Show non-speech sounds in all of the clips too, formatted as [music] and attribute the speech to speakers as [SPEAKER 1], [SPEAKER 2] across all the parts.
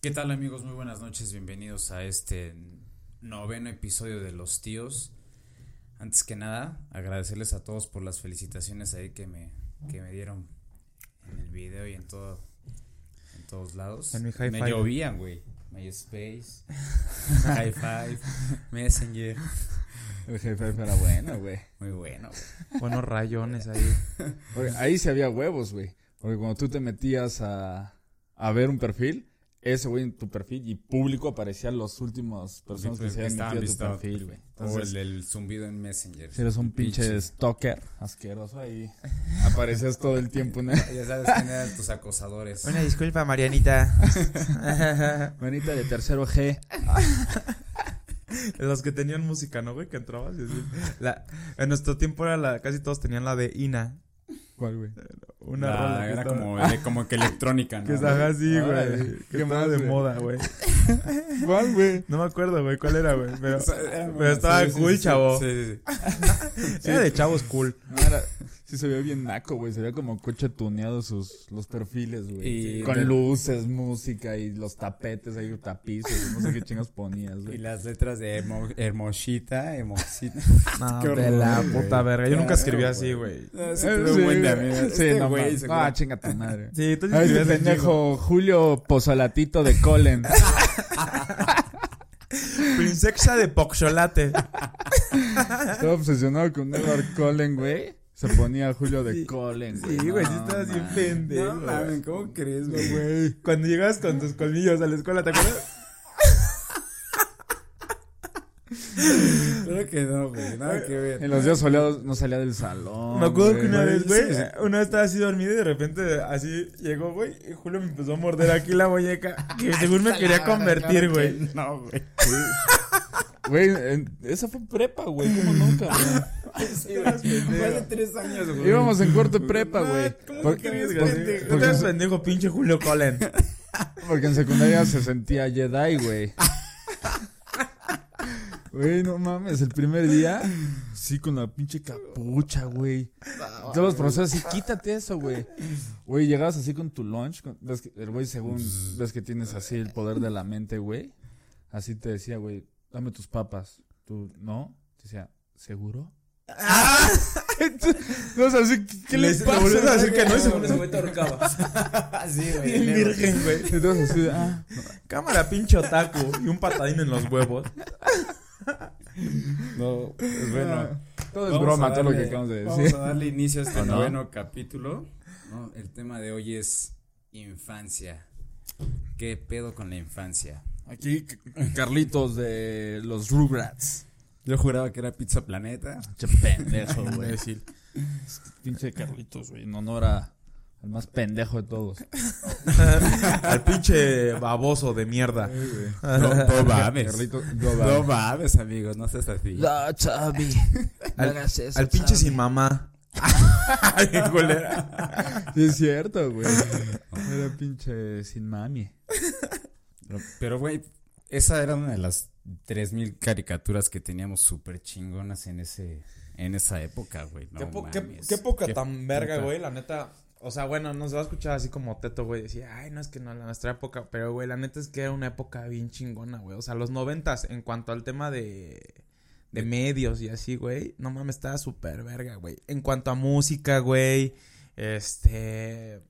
[SPEAKER 1] ¿Qué tal amigos? Muy buenas noches, bienvenidos a este noveno episodio de Los Tíos. Antes que nada, agradecerles a todos por las felicitaciones ahí que me, que me dieron en el video y en todo en todos lados.
[SPEAKER 2] En mi
[SPEAKER 1] me
[SPEAKER 2] high five.
[SPEAKER 1] llovían, güey. MySpace, [laughs] High Five, Messenger.
[SPEAKER 3] El jefe era bueno, güey.
[SPEAKER 1] Muy bueno, güey.
[SPEAKER 2] Buenos rayones ahí.
[SPEAKER 3] Porque Ahí se había huevos, güey. Porque cuando tú te metías a, a ver un perfil, ese güey en tu perfil y público aparecían los últimos personas que se
[SPEAKER 1] Que
[SPEAKER 3] habían
[SPEAKER 1] estaban
[SPEAKER 3] metido a tu
[SPEAKER 1] visitando
[SPEAKER 3] perfil, güey.
[SPEAKER 1] O
[SPEAKER 3] pues,
[SPEAKER 1] el
[SPEAKER 3] Entonces,
[SPEAKER 1] del zumbido en Messenger.
[SPEAKER 3] si eres un pinche, stalker asqueroso ahí, aparecías todo el tiempo. ¿no?
[SPEAKER 1] Ya sabes quién eran tus acosadores.
[SPEAKER 2] Una disculpa, [laughs] Marianita.
[SPEAKER 3] [laughs] Manita de tercero G.
[SPEAKER 2] Los que tenían música, ¿no, güey? Que entrabas y así. La- en nuestro tiempo era la, casi todos tenían la de Ina.
[SPEAKER 3] ¿Cuál, güey?
[SPEAKER 2] Una
[SPEAKER 1] Ah,
[SPEAKER 2] rola que
[SPEAKER 1] era
[SPEAKER 2] estaba-
[SPEAKER 1] como, de- como que
[SPEAKER 2] [laughs]
[SPEAKER 1] electrónica, ¿no?
[SPEAKER 2] Que estaba así,
[SPEAKER 3] Órale.
[SPEAKER 2] güey. Que
[SPEAKER 3] ¿Qué
[SPEAKER 2] estaba
[SPEAKER 3] más,
[SPEAKER 2] de
[SPEAKER 3] güey?
[SPEAKER 2] moda, güey.
[SPEAKER 3] ¿Cuál, güey?
[SPEAKER 2] No me acuerdo, güey, cuál era, güey. Pero,
[SPEAKER 1] O sea, era
[SPEAKER 2] Ah, pero
[SPEAKER 1] bueno,
[SPEAKER 2] estaba
[SPEAKER 1] sí, sí,
[SPEAKER 2] cool,
[SPEAKER 1] sí, sí.
[SPEAKER 2] chavo. Ah.
[SPEAKER 1] Sí, sí,
[SPEAKER 2] Era de chavos cool.
[SPEAKER 3] No, era- sí se veía bien naco, güey. Se veía como coche tuneado sus, los perfiles, güey.
[SPEAKER 1] Y-
[SPEAKER 3] Con luces, música y los tapetes ahí, tapices. No sé qué chingas ponías,
[SPEAKER 1] sí.
[SPEAKER 3] güey.
[SPEAKER 1] Y las letras de emo- hermosita, Emoxita.
[SPEAKER 2] No,
[SPEAKER 1] Qué
[SPEAKER 2] de
[SPEAKER 1] horror,
[SPEAKER 2] la
[SPEAKER 1] güey.
[SPEAKER 2] puta verga. Yo
[SPEAKER 1] Qué
[SPEAKER 2] nunca escribí
[SPEAKER 1] horror,
[SPEAKER 2] así,
[SPEAKER 1] güey.
[SPEAKER 2] güey.
[SPEAKER 1] No,
[SPEAKER 3] Eh, Sí,
[SPEAKER 1] se tuvo un buen de amigos. Este
[SPEAKER 3] no,
[SPEAKER 1] güey
[SPEAKER 3] mames.
[SPEAKER 1] se-
[SPEAKER 3] Ah, chinga tu madre.
[SPEAKER 2] [laughs] Sí, tú sí
[SPEAKER 3] A
[SPEAKER 2] escribías
[SPEAKER 3] ver, ese
[SPEAKER 2] bien chido.
[SPEAKER 3] pendejo Julio Pozolatito de Colen.
[SPEAKER 2] Princesa de Poxolate.
[SPEAKER 3] Estaba obsesionado con Edward Colen, güey. Se ponía Julio de
[SPEAKER 2] Sí,
[SPEAKER 3] Colen, güey.
[SPEAKER 2] Sí, güey, sí
[SPEAKER 3] No,
[SPEAKER 2] estabas bien
[SPEAKER 3] mames.
[SPEAKER 2] pendejo.
[SPEAKER 1] No mames, [laughs] ¿cómo crees,
[SPEAKER 2] güey.
[SPEAKER 1] güey?
[SPEAKER 2] Cuando llegabas con tus colmillos a la escuela, ¿te acuerdas?
[SPEAKER 1] Claro que no, güey. Nada que ver.
[SPEAKER 3] En los días soleados no salía del salón.
[SPEAKER 2] Me acuerdo que
[SPEAKER 3] güey.
[SPEAKER 2] una vez, güey, eh,
[SPEAKER 1] sí, sí.
[SPEAKER 2] una vez estaba así dormida y de repente así llegó, güey, y Julio me empezó a morder aquí la muñeca,
[SPEAKER 3] [laughs]
[SPEAKER 2] que según me quería convertir, güey.
[SPEAKER 1] No, güey.
[SPEAKER 3] Güey, en- esa fue prepa, güey. ¿Cómo nunca? güey?
[SPEAKER 2] [laughs]
[SPEAKER 1] Sí, güey. Fue hace tres años, güey.
[SPEAKER 3] Íbamos en cuarto de prepa,
[SPEAKER 1] No,
[SPEAKER 2] Ah,
[SPEAKER 3] güey.
[SPEAKER 1] ¿cómo
[SPEAKER 3] Por-
[SPEAKER 1] que eres
[SPEAKER 3] porque-
[SPEAKER 1] pendejo?
[SPEAKER 2] Tú
[SPEAKER 3] porque-
[SPEAKER 2] te eres pendejo, pinche Julio Collen.
[SPEAKER 3] Porque en secundaria se sentía Jedi, güey. Güey, no mames, el primer día, sí, con la pinche capucha, güey. Todos los profesores, sí, quítate eso, güey. Güey, llegabas así con tu lunch, con- ves que- el güey, según ves que tienes así el poder de la mente, güey. Así te decía, güey, dame tus papas. Tú, ¿no? Te decía, ¿seguro? no, o sea, así, ¿qué, qué le
[SPEAKER 2] Les-
[SPEAKER 3] pasa?
[SPEAKER 2] le vuelves a decir que no y
[SPEAKER 4] No,
[SPEAKER 2] se
[SPEAKER 4] según ese güey te ahorcaba.
[SPEAKER 1] [laughs] Sí, güey.
[SPEAKER 2] El
[SPEAKER 1] lejos.
[SPEAKER 2] virgen, güey.
[SPEAKER 3] Entonces, así, de, ah,
[SPEAKER 2] Cámara, pinche otaku y un patadín en los huevos.
[SPEAKER 3] no, es bueno. Todo
[SPEAKER 1] Ah.
[SPEAKER 3] es
[SPEAKER 1] Vamos
[SPEAKER 3] broma,
[SPEAKER 1] a
[SPEAKER 3] todo lo que
[SPEAKER 1] darle-
[SPEAKER 3] acabamos de decir.
[SPEAKER 1] Vamos a darle inicio a este
[SPEAKER 3] ¿O no?
[SPEAKER 1] noveno capítulo. ¿no? El tema de hoy es infancia. ¿Qué pedo con la infancia?
[SPEAKER 3] Aquí Carlitos de los Rugrats.
[SPEAKER 1] Yo juraba que era Pizza Planeta.
[SPEAKER 3] Che pendejo, güey.
[SPEAKER 2] Imbécil.
[SPEAKER 3] Pinche Carlitos, güey. En honor a- al más pendejo de todos.
[SPEAKER 2] [laughs] Al pinche baboso de mierda.
[SPEAKER 1] No, [laughs] no mames.
[SPEAKER 3] Carlitos,
[SPEAKER 1] No mames, amigos, no seas así.
[SPEAKER 4] No,
[SPEAKER 5] [laughs]
[SPEAKER 4] Chavi. No
[SPEAKER 2] Al-
[SPEAKER 4] hagas eso.
[SPEAKER 2] Al pinche
[SPEAKER 4] Chavi.
[SPEAKER 2] sin mamá.
[SPEAKER 3] [laughs]
[SPEAKER 2] [laughs] Ay, qué culera.
[SPEAKER 3] Sí, es cierto, [laughs] güey. Era pinche sin mami.
[SPEAKER 1] Pero, güey, esa era una de las 3000 caricaturas que teníamos súper chingonas en ese en esa época, güey. No
[SPEAKER 2] qué, po- qué-
[SPEAKER 1] mames.
[SPEAKER 2] qué poca
[SPEAKER 1] Qué
[SPEAKER 2] tan verga,
[SPEAKER 1] puta.
[SPEAKER 2] güey, la neta. O sea, bueno, nos va a escuchar así como teto, güey, decir, ay, no es que no, la nuestra época, pero, güey, la neta es que era una época bien chingona, güey. O sea, los noventas, en cuanto al tema de, de medios y así, güey, no mames, estaba súper verga, güey. En cuanto a música, güey, este,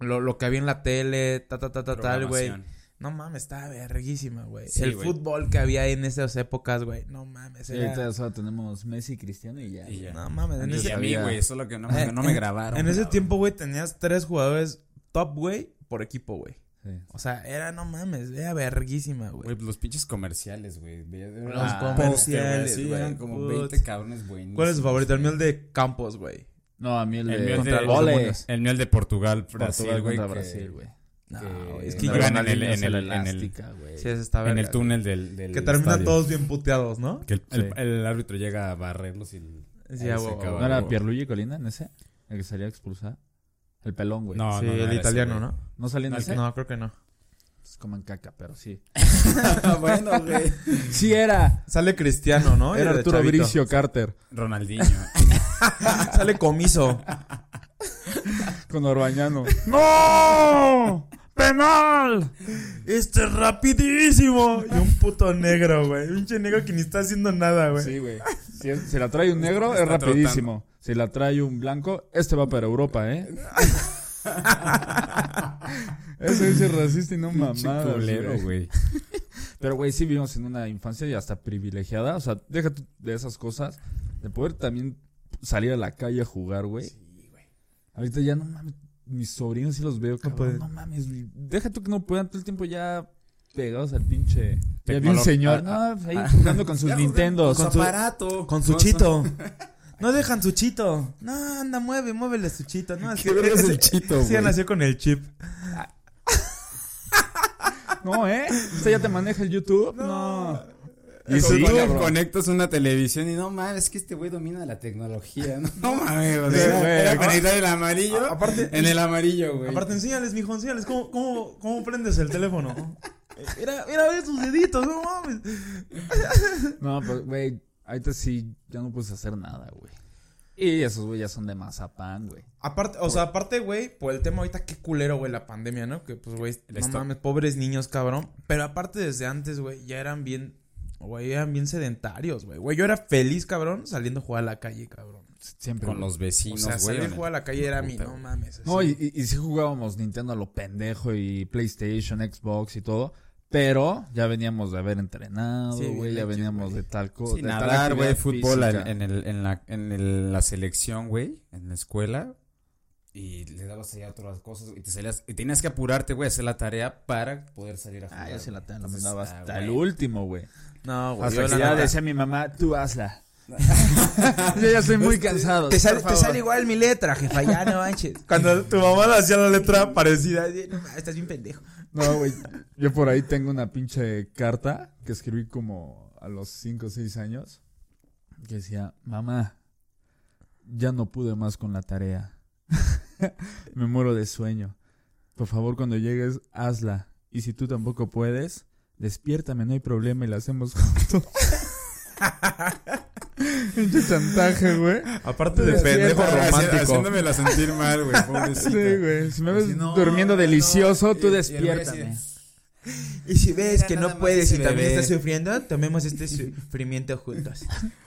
[SPEAKER 2] lo, lo que había en la tele, ta, ta, ta, ta, tal, güey.
[SPEAKER 1] Programación.
[SPEAKER 2] No mames, estaba verguísima, güey.
[SPEAKER 1] Sí,
[SPEAKER 2] el
[SPEAKER 1] güey.
[SPEAKER 2] fútbol que había en esas épocas, güey, no mames.
[SPEAKER 3] Y
[SPEAKER 2] era-
[SPEAKER 3] ahorita solo tenemos Messi, Cristiano y ya.
[SPEAKER 1] Y ya.
[SPEAKER 2] No mames, en
[SPEAKER 1] Y
[SPEAKER 2] ese,
[SPEAKER 1] a mí,
[SPEAKER 3] había-
[SPEAKER 1] güey, solo que no, me- no me
[SPEAKER 2] en-
[SPEAKER 1] grabaron.
[SPEAKER 2] En ese
[SPEAKER 1] cabrón.
[SPEAKER 2] tiempo, güey, tenías tres jugadores top, güey, por equipo, güey.
[SPEAKER 3] Sí.
[SPEAKER 2] O sea, era, no mames, era verguísima, güey.
[SPEAKER 1] Güey, los pinches comerciales, güey. Los
[SPEAKER 3] Ah,
[SPEAKER 2] comerciales,
[SPEAKER 1] Sí,
[SPEAKER 2] güey,
[SPEAKER 1] eran como
[SPEAKER 2] put.
[SPEAKER 1] 20 cabrones buenísimos.
[SPEAKER 2] ¿Cuál es su favorito? El mío el de Campos, güey.
[SPEAKER 3] No, a mí el,
[SPEAKER 1] El
[SPEAKER 3] de...
[SPEAKER 1] mío
[SPEAKER 3] Contra
[SPEAKER 1] de-
[SPEAKER 3] el Ole.
[SPEAKER 1] El mío, el de Portugal, Brasil,
[SPEAKER 3] Portugal
[SPEAKER 1] güey.
[SPEAKER 3] contra
[SPEAKER 1] que-
[SPEAKER 3] Brasil, güey.
[SPEAKER 2] No,
[SPEAKER 1] Que-
[SPEAKER 2] güey, es que
[SPEAKER 1] que
[SPEAKER 2] yo...
[SPEAKER 1] juegan en el- en
[SPEAKER 3] Ronaldinho
[SPEAKER 1] el-
[SPEAKER 3] hace la
[SPEAKER 1] en el-
[SPEAKER 3] elástica, güey.
[SPEAKER 2] Sí, esa está
[SPEAKER 1] En
[SPEAKER 2] verga,
[SPEAKER 1] el túnel del. del
[SPEAKER 2] güey. Que terminan
[SPEAKER 1] estadio.
[SPEAKER 2] todos bien puteados, ¿no?
[SPEAKER 1] Que el,
[SPEAKER 3] Sí.
[SPEAKER 1] el- el árbitro llega a barrerlos y.
[SPEAKER 2] Sí,
[SPEAKER 1] ahí
[SPEAKER 2] a
[SPEAKER 1] se
[SPEAKER 2] huevo.
[SPEAKER 1] acaba.
[SPEAKER 3] ¿No era Pierluigi Colina en ese? El que salía a expulsar. El pelón, güey.
[SPEAKER 1] No,
[SPEAKER 2] sí,
[SPEAKER 1] no, no
[SPEAKER 2] el
[SPEAKER 1] era ese,
[SPEAKER 2] italiano,
[SPEAKER 1] güey.
[SPEAKER 2] ¿no?
[SPEAKER 3] ¿No salía en ese?
[SPEAKER 2] No, creo que no.
[SPEAKER 3] Es como en caca, pero sí.
[SPEAKER 1] bueno, güey.
[SPEAKER 3] Sí era.
[SPEAKER 2] Sale Cristiano, ¿no?
[SPEAKER 3] Era
[SPEAKER 2] De
[SPEAKER 3] Arturo
[SPEAKER 2] chavito.
[SPEAKER 3] Bricio Carter
[SPEAKER 1] Ronaldinho.
[SPEAKER 2] Sale Comiso.
[SPEAKER 3] con Orbañano. [laughs] ¡No!
[SPEAKER 2] penal! ¡Este es rapidísimo! Y un puto negro, güey. Un che negro que ni está haciendo nada, güey. [laughs]
[SPEAKER 3] Sí, güey. Si, es- si la trae un negro, es
[SPEAKER 1] Está
[SPEAKER 3] rapidísimo. Si la trae un blanco, este va para Europa, ¿eh? Eso dice racista y no mamada.
[SPEAKER 1] culero, güey.
[SPEAKER 3] Pero, güey, sí vivimos en una infancia y hasta privilegiada. O sea, deja tú de esas cosas. De poder también salir a la calle a jugar, güey. Ahorita ya no mames. Mis sobrinos sí los veo, cabrón.
[SPEAKER 2] pueden.
[SPEAKER 3] No, mames. güey. Deja tú que no puedan todo el tiempo ya pegados al pinche. Ya vi
[SPEAKER 1] Tecnolo-
[SPEAKER 3] un señor.
[SPEAKER 1] Ah,
[SPEAKER 3] no, ahí jugando con sus Nintendos.
[SPEAKER 1] Con
[SPEAKER 3] Con
[SPEAKER 1] su
[SPEAKER 3] sus-
[SPEAKER 1] aparato.
[SPEAKER 2] Con su [laughs] chito. No dejan su chito. No, anda, mueve, muévele su chito. No, así
[SPEAKER 1] verga es el
[SPEAKER 2] ese-
[SPEAKER 1] chito,
[SPEAKER 2] ese ya
[SPEAKER 1] güey?
[SPEAKER 2] nació con el chip.
[SPEAKER 3] No, ¿eh? ¿Usted ya te maneja el YouTube? No.
[SPEAKER 1] Y
[SPEAKER 3] Sí,
[SPEAKER 1] si tú
[SPEAKER 3] cabrón.
[SPEAKER 1] conectas una televisión y no mames, es que este güey domina la tecnología. No, no mames, o
[SPEAKER 3] Sí,
[SPEAKER 1] sea,
[SPEAKER 3] güey.
[SPEAKER 1] era conectar el amarillo
[SPEAKER 2] A- aparte-
[SPEAKER 1] en el amarillo, güey.
[SPEAKER 2] Aparte, enséñales, mijo, enséñales cómo, cómo, cómo prendes el teléfono. Eh, Mira, mira, ve sus deditos, no mames.
[SPEAKER 3] No, pues, güey, ahorita sí ya no puedes hacer nada, güey. Y esos güey ya son de mazapán, güey.
[SPEAKER 2] Aparte, o sea, aparte, güey, por el tema ahorita, qué culero, güey, la pandemia, ¿no? Que, pues, güey,
[SPEAKER 1] El
[SPEAKER 2] no
[SPEAKER 1] stop.
[SPEAKER 2] mames, pobres niños, cabrón. Pero aparte, desde antes, güey, ya eran bien, güey, eran bien sedentarios, güey. Güey, yo era feliz, cabrón, saliendo a jugar a la calle, cabrón.
[SPEAKER 3] Siempre.
[SPEAKER 1] con los
[SPEAKER 2] O
[SPEAKER 1] vecinos,
[SPEAKER 2] sea,
[SPEAKER 1] güey.
[SPEAKER 2] salir a jugar a la calle era mi,
[SPEAKER 1] Puta,
[SPEAKER 2] no
[SPEAKER 1] güey.
[SPEAKER 2] mames. así.
[SPEAKER 3] No, y, y, y sí jugábamos Nintendo a lo pendejo y PlayStation, Xbox y todo. Pero ya veníamos de haber entrenado,
[SPEAKER 2] Sí, bien
[SPEAKER 3] güey. ya
[SPEAKER 2] hecho,
[SPEAKER 3] veníamos
[SPEAKER 2] güey.
[SPEAKER 3] de tal cosa.
[SPEAKER 1] Sí, nadar, güey, fútbol en, en el- en la, en el- la selección, güey, en la escuela. Y le dabas allá otras cosas y te salías. Y tenías que apurarte, güey, a hacer la tarea para poder salir a jugar.
[SPEAKER 3] Ah, yo sí la tengo, la
[SPEAKER 2] Pues,
[SPEAKER 1] Entonces,
[SPEAKER 3] mandaba
[SPEAKER 1] ah,
[SPEAKER 3] hasta
[SPEAKER 1] güey.
[SPEAKER 3] el último, güey.
[SPEAKER 2] No, güey, yo
[SPEAKER 3] Hasta que
[SPEAKER 2] la
[SPEAKER 3] ya
[SPEAKER 2] neta-
[SPEAKER 3] decía mi mamá,
[SPEAKER 2] [laughs]
[SPEAKER 3] tú hazla. [laughs] yo ya estoy muy cansado.
[SPEAKER 2] Pues, Te sale,
[SPEAKER 3] por
[SPEAKER 2] te
[SPEAKER 3] favor.
[SPEAKER 2] sale igual mi letra, jefa, ya no manches. [laughs] Cuando tu mamá le hacía la letra parecida, así, no, mames, estás bien pendejo.
[SPEAKER 3] No, güey. Yo por ahí tengo una pinche carta que escribí como a los 5 o 6 años. Que decía, mamá, ya no pude más con la tarea. [laughs] Me muero de sueño. Por favor, cuando llegues, hazla. Y si tú tampoco puedes, despiértame, no hay problema y la hacemos juntos. [laughs] Pinche chantaje, güey.
[SPEAKER 2] Aparte
[SPEAKER 3] de pendejo
[SPEAKER 1] Haci-
[SPEAKER 3] romántico.
[SPEAKER 1] Haciéndomela sentir mal, güey, pobrecita.
[SPEAKER 3] Sí, güey. Si me ves
[SPEAKER 1] Así, Pues "No,
[SPEAKER 3] durmiendo
[SPEAKER 1] no".
[SPEAKER 3] delicioso,
[SPEAKER 1] Y- y
[SPEAKER 3] tú
[SPEAKER 1] el güey así de-
[SPEAKER 3] despiértame.
[SPEAKER 2] Y si ves
[SPEAKER 1] Mira
[SPEAKER 2] que
[SPEAKER 1] nada
[SPEAKER 2] no
[SPEAKER 1] más
[SPEAKER 2] puedes
[SPEAKER 1] ese
[SPEAKER 2] y también
[SPEAKER 1] bebé.
[SPEAKER 2] estás sufriendo, tomemos este sufrimiento juntos.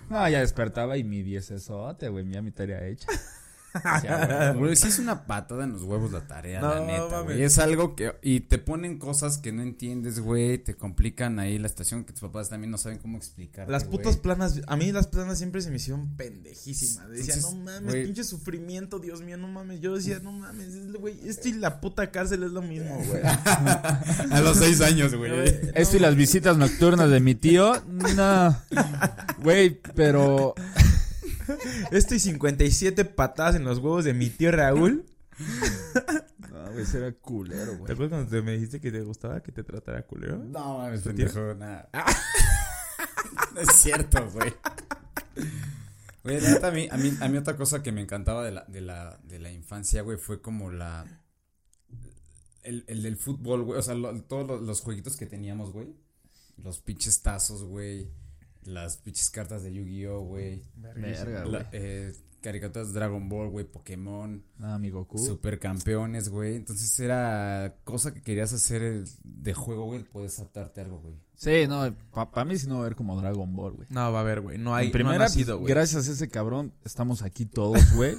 [SPEAKER 3] No, ya despertaba y mi diezesote, güey, ya mi tarea
[SPEAKER 2] [laughs]
[SPEAKER 3] hecha. Ah,
[SPEAKER 1] ah, Güey, sí es una patada en los huevos la tarea,
[SPEAKER 2] No,
[SPEAKER 1] la neta,
[SPEAKER 2] mames.
[SPEAKER 1] güey. Es algo que... Y te ponen cosas que no entiendes, güey. Te complican ahí la estación que tus papás también no saben cómo explicar.
[SPEAKER 2] Las putas planas, a mí las planas siempre se me hicieron pendejísimas. Decía,
[SPEAKER 1] Entonces,
[SPEAKER 2] no mames,
[SPEAKER 1] güey.
[SPEAKER 2] pinche sufrimiento, Dios mío, no mames. Yo decía, no mames, es- güey, esto y la puta cárcel es lo mismo, güey.
[SPEAKER 1] A los seis años, güey.
[SPEAKER 3] Esto y las visitas nocturnas de mi tío, no. Güey, pero
[SPEAKER 2] Esto y 57 patadas en los huevos de mi tío Raúl.
[SPEAKER 3] no, güey, será culero,
[SPEAKER 2] ¿Te acuerdas cuando te- me dijiste que te gustaba que te tratara culero?
[SPEAKER 1] No mames, pendejo, [laughs] nada. no es cierto, güey. Güey, la neta, a mí, a, mí, a mí otra cosa que me encantaba de la, de la, de la infancia, güey, fue como la... El, el del fútbol, güey. O sea, lo- todos los, los jueguitos que teníamos, güey. Los pinches tazos, güey. Las pinches cartas de Yu-Gi-Oh, güey.
[SPEAKER 3] Verga, güey.
[SPEAKER 1] La- eh, caricaturas de Dragon Ball, güey. Pokémon.
[SPEAKER 3] No, mi Goku.
[SPEAKER 1] Supercampeones, güey. Entonces era cosa que querías hacer el- de juego, güey. Puedes adaptarte a algo, güey.
[SPEAKER 3] Sí, no, para mí sí no va a ver como Dragon Ball, güey.
[SPEAKER 2] No, va a haber, güey. No hay.
[SPEAKER 3] En primera, pues,
[SPEAKER 2] no ha nacido, güey.
[SPEAKER 3] gracias a ese cabrón, estamos aquí todos, güey.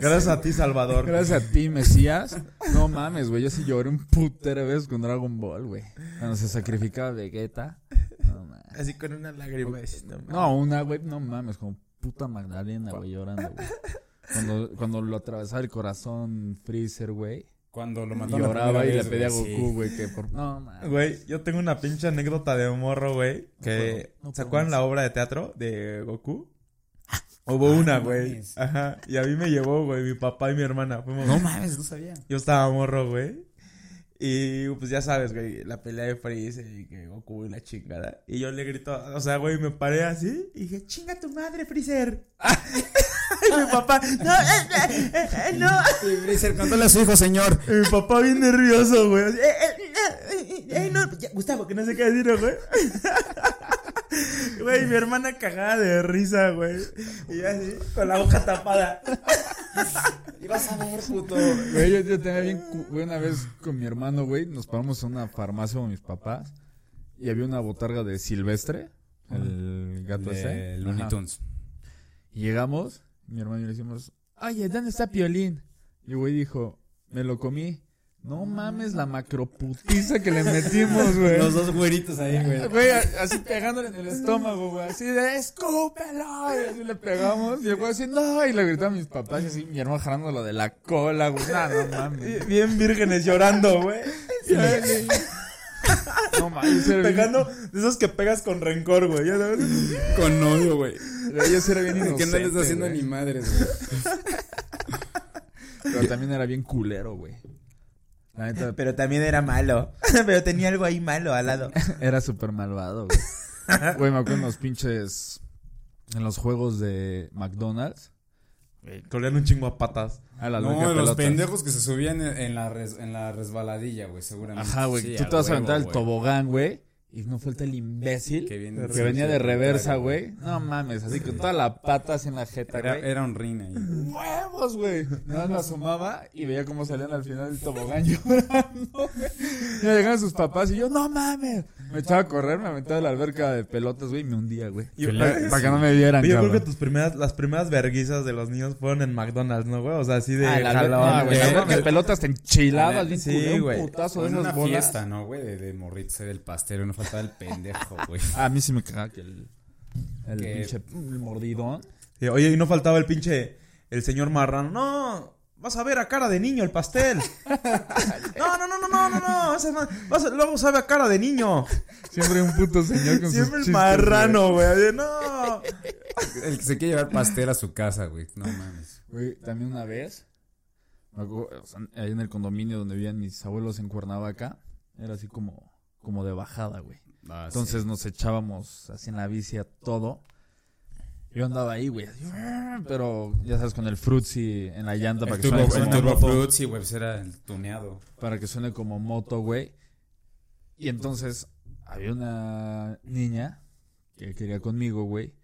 [SPEAKER 2] Gracias [laughs] a ti, Salvador.
[SPEAKER 3] Gracias a ti, Mesías. No mames, güey, yo sí lloré un putero vez con Dragon Ball, güey. Cuando se sacrificaba Vegeta. No mames.
[SPEAKER 2] Así con una lágrima. dices, No, mames.
[SPEAKER 3] No, una, güey, no mames, como puta Magdalena, güey, llorando, güey. Cuando, cuando lo atravesaba el corazón Freezer, güey.
[SPEAKER 1] Cuando lo
[SPEAKER 3] Y
[SPEAKER 1] mataron. la
[SPEAKER 3] lloraba y
[SPEAKER 1] primera
[SPEAKER 3] le
[SPEAKER 1] vez,
[SPEAKER 3] pedía a
[SPEAKER 1] güey,
[SPEAKER 3] Goku, güey, que por... No, mames.
[SPEAKER 2] Güey, yo tengo una pinche anécdota de un morro, güey. Que.
[SPEAKER 3] puedo, no
[SPEAKER 2] ¿Se
[SPEAKER 3] puedo
[SPEAKER 2] acuerdan
[SPEAKER 3] más. Ah,
[SPEAKER 2] la obra de teatro de Goku? Hubo una,
[SPEAKER 1] no
[SPEAKER 2] güey.
[SPEAKER 1] mames.
[SPEAKER 2] Ajá. Y a mí me llevó, güey, mi papá y mi hermana. Fuimos.
[SPEAKER 1] sí. No mames, no sabía.
[SPEAKER 2] Yo estaba morro, güey. Y pues ya sabes, güey, la pelea de Freezer y que Goku y la chingada. Y yo le grito, o sea, güey, me paré así y dije, chinga tu madre, Freezer. [laughs] y mi papá, no, eh, eh, eh, no.
[SPEAKER 1] Contándole a su hijo, señor.
[SPEAKER 2] Y mi papá bien nervioso, güey. así, "Eh, eh, eh, eh, eh, no, ya, Gustavo, que no sé qué decir, güey. [laughs] Güey, mi
[SPEAKER 1] [laughs]
[SPEAKER 2] hermana cagada de risa, güey. Y yo así, con la boca tapada.
[SPEAKER 1] Vas a ver, puto.
[SPEAKER 3] Güey, yo, yo tenía bien. cu- güey, una vez con mi hermano, güey, nos paramos en una farmacia con mis papás y había una botarga de Silvestre, el gato ese.
[SPEAKER 1] De Looney
[SPEAKER 3] Pues, ¿eh? Ajá.
[SPEAKER 1] Tunes.
[SPEAKER 3] Y llegamos, mi hermano y yo le decimos, oye, ¿dónde está Piolín? Y el güey dijo, me lo comí. No mames la macroputiza que le metimos, güey.
[SPEAKER 1] Los dos güeritos ahí, güey.
[SPEAKER 3] Güey, a- así pegándole en el estómago, güey. Así de, escúpelo. Y así le pegamos. Y el güey así, no. Y le gritó a mis papás. Y así, mi hermano jalándolo de la cola, güey. No, no mames.
[SPEAKER 2] Bien vírgenes llorando, güey.
[SPEAKER 3] No mames. Yo era bien,
[SPEAKER 2] Pegando de esos que pegas con rencor, güey. Ya sabes.
[SPEAKER 1] Con odio, güey.
[SPEAKER 3] güey, yo sí era bien
[SPEAKER 1] Que no le está
[SPEAKER 3] inocente,
[SPEAKER 1] haciendo
[SPEAKER 3] güey.
[SPEAKER 1] ni madres, güey.
[SPEAKER 3] Pero también era bien culero, güey. La neta,
[SPEAKER 2] Pero también era malo. [laughs] Pero tenía algo ahí malo al lado.
[SPEAKER 3] Era súper malvado, güey. Güey, me acuerdo en los pinches. En los juegos de McDonald's.
[SPEAKER 2] Colían Eh, un chingo a patas.
[SPEAKER 3] A la
[SPEAKER 1] No,
[SPEAKER 3] alberca
[SPEAKER 1] los
[SPEAKER 3] pelotas.
[SPEAKER 1] pendejos que se subían en en la, res- en la resbaladilla, güey, seguramente.
[SPEAKER 3] Ajá, güey.
[SPEAKER 1] Sí,
[SPEAKER 3] Tú
[SPEAKER 1] a
[SPEAKER 3] te vas a
[SPEAKER 1] huevo,
[SPEAKER 3] aventar el
[SPEAKER 1] güey.
[SPEAKER 3] tobogán, güey. Y no falta el imbécil
[SPEAKER 1] Que
[SPEAKER 3] que,
[SPEAKER 1] viene-
[SPEAKER 3] venía de
[SPEAKER 1] sí,
[SPEAKER 3] reversa,
[SPEAKER 1] claro,
[SPEAKER 3] güey. No mames, así con toda la pata así en la jeta,
[SPEAKER 1] Era,
[SPEAKER 3] güey.
[SPEAKER 1] era un rin ahí.
[SPEAKER 3] ¡Huevos, güey! Nada más me asomaba y veía cómo salían al final del tobogán [laughs] llorando, güey. Y me llegaban sus papás y yo, ¡no mames! Me echaba a correr, me aventaba a la alberca de pelotas, güey, y me hundía, güey.
[SPEAKER 2] Y-
[SPEAKER 3] Para, para que no me vieran,
[SPEAKER 2] Oye, Yo creo
[SPEAKER 3] Ah, cabrón.
[SPEAKER 2] que tus primeras, las primeras verguizas de los niños fueron en McDonald's, ¿no, güey? O sea, así de
[SPEAKER 3] Ah, la
[SPEAKER 2] jalón,
[SPEAKER 3] ah, güey,
[SPEAKER 2] de-
[SPEAKER 3] la que pelotas te enchilabas, bien
[SPEAKER 2] Sí,
[SPEAKER 3] culero,
[SPEAKER 2] güey.
[SPEAKER 3] un putazo
[SPEAKER 1] Fue
[SPEAKER 3] de
[SPEAKER 1] en
[SPEAKER 3] esas
[SPEAKER 1] una
[SPEAKER 3] bolas.
[SPEAKER 1] fiesta, ¿no, güey? De, de morrirse del pastel. No faltaba el pendejo, güey.
[SPEAKER 3] A mí sí me cagaba que el, el
[SPEAKER 1] Que-
[SPEAKER 3] pinche el mordidón.
[SPEAKER 2] Sí, Eh, Oye, y no faltaba el pinche, el señor marrano. No, vas a ver a cara de niño el pastel. [laughs] no, no, no, no, no, no, no. ese no- vas a- luego sabe a cara de niño.
[SPEAKER 3] Siempre un puto señor [laughs]
[SPEAKER 2] Siempre
[SPEAKER 3] con sus
[SPEAKER 2] el
[SPEAKER 3] chistes,
[SPEAKER 2] marrano, güey. Oye, No.
[SPEAKER 1] El que se quiere llevar pastel a su casa, güey. No mames.
[SPEAKER 3] güey. Güey, también una vez, me acuerdo, o sea, ahí en el condominio donde vivían mis abuelos en Cuernavaca, era así como, como de bajada, güey.
[SPEAKER 1] Ah, sí.
[SPEAKER 3] Entonces nos echábamos así en la bici a todo. Yo andaba ahí, güey. así, Pero, ya sabes, con el frutzi en la llanta para
[SPEAKER 1] El
[SPEAKER 3] que suene
[SPEAKER 1] turbo,
[SPEAKER 3] como-
[SPEAKER 1] el turbo Fruit, sí, güey, pues era el tuneado.
[SPEAKER 3] para que suene como moto, güey. Y entonces había una niña que quería conmigo, güey.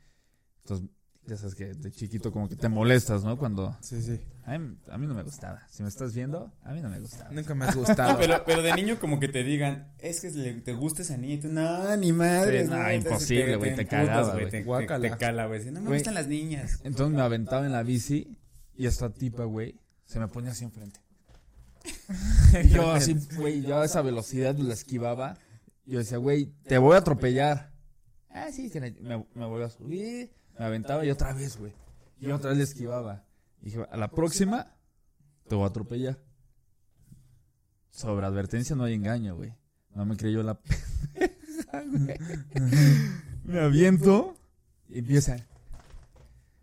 [SPEAKER 3] Entonces, ya sabes que de chiquito como que te molestas, ¿no? Cuando...
[SPEAKER 2] Sí, sí.
[SPEAKER 3] A mí, a mí no me gustaba. Si me estás viendo, a mí no me gustaba.
[SPEAKER 2] Nunca me has gustado.
[SPEAKER 1] Pero, pero de niño como que te digan, es que le- te gusta esa niña y tú, no, ni madre.
[SPEAKER 3] Sí, no, imposible, güey, te cagaba, güey.
[SPEAKER 1] Te, te,
[SPEAKER 2] Guácala.
[SPEAKER 1] te cala, güey. sí, No me
[SPEAKER 3] Güey.
[SPEAKER 1] gustan las [laughs] niñas.
[SPEAKER 3] Entonces me aventaba en la bici y esta tipa, güey, se me ponía así enfrente. Y yo así, güey, yo a esa velocidad la esquivaba. Y yo decía, güey, te voy a atropellar. Ah, sí, que la- me, me volvió a subir, me aventaba y otra vez, güey. Y otra vez la esquivaba. Y dije, a la próxima te voy a atropellar. Sobre advertencia no hay engaño, güey. No me creyó la [laughs] pendeja, güey. Me aviento y empieza.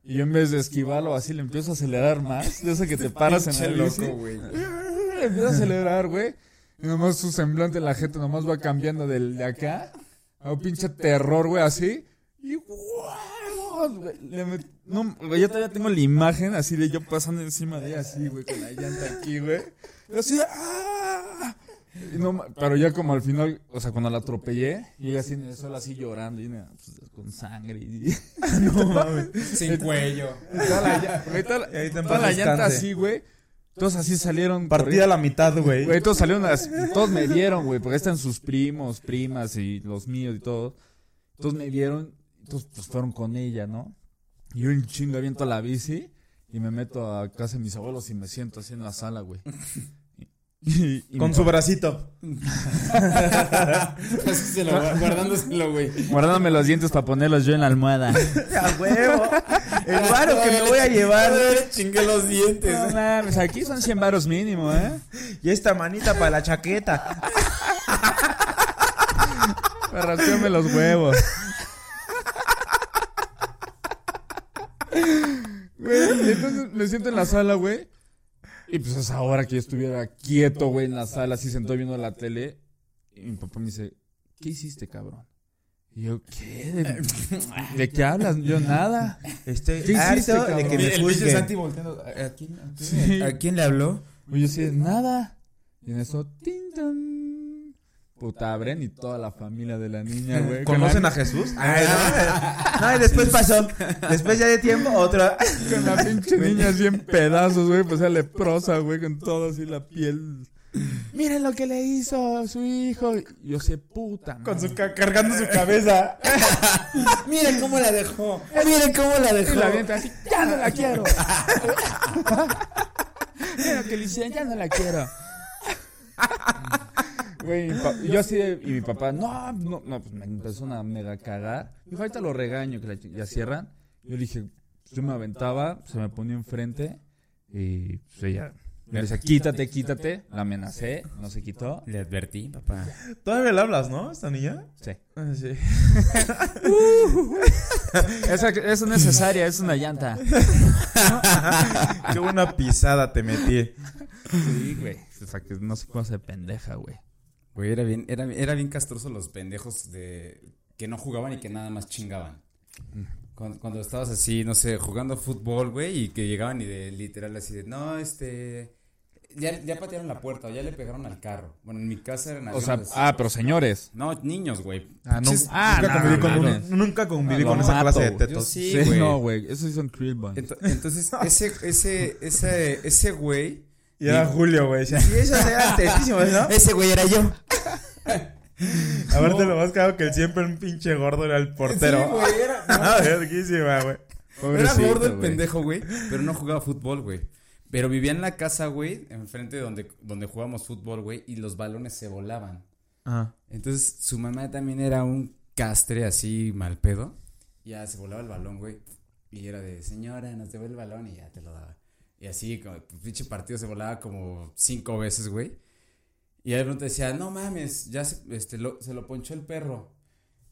[SPEAKER 3] Y yo en vez de esquivarlo así le empiezo a acelerar más. De esa que te paras en el bici. [laughs]
[SPEAKER 1] güey.
[SPEAKER 3] Le empiezo a acelerar, güey. Y nomás su semblante en la gente nomás va cambiando del de acá a un pinche terror, güey, así. Y huevos, güey. Le met- No, güey, yo todavía tengo la imagen así de yo pasando encima de ella así, güey, con la llanta aquí, güey. Y así de, ¡ah! Y no ma- pero ya como al final, o sea, cuando la atropellé, y ella así en el suelo así llorando, y nada, pues, con sangre y...
[SPEAKER 2] no
[SPEAKER 3] [laughs]
[SPEAKER 2] mames.
[SPEAKER 1] Sin [laughs] cuello.
[SPEAKER 3] Toda la, lla- güey, toda la-
[SPEAKER 2] [laughs] Y ahí te en
[SPEAKER 3] toda
[SPEAKER 2] paz
[SPEAKER 3] la llanta
[SPEAKER 2] descanse.
[SPEAKER 3] así, güey. Todos así salieron.
[SPEAKER 2] Partida a
[SPEAKER 3] corriendo.
[SPEAKER 2] la mitad, güey.
[SPEAKER 3] Güey, todos salieron así, Todos me vieron, güey. Porque ahí están sus primos, primas y los míos y todo. Todos me vieron. Todos pues, fueron con ella, ¿no? Y yo en chingo aviento la bici. Y me meto a casa de mis abuelos y me siento así en la
[SPEAKER 2] [laughs]
[SPEAKER 3] sala, güey. Y- y
[SPEAKER 2] Con
[SPEAKER 3] mi
[SPEAKER 2] su bracito.
[SPEAKER 1] Así guardándoselo, [laughs] güey.
[SPEAKER 3] Guardándome los dientes para ponerlos yo en la almohada.
[SPEAKER 2] [laughs] A huevo.
[SPEAKER 3] [laughs]
[SPEAKER 2] El varo que me voy a llevar.
[SPEAKER 1] Chingué los dientes.
[SPEAKER 3] No mames, aquí son 100 varos mínimo, ¿eh?
[SPEAKER 2] Y esta manita para la chaqueta.
[SPEAKER 3] Para rascarme los huevos. Güey, y entonces me siento en la sala, güey. Y pues es ahora que yo estuviera quieto, güey, en la sala, así sentado viendo la tele. Y mi papá me dice, ¿qué hiciste, cabrón? Y yo, ¿qué? ¿De, de qué hablas? Yo, nada.
[SPEAKER 2] Estoy
[SPEAKER 3] ¿Qué hiciste,
[SPEAKER 2] harto de
[SPEAKER 3] cabrón?
[SPEAKER 2] que me
[SPEAKER 1] El pinche
[SPEAKER 2] juzguen.
[SPEAKER 1] Santi volteando. ¿A a quién, a quién-
[SPEAKER 3] Sí. Pues
[SPEAKER 1] a quién le habló?
[SPEAKER 3] Y yo, sí, nada. Y en eso, tin, tan. Puta, Bren y toda la familia de la niña, güey.
[SPEAKER 2] ¿Conocen
[SPEAKER 3] con
[SPEAKER 2] a Jesús?
[SPEAKER 1] Ah,
[SPEAKER 5] Ay, no. No,
[SPEAKER 1] [laughs]
[SPEAKER 5] y después pasó. Después ya de tiempo, otra.
[SPEAKER 3] la, con la pinche niña así en pedazos, güey. Pues sea leprosa, güey, con todo así la piel. Miren lo que le hizo a su hijo. Yo sé, puta.
[SPEAKER 2] Con
[SPEAKER 3] madre.
[SPEAKER 2] su ca- cargando
[SPEAKER 1] [laughs]
[SPEAKER 2] su cabeza.
[SPEAKER 5] Miren cómo la dejó. Miren cómo la dejó.
[SPEAKER 3] Y la avienta así, ya no la
[SPEAKER 5] [laughs]
[SPEAKER 3] quiero. Mira lo que le hicieron, ya no la quiero. Güey, mi pa- y yo así, de- y mi papá, no, no, no, pues me empezó una mega cagada. Dijo, ahorita lo regaño, que la ch- ya cierran. Yo le dije, pues, yo me aventaba, se me ponía enfrente y pues ella me decía, quítate, quítate. La amenacé, no se quitó.
[SPEAKER 1] Le advertí, papá.
[SPEAKER 2] [laughs] Todavía le hablas, ¿no? Esta niña.
[SPEAKER 3] Sí.
[SPEAKER 2] Ah, Sí. [laughs]
[SPEAKER 3] Esa, es necesaria, es una llanta.
[SPEAKER 2] Qué buena pisada te metí.
[SPEAKER 3] Sí, güey. O sea, que no sé cómo se pendeja, güey.
[SPEAKER 1] Güey, era bien, era, era bien castroso los pendejos de que no jugaban y que nada más chingaban. Cuando, cuando estabas así, no sé, jugando fútbol, güey, y que llegaban y de literal así de, no, este, ya, ya patearon la puerta o ya le pegaron al carro. Bueno, en mi casa eran
[SPEAKER 3] O sea,
[SPEAKER 1] algunos-
[SPEAKER 3] ah, pero señores.
[SPEAKER 1] No, niños, güey.
[SPEAKER 2] Ah, no.
[SPEAKER 1] Pinches-
[SPEAKER 3] Ah,
[SPEAKER 2] nunca
[SPEAKER 3] no,
[SPEAKER 2] conviví con, un-
[SPEAKER 3] mames.
[SPEAKER 2] nunca conviví
[SPEAKER 3] Ah,
[SPEAKER 2] con
[SPEAKER 3] lo
[SPEAKER 2] esa
[SPEAKER 3] mato,
[SPEAKER 2] clase de
[SPEAKER 3] güey.
[SPEAKER 1] Yo
[SPEAKER 2] tetos.
[SPEAKER 1] sí,
[SPEAKER 3] Sí,
[SPEAKER 1] güey.
[SPEAKER 3] no, güey. Esos sí son krill buns.
[SPEAKER 1] Ento- Entonces, ese, ese, ese, ese güey,
[SPEAKER 2] Y era Julio, güey. sí.
[SPEAKER 5] Y eso
[SPEAKER 3] [laughs]
[SPEAKER 5] era testísimo, ¿no? Ese güey era yo.
[SPEAKER 2] Aparte, lo más caro que siempre un pinche gordo era el portero.
[SPEAKER 1] Sí,
[SPEAKER 2] [laughs]
[SPEAKER 1] güey, era-
[SPEAKER 2] Ah, verguísima, güey.
[SPEAKER 1] Era
[SPEAKER 3] Pobrecito,
[SPEAKER 1] gordo el
[SPEAKER 3] güey.
[SPEAKER 1] pendejo, güey, pero no jugaba fútbol, güey. Pero vivía en la casa, güey, enfrente de donde, donde jugábamos fútbol, güey, y los balones se volaban.
[SPEAKER 2] Ah.
[SPEAKER 1] Entonces, su mamá también era un castre así mal pedo. Ya se volaba el balón, güey. Y era de, señora, nos devuelve el balón y ya te lo daba. Y así, como, pues, pinche partido se volaba como cinco veces, güey. Y de pronto decía, no mames, ya se, este, lo- se lo ponchó el perro.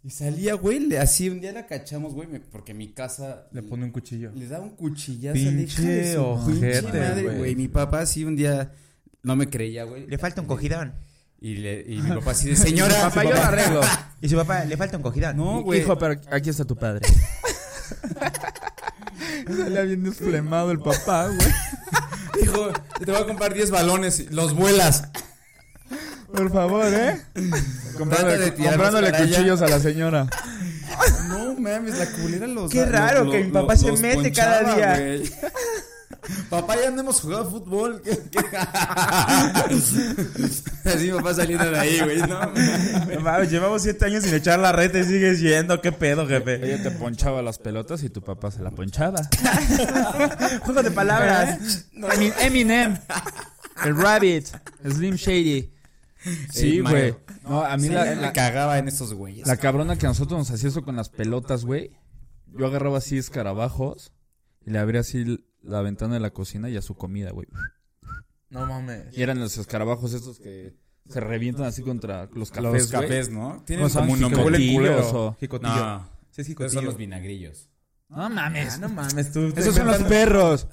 [SPEAKER 1] Y salía, güey, le- así un día la cachamos, güey, me- porque mi casa
[SPEAKER 2] Le pone un cuchillo.
[SPEAKER 1] le da un cuchillazo.
[SPEAKER 2] Pinche
[SPEAKER 1] le de su pinche
[SPEAKER 2] ojete,
[SPEAKER 1] madre,
[SPEAKER 2] güey.
[SPEAKER 1] güey. Mi papá sí un día no me creía, güey.
[SPEAKER 5] Le falta un cogidón.
[SPEAKER 1] Y, le, y mi papá así de,
[SPEAKER 5] [laughs]
[SPEAKER 1] señora.
[SPEAKER 5] Papá,
[SPEAKER 1] su
[SPEAKER 5] yo lo
[SPEAKER 1] [laughs] papá.
[SPEAKER 5] arreglo. Y su papá, le falta un cogidón.
[SPEAKER 1] No, güey.
[SPEAKER 3] Hijo, pero aquí está tu padre. Salía bien desflemado el papá, güey.
[SPEAKER 1] Dijo, te voy a comprar 10 balones, y los vuelas.
[SPEAKER 3] Por favor, ¿eh?
[SPEAKER 1] Trata de
[SPEAKER 3] Comprándole,
[SPEAKER 1] tirarlos
[SPEAKER 3] comprándole
[SPEAKER 1] para allá.
[SPEAKER 3] cuchillos a la señora.
[SPEAKER 1] No mames, la culera los
[SPEAKER 5] Qué
[SPEAKER 1] da-
[SPEAKER 5] raro que mi papá se
[SPEAKER 1] los
[SPEAKER 5] mete cada día. [laughs]
[SPEAKER 1] güey. Papá, ya no hemos jugado fútbol. [laughs] ¿qué- qué? [laughs] Así mi papá saliendo de ahí, güey. No, mames.
[SPEAKER 2] No mames, llevamos siete años sin echar la red y sigues yendo. ¿Qué pedo, jefe?
[SPEAKER 3] Ella te ponchaba las pelotas y tu papá se la ponchaba.
[SPEAKER 5] Juego de palabras. [laughs]
[SPEAKER 3] Emi- Eminem. El Rabbit. Slim Shady. Sí,
[SPEAKER 1] Eh,
[SPEAKER 3] güey.
[SPEAKER 1] Mario.
[SPEAKER 3] No, a mí
[SPEAKER 1] Sí,
[SPEAKER 3] la,
[SPEAKER 1] me
[SPEAKER 3] la-
[SPEAKER 1] cagaba en esos güeyes.
[SPEAKER 3] La cabrona que a nosotros nos hacía eso con las pelotas, güey. Yo agarraba así escarabajos y le abría así la ventana de la cocina y a su comida, güey.
[SPEAKER 2] No mames.
[SPEAKER 3] Y eran los escarabajos estos que se revientan así contra los cafés,
[SPEAKER 1] los
[SPEAKER 3] güey.
[SPEAKER 1] cafés, ¿no? Tienen
[SPEAKER 3] ¿Cómo se
[SPEAKER 1] como
[SPEAKER 3] llaman?
[SPEAKER 1] un
[SPEAKER 3] Que huelen
[SPEAKER 1] nombre.
[SPEAKER 3] culeros,
[SPEAKER 2] culero.
[SPEAKER 3] o-
[SPEAKER 2] Jicotillo.
[SPEAKER 1] No,
[SPEAKER 2] Sí, es
[SPEAKER 1] esos son los
[SPEAKER 2] jicotillo.
[SPEAKER 1] vinagrillos.
[SPEAKER 3] No mames.
[SPEAKER 2] Ah, no mames, tú.
[SPEAKER 3] Esos son los
[SPEAKER 1] [laughs]
[SPEAKER 3] perros.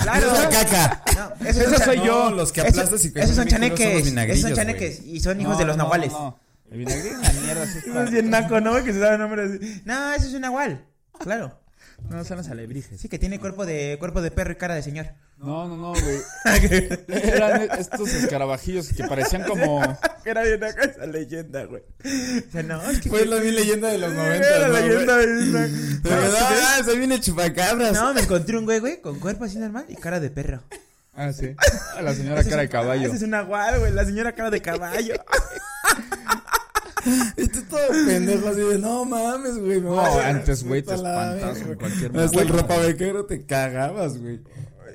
[SPEAKER 5] Claro.
[SPEAKER 1] ¡Esa caca!
[SPEAKER 5] No, esos son
[SPEAKER 3] Esa soy
[SPEAKER 5] cha-
[SPEAKER 3] yo.
[SPEAKER 1] No, los que
[SPEAKER 5] esos-
[SPEAKER 1] aplastas y que
[SPEAKER 5] Esos son
[SPEAKER 1] huelen culeros
[SPEAKER 5] chaneques.
[SPEAKER 1] los
[SPEAKER 5] Esos son
[SPEAKER 1] vinagrillos, güey.
[SPEAKER 5] chaneques. Y son
[SPEAKER 3] Ah,
[SPEAKER 5] hijos de los nahuales. No,
[SPEAKER 3] El vinagrillo es una mierda. así es para-
[SPEAKER 2] Estás bien naco, ¿no? güey? Que se sabe nombres así.
[SPEAKER 5] eso es un nahual. Claro.
[SPEAKER 3] No, son los alebrijes.
[SPEAKER 5] Sí, que tiene cuerpo de cuerpo de perro y cara de señor.
[SPEAKER 3] No, no, no, güey. Eran estos escarabajillos que parecían como...
[SPEAKER 2] Era bien naco esa leyenda, güey.
[SPEAKER 5] O sea, no, es que.
[SPEAKER 1] Fue la mi leyenda de los 90.
[SPEAKER 2] Era
[SPEAKER 1] ¿no,
[SPEAKER 2] la
[SPEAKER 1] güey?
[SPEAKER 2] leyenda
[SPEAKER 1] [laughs]
[SPEAKER 2] bien
[SPEAKER 1] Pero,
[SPEAKER 2] naco.
[SPEAKER 1] ah, se viene chupacabras. [laughs]
[SPEAKER 5] No, me encontré un güey, güey, con cuerpo así normal y cara de perro.
[SPEAKER 3] Ah, sí. A la señora cara de caballo.
[SPEAKER 2] Ese es un nahual, güey. La señora cara de caballo.
[SPEAKER 1] Y tú todo pendejo así de, no mames, güey. me
[SPEAKER 3] No,
[SPEAKER 1] voy a-
[SPEAKER 3] antes, güey, te
[SPEAKER 1] Vete a la
[SPEAKER 3] espantas
[SPEAKER 1] verga.
[SPEAKER 3] en cualquier
[SPEAKER 1] Hasta el
[SPEAKER 3] momento.
[SPEAKER 1] ropa te cagabas, güey.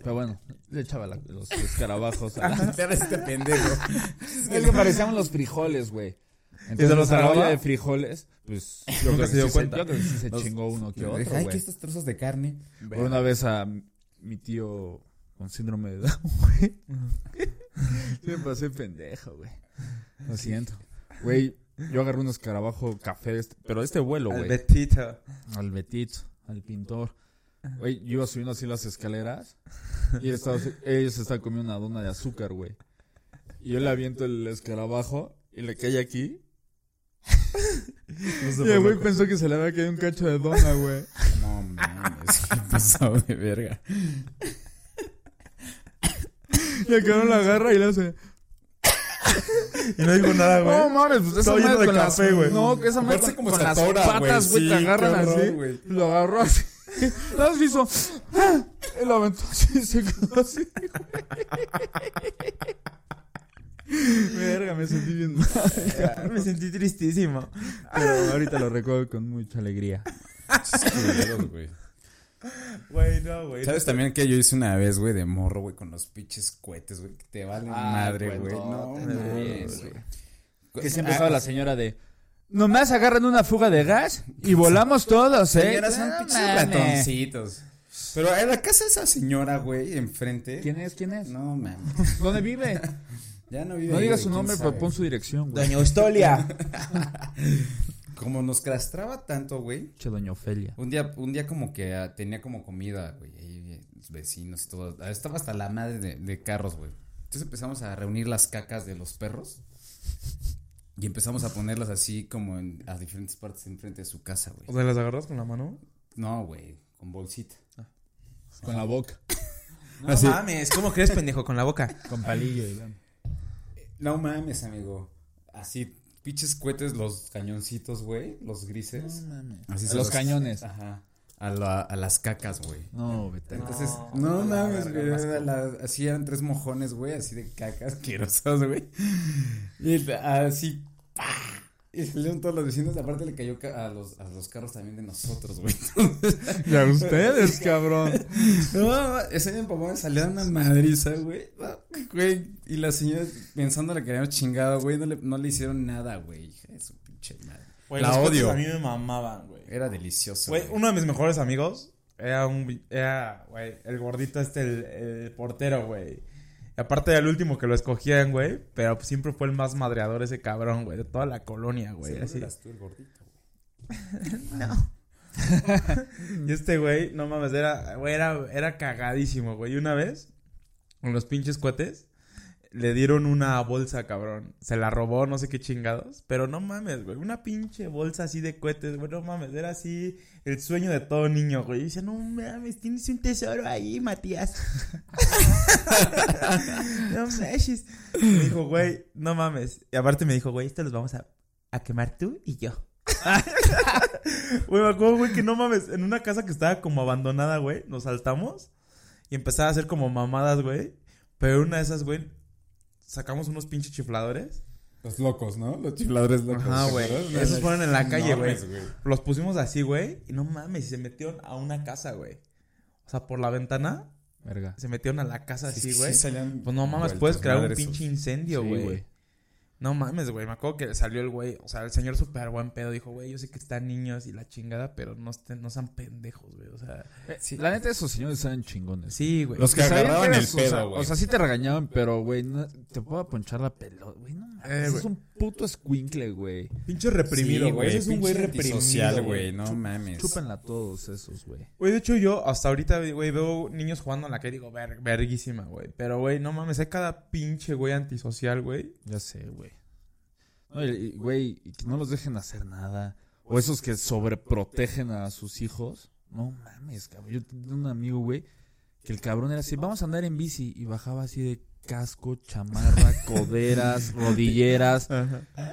[SPEAKER 3] Pero bueno, le echaba la- los escarabajos a la...
[SPEAKER 1] Era este pendejo.
[SPEAKER 3] [laughs] Es que parecían los frijoles, güey. Entonces,
[SPEAKER 2] se los
[SPEAKER 3] los la
[SPEAKER 2] tragaba?
[SPEAKER 3] olla de frijoles, pues. Yo
[SPEAKER 2] Nunca
[SPEAKER 3] creo
[SPEAKER 2] se
[SPEAKER 3] que
[SPEAKER 2] dio
[SPEAKER 3] sí
[SPEAKER 2] cuenta.
[SPEAKER 3] yo creo que sí se
[SPEAKER 1] Los-
[SPEAKER 3] chingó uno que
[SPEAKER 1] Ay,
[SPEAKER 3] otro,
[SPEAKER 1] que
[SPEAKER 3] güey.
[SPEAKER 1] estos trozos de carne.
[SPEAKER 3] Por Una vez a mi tío con síndrome de Down, [laughs] güey. Se me pasé pendejo, güey. Lo siento. Güey, yo agarré un escarabajo café, de este- pero de este vuelo,
[SPEAKER 2] Al
[SPEAKER 3] güey.
[SPEAKER 2] Betito.
[SPEAKER 3] Al Betito, al pintor. Güey, yo iba subiendo así las escaleras y él estaba así- ellos estaban comiendo una dona de azúcar, güey. Y yo le aviento el escarabajo y le cae aquí.
[SPEAKER 2] No sé
[SPEAKER 3] Y el
[SPEAKER 2] por
[SPEAKER 3] güey
[SPEAKER 2] qué.
[SPEAKER 3] pensó que se le había caído un cacho de dona, güey.
[SPEAKER 1] No mames,
[SPEAKER 3] [laughs]
[SPEAKER 1] qué pasado de verga.
[SPEAKER 3] Y el cabrón la agarra y le hace.
[SPEAKER 2] Y no digo nada, güey.
[SPEAKER 3] No mames, pues esa
[SPEAKER 2] Todo lleno
[SPEAKER 3] madre
[SPEAKER 2] de
[SPEAKER 3] con
[SPEAKER 2] café,
[SPEAKER 3] las...
[SPEAKER 2] güey.
[SPEAKER 3] No, esa madre
[SPEAKER 1] Aparte
[SPEAKER 3] con,
[SPEAKER 1] como
[SPEAKER 3] con
[SPEAKER 1] se
[SPEAKER 3] las
[SPEAKER 1] atora, güey.
[SPEAKER 3] patas, güey,
[SPEAKER 1] Sí,
[SPEAKER 3] te agarran
[SPEAKER 1] qué horror,
[SPEAKER 3] así.
[SPEAKER 1] güey.
[SPEAKER 3] Lo agarró así. Las hizo. ¡ah! Y lo aventó así, se quedó así, güey. Verga, me sentí bien mal.
[SPEAKER 2] Me sentí tristísimo.
[SPEAKER 3] Pero ahorita lo recuerdo con mucha alegría.
[SPEAKER 1] Pinches culeros, güey.
[SPEAKER 2] Güey, no, güey.
[SPEAKER 1] ¿Sabes también que yo hice una vez, güey, de morro, güey, con los pinches cohetes, güey? Que te valen
[SPEAKER 6] Ah,
[SPEAKER 1] madre, güey.
[SPEAKER 6] cuetotes,
[SPEAKER 1] No,
[SPEAKER 6] no,
[SPEAKER 1] mames,
[SPEAKER 6] güey.
[SPEAKER 1] güey. Ah,
[SPEAKER 6] Que siempre
[SPEAKER 3] Ah,
[SPEAKER 6] estaba la señora de.
[SPEAKER 3] Nomás agarran una fuga de gas y volamos todos,
[SPEAKER 1] Sí,
[SPEAKER 3] ¿eh?
[SPEAKER 1] eran pinches ratoncitos. Pero en la casa de esa señora, güey, enfrente.
[SPEAKER 3] ¿Quién es? ¿Quién es?
[SPEAKER 1] No, man. [laughs]
[SPEAKER 3] ¿Dónde vive?
[SPEAKER 1] Ya no vive.
[SPEAKER 3] No
[SPEAKER 1] ahí, güey,
[SPEAKER 3] digas su
[SPEAKER 1] quién
[SPEAKER 3] nombre,
[SPEAKER 1] sabe.
[SPEAKER 3] pero pon su dirección, güey.
[SPEAKER 2] Doña Eustolia.
[SPEAKER 1] Como nos castraba tanto, güey.
[SPEAKER 3] Che, doña Ofelia.
[SPEAKER 1] Un día, un día como que ah, tenía como comida, güey, ahí eh, los vecinos y todo. Ah, Estaba hasta la madre de, de carros, güey. Entonces empezamos a reunir las cacas de los perros y empezamos a ponerlas así como en, a diferentes partes enfrente de su casa,
[SPEAKER 2] ¿O
[SPEAKER 1] güey.
[SPEAKER 2] sea, las agarras con la mano?
[SPEAKER 1] No, güey, con bolsita.
[SPEAKER 3] Con la boca.
[SPEAKER 2] No mames, ¿cómo crees, pendejo? Con la boca.
[SPEAKER 3] Con palillo, digamos.
[SPEAKER 1] No mames, amigo. Así, pinches cohetes, los cañoncitos, güey, los grises. Así
[SPEAKER 3] Ah. A
[SPEAKER 1] se Ah,
[SPEAKER 3] los cañones.
[SPEAKER 1] Ajá. A, la- a las cacas, güey.
[SPEAKER 3] No, vete. a la-
[SPEAKER 1] Entonces,
[SPEAKER 2] No,
[SPEAKER 1] no, mames,
[SPEAKER 2] verga,
[SPEAKER 1] güey.
[SPEAKER 2] más
[SPEAKER 1] era la- así eran tres mojones, güey, así de cacas [laughs] asquerosas, güey. Y la- así. ¡pa! Y salieron todos los vecinos. Aparte, le cayó ca- a los, a los carros también de nosotros, güey. [laughs]
[SPEAKER 3] Y a [laughs] ustedes, cabrón.
[SPEAKER 1] No, no, ese día en Pomona salió una madriza, güey. No, Güey, y la señora pensando la que habíamos chingado, güey, no le, no le hicieron nada, güey. Hija de su pinche madre. la odio.
[SPEAKER 2] A mí me mamaban, güey.
[SPEAKER 1] Era delicioso.
[SPEAKER 2] Güey,
[SPEAKER 1] güey.
[SPEAKER 2] uno de mis mejores amigos era un. Era, güey, el gordito este, el, el portero, güey. Y aparte era el último que lo escogían, güey. Pero pues, siempre fue el más madreador ese cabrón, güey. De toda la colonia, güey.
[SPEAKER 1] Seguro
[SPEAKER 2] Así.
[SPEAKER 1] eras tú el gordito, güey.
[SPEAKER 2] Y este güey, no mames, era, güey, era, era cagadísimo, güey. Y una vez, con los pinches cohetes, le dieron una bolsa, cabrón. Se la robó, no sé qué chingados. Pero no mames, güey. Una pinche bolsa así de cohetes, güey. No mames, era así el sueño de todo niño, güey. Y dice, no mames, tienes un tesoro ahí, Matías. [laughs] no manches. Me dijo, güey, no mames. Y aparte me dijo, güey, esto los vamos a, a quemar tú y yo. Güey, me acuerdo, güey, que no mames. En una casa que estaba como abandonada, güey, nos saltamos y empezaba a hacer como mamadas, güey. Pero una de esas, güey, sacamos unos pinches chifladores.
[SPEAKER 1] Los locos, ¿no? Los chifladores locos.
[SPEAKER 2] Ajá,
[SPEAKER 1] ¿te
[SPEAKER 2] güey.
[SPEAKER 1] acuerdas?
[SPEAKER 2] Esos fueron en la calle, güey.
[SPEAKER 1] Enormes,
[SPEAKER 2] Los pusimos así, güey, y no mames, y se metieron a una casa, güey. O sea, por la ventana,
[SPEAKER 3] Verga.
[SPEAKER 2] se metieron a la casa así, güey.
[SPEAKER 1] salían
[SPEAKER 2] pues no mames,
[SPEAKER 1] vueltas,
[SPEAKER 2] puedes crear un
[SPEAKER 1] madres,
[SPEAKER 2] pinche incendio,
[SPEAKER 3] Sí,
[SPEAKER 2] güey.
[SPEAKER 3] güey.
[SPEAKER 2] No mames, güey. Me acuerdo que salió el güey. O sea, el señor súper buen pedo. Dijo, güey, yo sé que están niños y la chingada, pero no, estén, no sean pendejos, güey. O sea,
[SPEAKER 3] La neta, esos señores eran chingones.
[SPEAKER 2] sí, güey.
[SPEAKER 1] Los que
[SPEAKER 3] sabían
[SPEAKER 1] agarraban
[SPEAKER 3] eras-
[SPEAKER 1] el
[SPEAKER 3] o sea,
[SPEAKER 1] pedo, güey.
[SPEAKER 3] O sea, sí te regañaban, pero, güey, no- te puedo ponchar la pelota, güey. No,
[SPEAKER 2] Eh,
[SPEAKER 3] mames, es un puto escuincle, güey.
[SPEAKER 2] Pinche
[SPEAKER 1] Sí,
[SPEAKER 2] reprimido, güey. Ese es un güey
[SPEAKER 1] pinche
[SPEAKER 2] reprimido.
[SPEAKER 1] antisocial, güey. No mames.
[SPEAKER 3] Chúpenla todos esos, güey.
[SPEAKER 2] Güey, de hecho, yo hasta ahorita, güey, veo niños jugando en la calle y digo, "Ver- verguísima, güey. Pero, güey, no mames, hay cada pinche güey antisocial, güey.
[SPEAKER 3] Ya sé, güey. No, y- y, güey, y que no los dejen hacer nada. O esos que sobreprotegen a sus hijos. No mames, cabrón. Yo tenía un amigo, güey, que el cabrón era así, vamos a andar en bici. Y bajaba así de casco, [laughs] chamarra, coderas, rodilleras.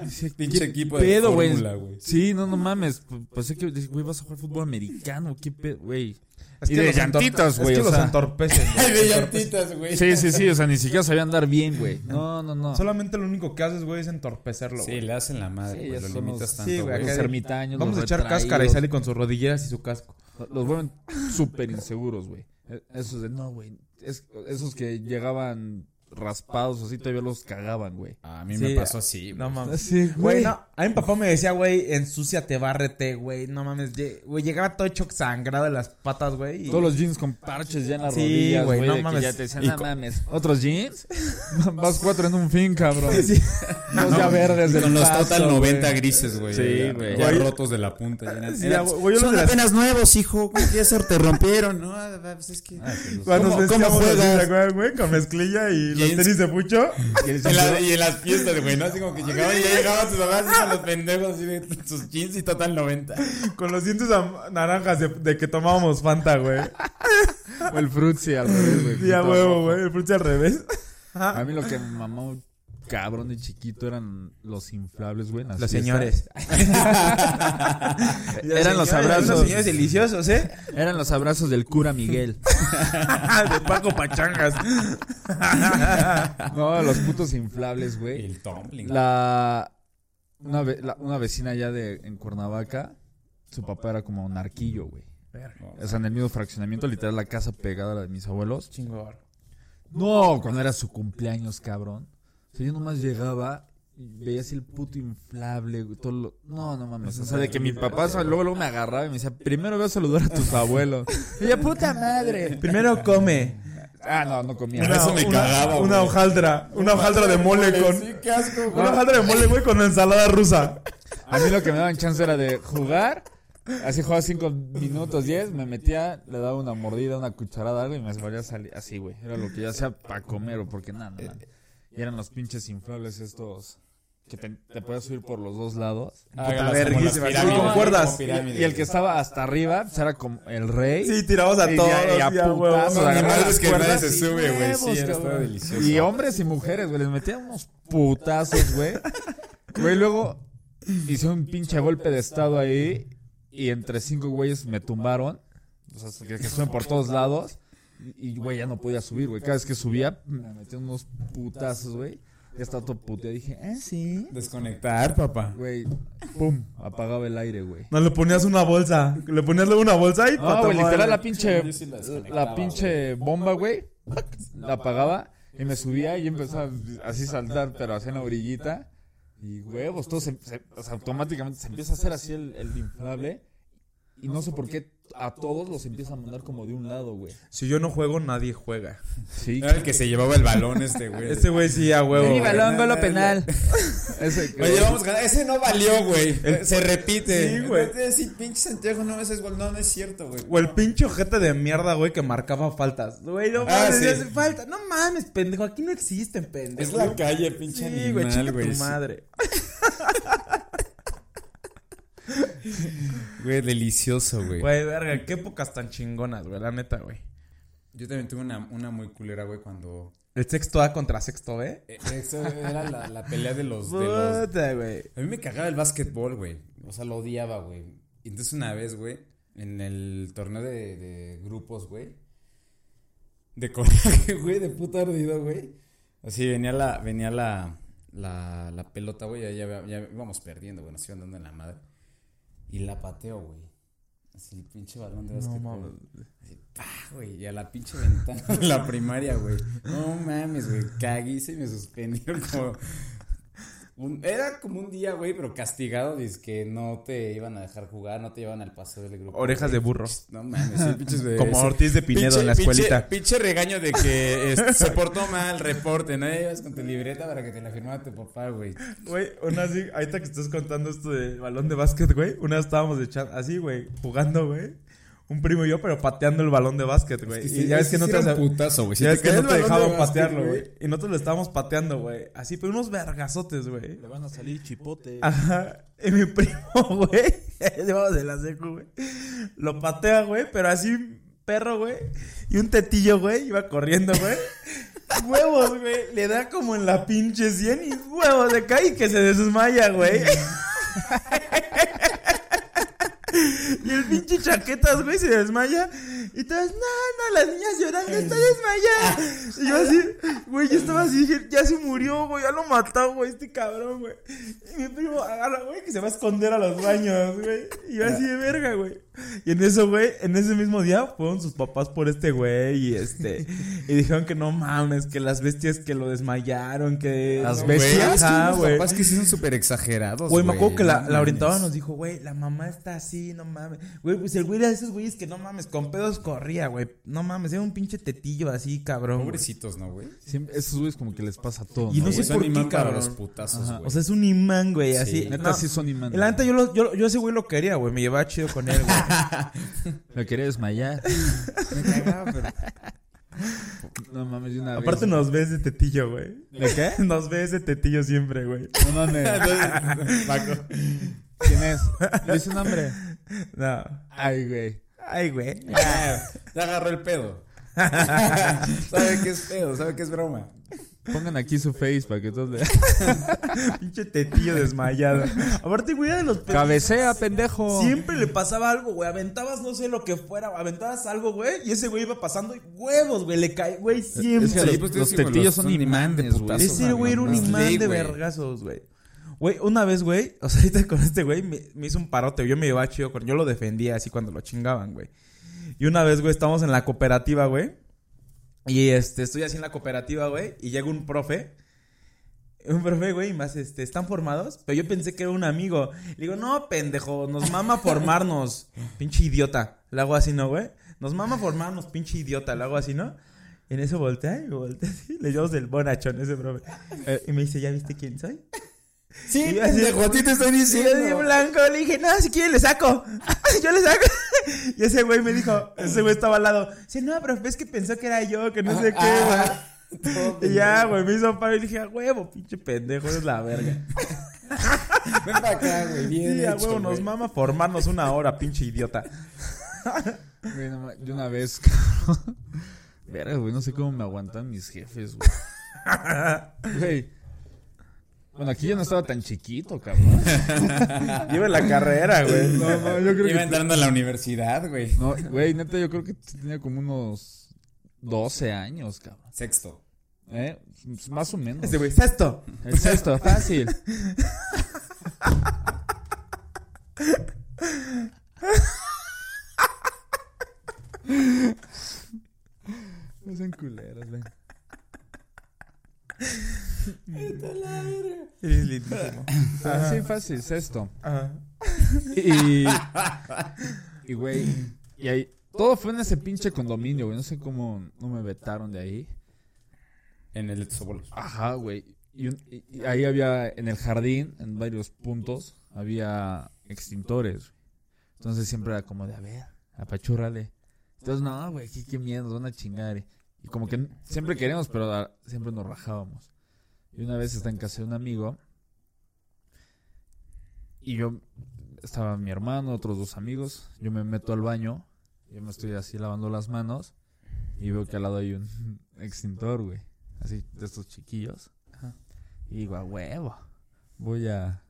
[SPEAKER 3] Dice,
[SPEAKER 1] Pinche
[SPEAKER 3] "¿Qué
[SPEAKER 1] equipo
[SPEAKER 3] pedo,
[SPEAKER 1] de
[SPEAKER 3] güey?"
[SPEAKER 1] fórmula, güey.
[SPEAKER 3] Sí, no, no mames. P- Pensé que, dije, güey, vas a jugar fútbol americano. ¿Qué pedo, güey?
[SPEAKER 2] Es
[SPEAKER 3] Y de
[SPEAKER 2] los entorpe-
[SPEAKER 3] llantitas, güey,
[SPEAKER 2] Es
[SPEAKER 3] o
[SPEAKER 2] que los
[SPEAKER 3] sea. [laughs]
[SPEAKER 2] entorpecen, güey.
[SPEAKER 1] de llantitas, güey.
[SPEAKER 3] Sí, sí, sí. O sea, ni siquiera sabía andar bien, güey. No, no, no.
[SPEAKER 2] Solamente lo único que haces, güey, es entorpecerlo,
[SPEAKER 1] Sí,
[SPEAKER 2] güey.
[SPEAKER 1] le hacen la madre,
[SPEAKER 3] Sí,
[SPEAKER 1] güey.
[SPEAKER 3] ya
[SPEAKER 1] Lo
[SPEAKER 3] son
[SPEAKER 1] limitas
[SPEAKER 3] los-
[SPEAKER 1] tanto,
[SPEAKER 2] sí, güey,
[SPEAKER 1] güey.
[SPEAKER 2] acá
[SPEAKER 3] los ermitaños.
[SPEAKER 2] Vamos
[SPEAKER 3] los
[SPEAKER 2] a echar cáscara y
[SPEAKER 3] retraídos.
[SPEAKER 2] sale con sus rodilleras y su casco. [laughs]
[SPEAKER 3] Los vuelven súper inseguros, güey. Eh, Esos de, no, güey. Es- esos que llegaban raspados así, todavía los cagaban, güey.
[SPEAKER 1] A mí
[SPEAKER 2] Sí,
[SPEAKER 1] me pasó así,
[SPEAKER 2] No
[SPEAKER 1] güey.
[SPEAKER 2] mames.
[SPEAKER 3] Sí,
[SPEAKER 2] Ah, Güey, no. A mi papá me decía, güey, ensúciate, bárrete, güey. No mames. lle- Güey, llegaba todo hecho sangrado de las patas, güey. y-
[SPEAKER 3] Todos los jeans con parches ya en las
[SPEAKER 2] Sí,
[SPEAKER 3] rodillas,
[SPEAKER 2] güey,
[SPEAKER 3] güey.
[SPEAKER 2] no
[SPEAKER 3] de que
[SPEAKER 2] mames.
[SPEAKER 3] ya te decían,
[SPEAKER 1] Y
[SPEAKER 3] "No
[SPEAKER 1] co-
[SPEAKER 3] mames. ¿Otros jeans? [laughs] Vas cuatro en un fin, cabrón.
[SPEAKER 2] Sí.
[SPEAKER 3] Dos ya verdes del
[SPEAKER 1] Con los
[SPEAKER 3] paso,
[SPEAKER 1] total
[SPEAKER 3] güey.
[SPEAKER 1] 90 grises, güey.
[SPEAKER 3] Sí,
[SPEAKER 1] ya-
[SPEAKER 3] güey.
[SPEAKER 1] Ya
[SPEAKER 2] Güey.
[SPEAKER 1] rotos de la punta. ya eran-
[SPEAKER 2] Sí,
[SPEAKER 1] eran-
[SPEAKER 2] ya, güey, yo los de las-
[SPEAKER 1] nuevos, hijo. ¿Cómo que eso te rompieron? No, Ah, pues es que...
[SPEAKER 2] Cuando
[SPEAKER 1] ¿Cómo-
[SPEAKER 2] nos
[SPEAKER 1] cómo
[SPEAKER 2] vestíamos así,
[SPEAKER 1] juegas?
[SPEAKER 2] ¿se acuerdan, güey? Con mezclilla y los
[SPEAKER 1] Jeans.
[SPEAKER 2] tenis de pucho.
[SPEAKER 1] En la- y Ah, en las fiestas, güey, ¿no? Así como que llegaban y ya llegaban sus papás así con los pendejos así de sus jeans y total 90.
[SPEAKER 2] Con los dientes am- naranjas de, de que tomábamos Fanta, güey.
[SPEAKER 3] O el frutzi al revés, güey.
[SPEAKER 2] Ya,
[SPEAKER 3] puto
[SPEAKER 2] huevo,
[SPEAKER 3] rojo.
[SPEAKER 2] güey. El frutti al revés.
[SPEAKER 3] A mí lo que me mamó cabrón de chiquito eran los inflables, güey. en las
[SPEAKER 7] Los
[SPEAKER 3] fiestas.
[SPEAKER 7] señores.
[SPEAKER 3] Eran los abrazos.
[SPEAKER 7] Los señores deliciosos, ¿eh?
[SPEAKER 3] Eran los abrazos del cura Miguel.
[SPEAKER 7] [laughs] De Paco Pachangas.
[SPEAKER 3] No, los putos inflables, güey.
[SPEAKER 1] El tumbling.
[SPEAKER 3] La una, ve- la- una vecina allá de en Cuernavaca, su papá era como un arquillo, güey. O sea, en el mismo fraccionamiento, literal, la casa pegada a la de mis abuelos.
[SPEAKER 7] Chingón.
[SPEAKER 3] No, cuando era su cumpleaños, cabrón. O sea, yo nomás llegaba y veía así el puto inflable, güey. Todo lo... No, no mames. O sea, de que mi papá sal- luego, luego me agarraba y me decía, primero voy a saludar a tus abuelos. [laughs] Y yo, puta madre.
[SPEAKER 7] Primero come.
[SPEAKER 3] Ah, no, no comía.
[SPEAKER 8] Eso me cagaba,
[SPEAKER 2] Una
[SPEAKER 8] güey.
[SPEAKER 2] hojaldra. Una hojaldra de mole con.
[SPEAKER 8] Sí, qué asco, güey.
[SPEAKER 2] Una hojaldra de mole, güey, con ensalada rusa.
[SPEAKER 3] A mí lo que me daban chance era de jugar. Así jugaba 5 minutos, 10, me metía, le daba una mordida, una cucharada, algo y me volvía a salir. Así, güey. Era lo que yo hacía para comer o porque nada, nada. Y eran los pinches inflables estos que te, te podías subir por los dos lados.
[SPEAKER 8] Hágalas como
[SPEAKER 2] verguísima,
[SPEAKER 8] las
[SPEAKER 2] sí,
[SPEAKER 8] pirámides,
[SPEAKER 2] con cuerdas.
[SPEAKER 8] como
[SPEAKER 3] Y,
[SPEAKER 8] pirámides.
[SPEAKER 3] y el que estaba hasta arriba pues, era como el rey.
[SPEAKER 2] Sí, tiramos a
[SPEAKER 3] Y
[SPEAKER 2] todos.
[SPEAKER 3] ya- y a
[SPEAKER 2] ya, güey.
[SPEAKER 3] putazos,
[SPEAKER 8] No, ni
[SPEAKER 3] agarraba
[SPEAKER 8] madres
[SPEAKER 3] las
[SPEAKER 8] que nadie
[SPEAKER 3] cuerdas
[SPEAKER 8] se
[SPEAKER 3] y
[SPEAKER 8] sube, güey. Sí,
[SPEAKER 3] huevos,
[SPEAKER 8] era- estaba
[SPEAKER 3] cabrón.
[SPEAKER 8] delicioso.
[SPEAKER 3] Y hombres y mujeres, güey, les metían unos putazos, güey. Güey, luego hice un pinche golpe de estado ahí y entre cinco güeyes me tumbaron. O sea, que, que suben por todos lados. Y, güey, ya no podía subir, güey. Cada vez que subía, me metían unos putazos, güey. Ya estaba todo puteado. Dije, ah, sí.
[SPEAKER 1] Desconectar, papá.
[SPEAKER 3] Güey, pum, apagaba el aire, güey.
[SPEAKER 2] No le ponías una bolsa. Le ponías luego una bolsa y
[SPEAKER 3] No,
[SPEAKER 2] pa'
[SPEAKER 3] Ah, güey,
[SPEAKER 2] tomar.
[SPEAKER 3] literal la pinche,
[SPEAKER 8] Yo sí la desconectaba,
[SPEAKER 3] la pinche bomba, güey. La apagaba y me subía y empezaba así a saltar, pero así en la orillita. Y huevos, todo se, se- o sea, automáticamente se empieza a hacer así el, el inflable. Y no sé por qué a todos los empieza a mandar como de un lado, güey.
[SPEAKER 2] Si yo no juego, nadie juega.
[SPEAKER 3] Sí.
[SPEAKER 1] Era el que se llevaba el balón [laughs] este, güey.
[SPEAKER 2] Este güey sí, a huevo.
[SPEAKER 1] Mi balón, golo penal.
[SPEAKER 3] Ese,
[SPEAKER 1] Oye, vamos a ganar. Ese no valió, güey. Se repite.
[SPEAKER 2] Sí, güey.
[SPEAKER 1] Entonces, sí, pinche Santiago, no, ese es gol. No, no es cierto, güey.
[SPEAKER 2] O el pinche ojete de mierda, güey, que marcaba faltas. Güey, no
[SPEAKER 1] Ah,
[SPEAKER 2] mames,
[SPEAKER 1] sí.
[SPEAKER 2] ya hace falta. No mames, pendejo. Aquí no existen, pendejo.
[SPEAKER 1] Es la calle, pinche
[SPEAKER 2] Sí, güey,
[SPEAKER 1] animal,
[SPEAKER 2] chica
[SPEAKER 1] güey.
[SPEAKER 2] tu
[SPEAKER 1] Sí.
[SPEAKER 2] madre.
[SPEAKER 1] Güey, delicioso, güey.
[SPEAKER 2] Güey, verga, qué épocas tan chingonas, güey, la neta, güey.
[SPEAKER 1] Yo también tuve una, una muy culera, güey, cuando.
[SPEAKER 2] El sexto A contra sexto B. Pues
[SPEAKER 1] eh, Eso era la, la pelea de los, de los
[SPEAKER 2] Puta, güey.
[SPEAKER 1] A mí me cagaba el básquetbol, güey. O sea, lo odiaba, güey. Y Entonces una vez, güey, en el torneo de, de grupos, güey. De coraje, [laughs] güey, de puta ardido, güey. Así venía la, venía la, la, la pelota, güey. Ya, ya, ya íbamos perdiendo, güey. Nos iban dando en la madre. Y la pateo, güey. Así el pinche balón de básquetbol. Así, pa, güey. Y a la pinche ventana de la primaria, güey. No mames, güey. Caguice y me suspendieron [laughs] como un- era como un día, güey, pero castigado, dice que no te iban a dejar jugar, no te iban al paseo del grupo.
[SPEAKER 2] Orejas de burro.
[SPEAKER 1] Pues, No mames, sí, pinches de-
[SPEAKER 2] Como
[SPEAKER 1] sí.
[SPEAKER 2] Ortiz de Pinedo en la escuelita.
[SPEAKER 1] Pinche, pinche regaño de que
[SPEAKER 2] [laughs]
[SPEAKER 1] este, se portó mal, reporte, ¿no? Ya ibas con tu libreta para que te la firmara tu papá, güey.
[SPEAKER 2] Güey, una así, ahorita que estás contando esto de balón de básquet, güey. Una vez estábamos de chat, así, güey, jugando, güey. Un primo y yo, pero pateando el balón de básquet, güey.
[SPEAKER 1] Es que
[SPEAKER 2] y
[SPEAKER 1] sí,
[SPEAKER 2] ya ves
[SPEAKER 1] sí
[SPEAKER 2] que no te
[SPEAKER 1] era
[SPEAKER 2] hace-
[SPEAKER 1] un putazo, güey. Si
[SPEAKER 2] ya
[SPEAKER 1] te
[SPEAKER 2] ves que
[SPEAKER 1] cae
[SPEAKER 2] no
[SPEAKER 1] el
[SPEAKER 2] te
[SPEAKER 1] balón de
[SPEAKER 2] dejaban
[SPEAKER 1] básquet,
[SPEAKER 2] patearlo, güey. Y nosotros lo estábamos pateando, güey. Así, pero unos vergazotes, güey.
[SPEAKER 8] Le van a salir chipote.
[SPEAKER 2] Ajá. Y mi primo, [laughs] güey, llevamos de la secu, güey. Lo patea, güey, pero así perro, güey. Y un tetillo, güey, iba corriendo,
[SPEAKER 1] [laughs]
[SPEAKER 2] güey. Huevos, güey. Le da como en la pinche 100 y huevos de cae y que se desmaya, güey. Y el pinche chaquetas, güey, se desmaya. Y todas, no, no, las niñas llorando, está desmayada. Y yo así, güey, yo estaba así, dije, ya se murió, güey, ya lo mató, güey, este cabrón, güey. Y mi primo agarra, güey, que se va a esconder a los baños, güey. Y yo así de verga, güey. Y en eso, güey, en ese mismo día fueron sus papás por este güey y este. Y dijeron que no mames, que las bestias que lo desmayaron, que.
[SPEAKER 3] Las
[SPEAKER 2] no,
[SPEAKER 1] Güey,
[SPEAKER 3] bestias,
[SPEAKER 1] es que
[SPEAKER 2] ajá,
[SPEAKER 1] unos
[SPEAKER 2] güey.
[SPEAKER 1] papás que sí son súper exagerados,
[SPEAKER 2] Güey, me acuerdo que la,
[SPEAKER 1] no
[SPEAKER 2] la orientadora
[SPEAKER 1] mames.
[SPEAKER 2] nos dijo, güey, la mamá está así, no mames. Güey, pues el güey era de esos güeyes que no mames, con pedos corría, güey. No mames, era un pinche tetillo así, cabrón. güey.
[SPEAKER 1] Pobrecitos, ¿no, güey?
[SPEAKER 3] Siempre- esos güeyes como que les pasa todo.
[SPEAKER 2] Y no
[SPEAKER 3] ¿no?
[SPEAKER 2] sé
[SPEAKER 1] Güey, son
[SPEAKER 2] por qué,
[SPEAKER 1] imán para
[SPEAKER 2] cabrón.
[SPEAKER 1] los putazos, güey.
[SPEAKER 2] O sea, es un imán, güey,
[SPEAKER 1] Sí,
[SPEAKER 2] así.
[SPEAKER 3] Neta
[SPEAKER 2] No,
[SPEAKER 3] sí son imanes.
[SPEAKER 2] La neta, yo, lo- yo, yo ese güey lo quería, güey. Me llevaba chido con [laughs] él, güey.
[SPEAKER 3] Me quería desmayar.
[SPEAKER 1] [laughs] me cagaba, pero.
[SPEAKER 3] [laughs] No mames, de una
[SPEAKER 2] Aparte
[SPEAKER 3] vez.
[SPEAKER 2] nos ve ese tetillo, güey.
[SPEAKER 3] ¿De qué?
[SPEAKER 2] [laughs] Nos ve ese tetillo siempre, güey.
[SPEAKER 3] No
[SPEAKER 1] [laughs]
[SPEAKER 3] mames. Paco. ¿Quién [laughs] es? Dice un nombre.
[SPEAKER 2] No.
[SPEAKER 3] Ay, güey.
[SPEAKER 2] Ay, güey. [laughs]
[SPEAKER 1] Ya, ya agarró el pedo. sabe que es pedo, sabe que es broma.
[SPEAKER 3] Pongan aquí su face para que todos le...
[SPEAKER 2] Pinche tetillo desmayado. Aparte, güey, era de los pendejos.
[SPEAKER 3] [laughs] ¡Cabecea, pendejo!
[SPEAKER 2] Siempre le pasaba algo, güey. Aventabas no sé lo que fuera, güey. aventabas algo, güey. Y ese güey iba pasando y huevos, güey. Le cae, güey, siempre.
[SPEAKER 3] Es que
[SPEAKER 1] Sí,
[SPEAKER 3] los,
[SPEAKER 1] pues,
[SPEAKER 3] los
[SPEAKER 1] sí, güey,
[SPEAKER 3] tetillos
[SPEAKER 1] los-
[SPEAKER 3] son
[SPEAKER 1] son imán de
[SPEAKER 3] imanes, güey.
[SPEAKER 1] putazos,
[SPEAKER 2] Ese güey era un
[SPEAKER 1] Los
[SPEAKER 2] imán
[SPEAKER 1] Lee,
[SPEAKER 2] de
[SPEAKER 1] güey.
[SPEAKER 2] vergazos, güey. Güey, una vez, güey, [laughs] o sea, ahorita con este güey me, me hizo un parote. Yo me llevaba chido con... Yo lo defendía así cuando lo chingaban, güey. Y una vez, güey, estamos en la cooperativa, güey. Y este, estoy así en la cooperativa, güey. Y llega un profe. Un profe, güey, y más, este, ¿están formados? Pero yo pensé que era un amigo. Le digo, no, pendejo, nos mama formarnos. [laughs] pinche idiota. Le hago así, ¿no, güey? Nos mama formarnos, pinche idiota. Le hago así, ¿no? En eso voltea y me voltea así. Le llevamos el bonachón a ese profe. Eh, y me dice, ¿ya viste quién soy?
[SPEAKER 5] Sí,
[SPEAKER 2] Y yo así-
[SPEAKER 5] pendejo, a ti te estoy
[SPEAKER 2] Y yo así
[SPEAKER 5] diciendo.
[SPEAKER 2] blanco, le dije, no, si quieres le saco. [laughs] yo le saco. [laughs] Y ese güey me dijo, ese güey estaba al lado. Dice, no, profe, es que pensó que era yo, que
[SPEAKER 5] Ah,
[SPEAKER 2] no sé qué, güey. Y ya, güey, me hizo paro y dije, a huevo, pinche pendejo, eres la verga.
[SPEAKER 5] Ven para acá, güey. Bien
[SPEAKER 2] Sí, a
[SPEAKER 5] hecho,
[SPEAKER 2] huevo, nos
[SPEAKER 5] güey.
[SPEAKER 2] mama formarnos una hora, pinche idiota.
[SPEAKER 3] Güey, no ma- yo una vez, [laughs] cabrón. Verga, güey, no sé cómo me aguantan mis jefes, güey. Güey. Bueno, aquí yo no estaba tan chiquito, cabrón.
[SPEAKER 2] Lleva la carrera, güey.
[SPEAKER 3] No, no, yo creo
[SPEAKER 1] Iba
[SPEAKER 3] que.
[SPEAKER 1] entrando a la universidad, güey.
[SPEAKER 3] No, güey, neta, yo creo que tenía como unos 12 años, cabrón.
[SPEAKER 1] Sexto.
[SPEAKER 3] ¿Eh? Más o menos.
[SPEAKER 2] Ese güey, sexto.
[SPEAKER 3] El sexto, fácil. No sean culeras, ven.
[SPEAKER 2] Eres lindísimo.
[SPEAKER 3] Ah, Sí, fácil, sexto.
[SPEAKER 2] Ajá.
[SPEAKER 3] Y. Y, güey. Y ahí. Todo fue en ese pinche condominio, güey. No sé cómo no me vetaron de ahí.
[SPEAKER 1] En el de tus abuelos.
[SPEAKER 3] Ajá, güey. Y, un- y- y ahí había, en el jardín, en varios puntos, había extintores. güey. Entonces siempre era como de, a ver, apachúrale. Entonces, no, güey, qué, qué miedo, nos van a chingar. eh. Y como que n- siempre queríamos, pero ah, siempre nos rajábamos. Y una vez está en casa de un amigo. Y yo, estaba mi hermano, otros dos amigos. Yo me meto al baño. Yo me estoy así lavando las manos. Y veo que al lado hay un [laughs] extintor, güey así de estos chiquillos. Y digo, a huevo. Voy a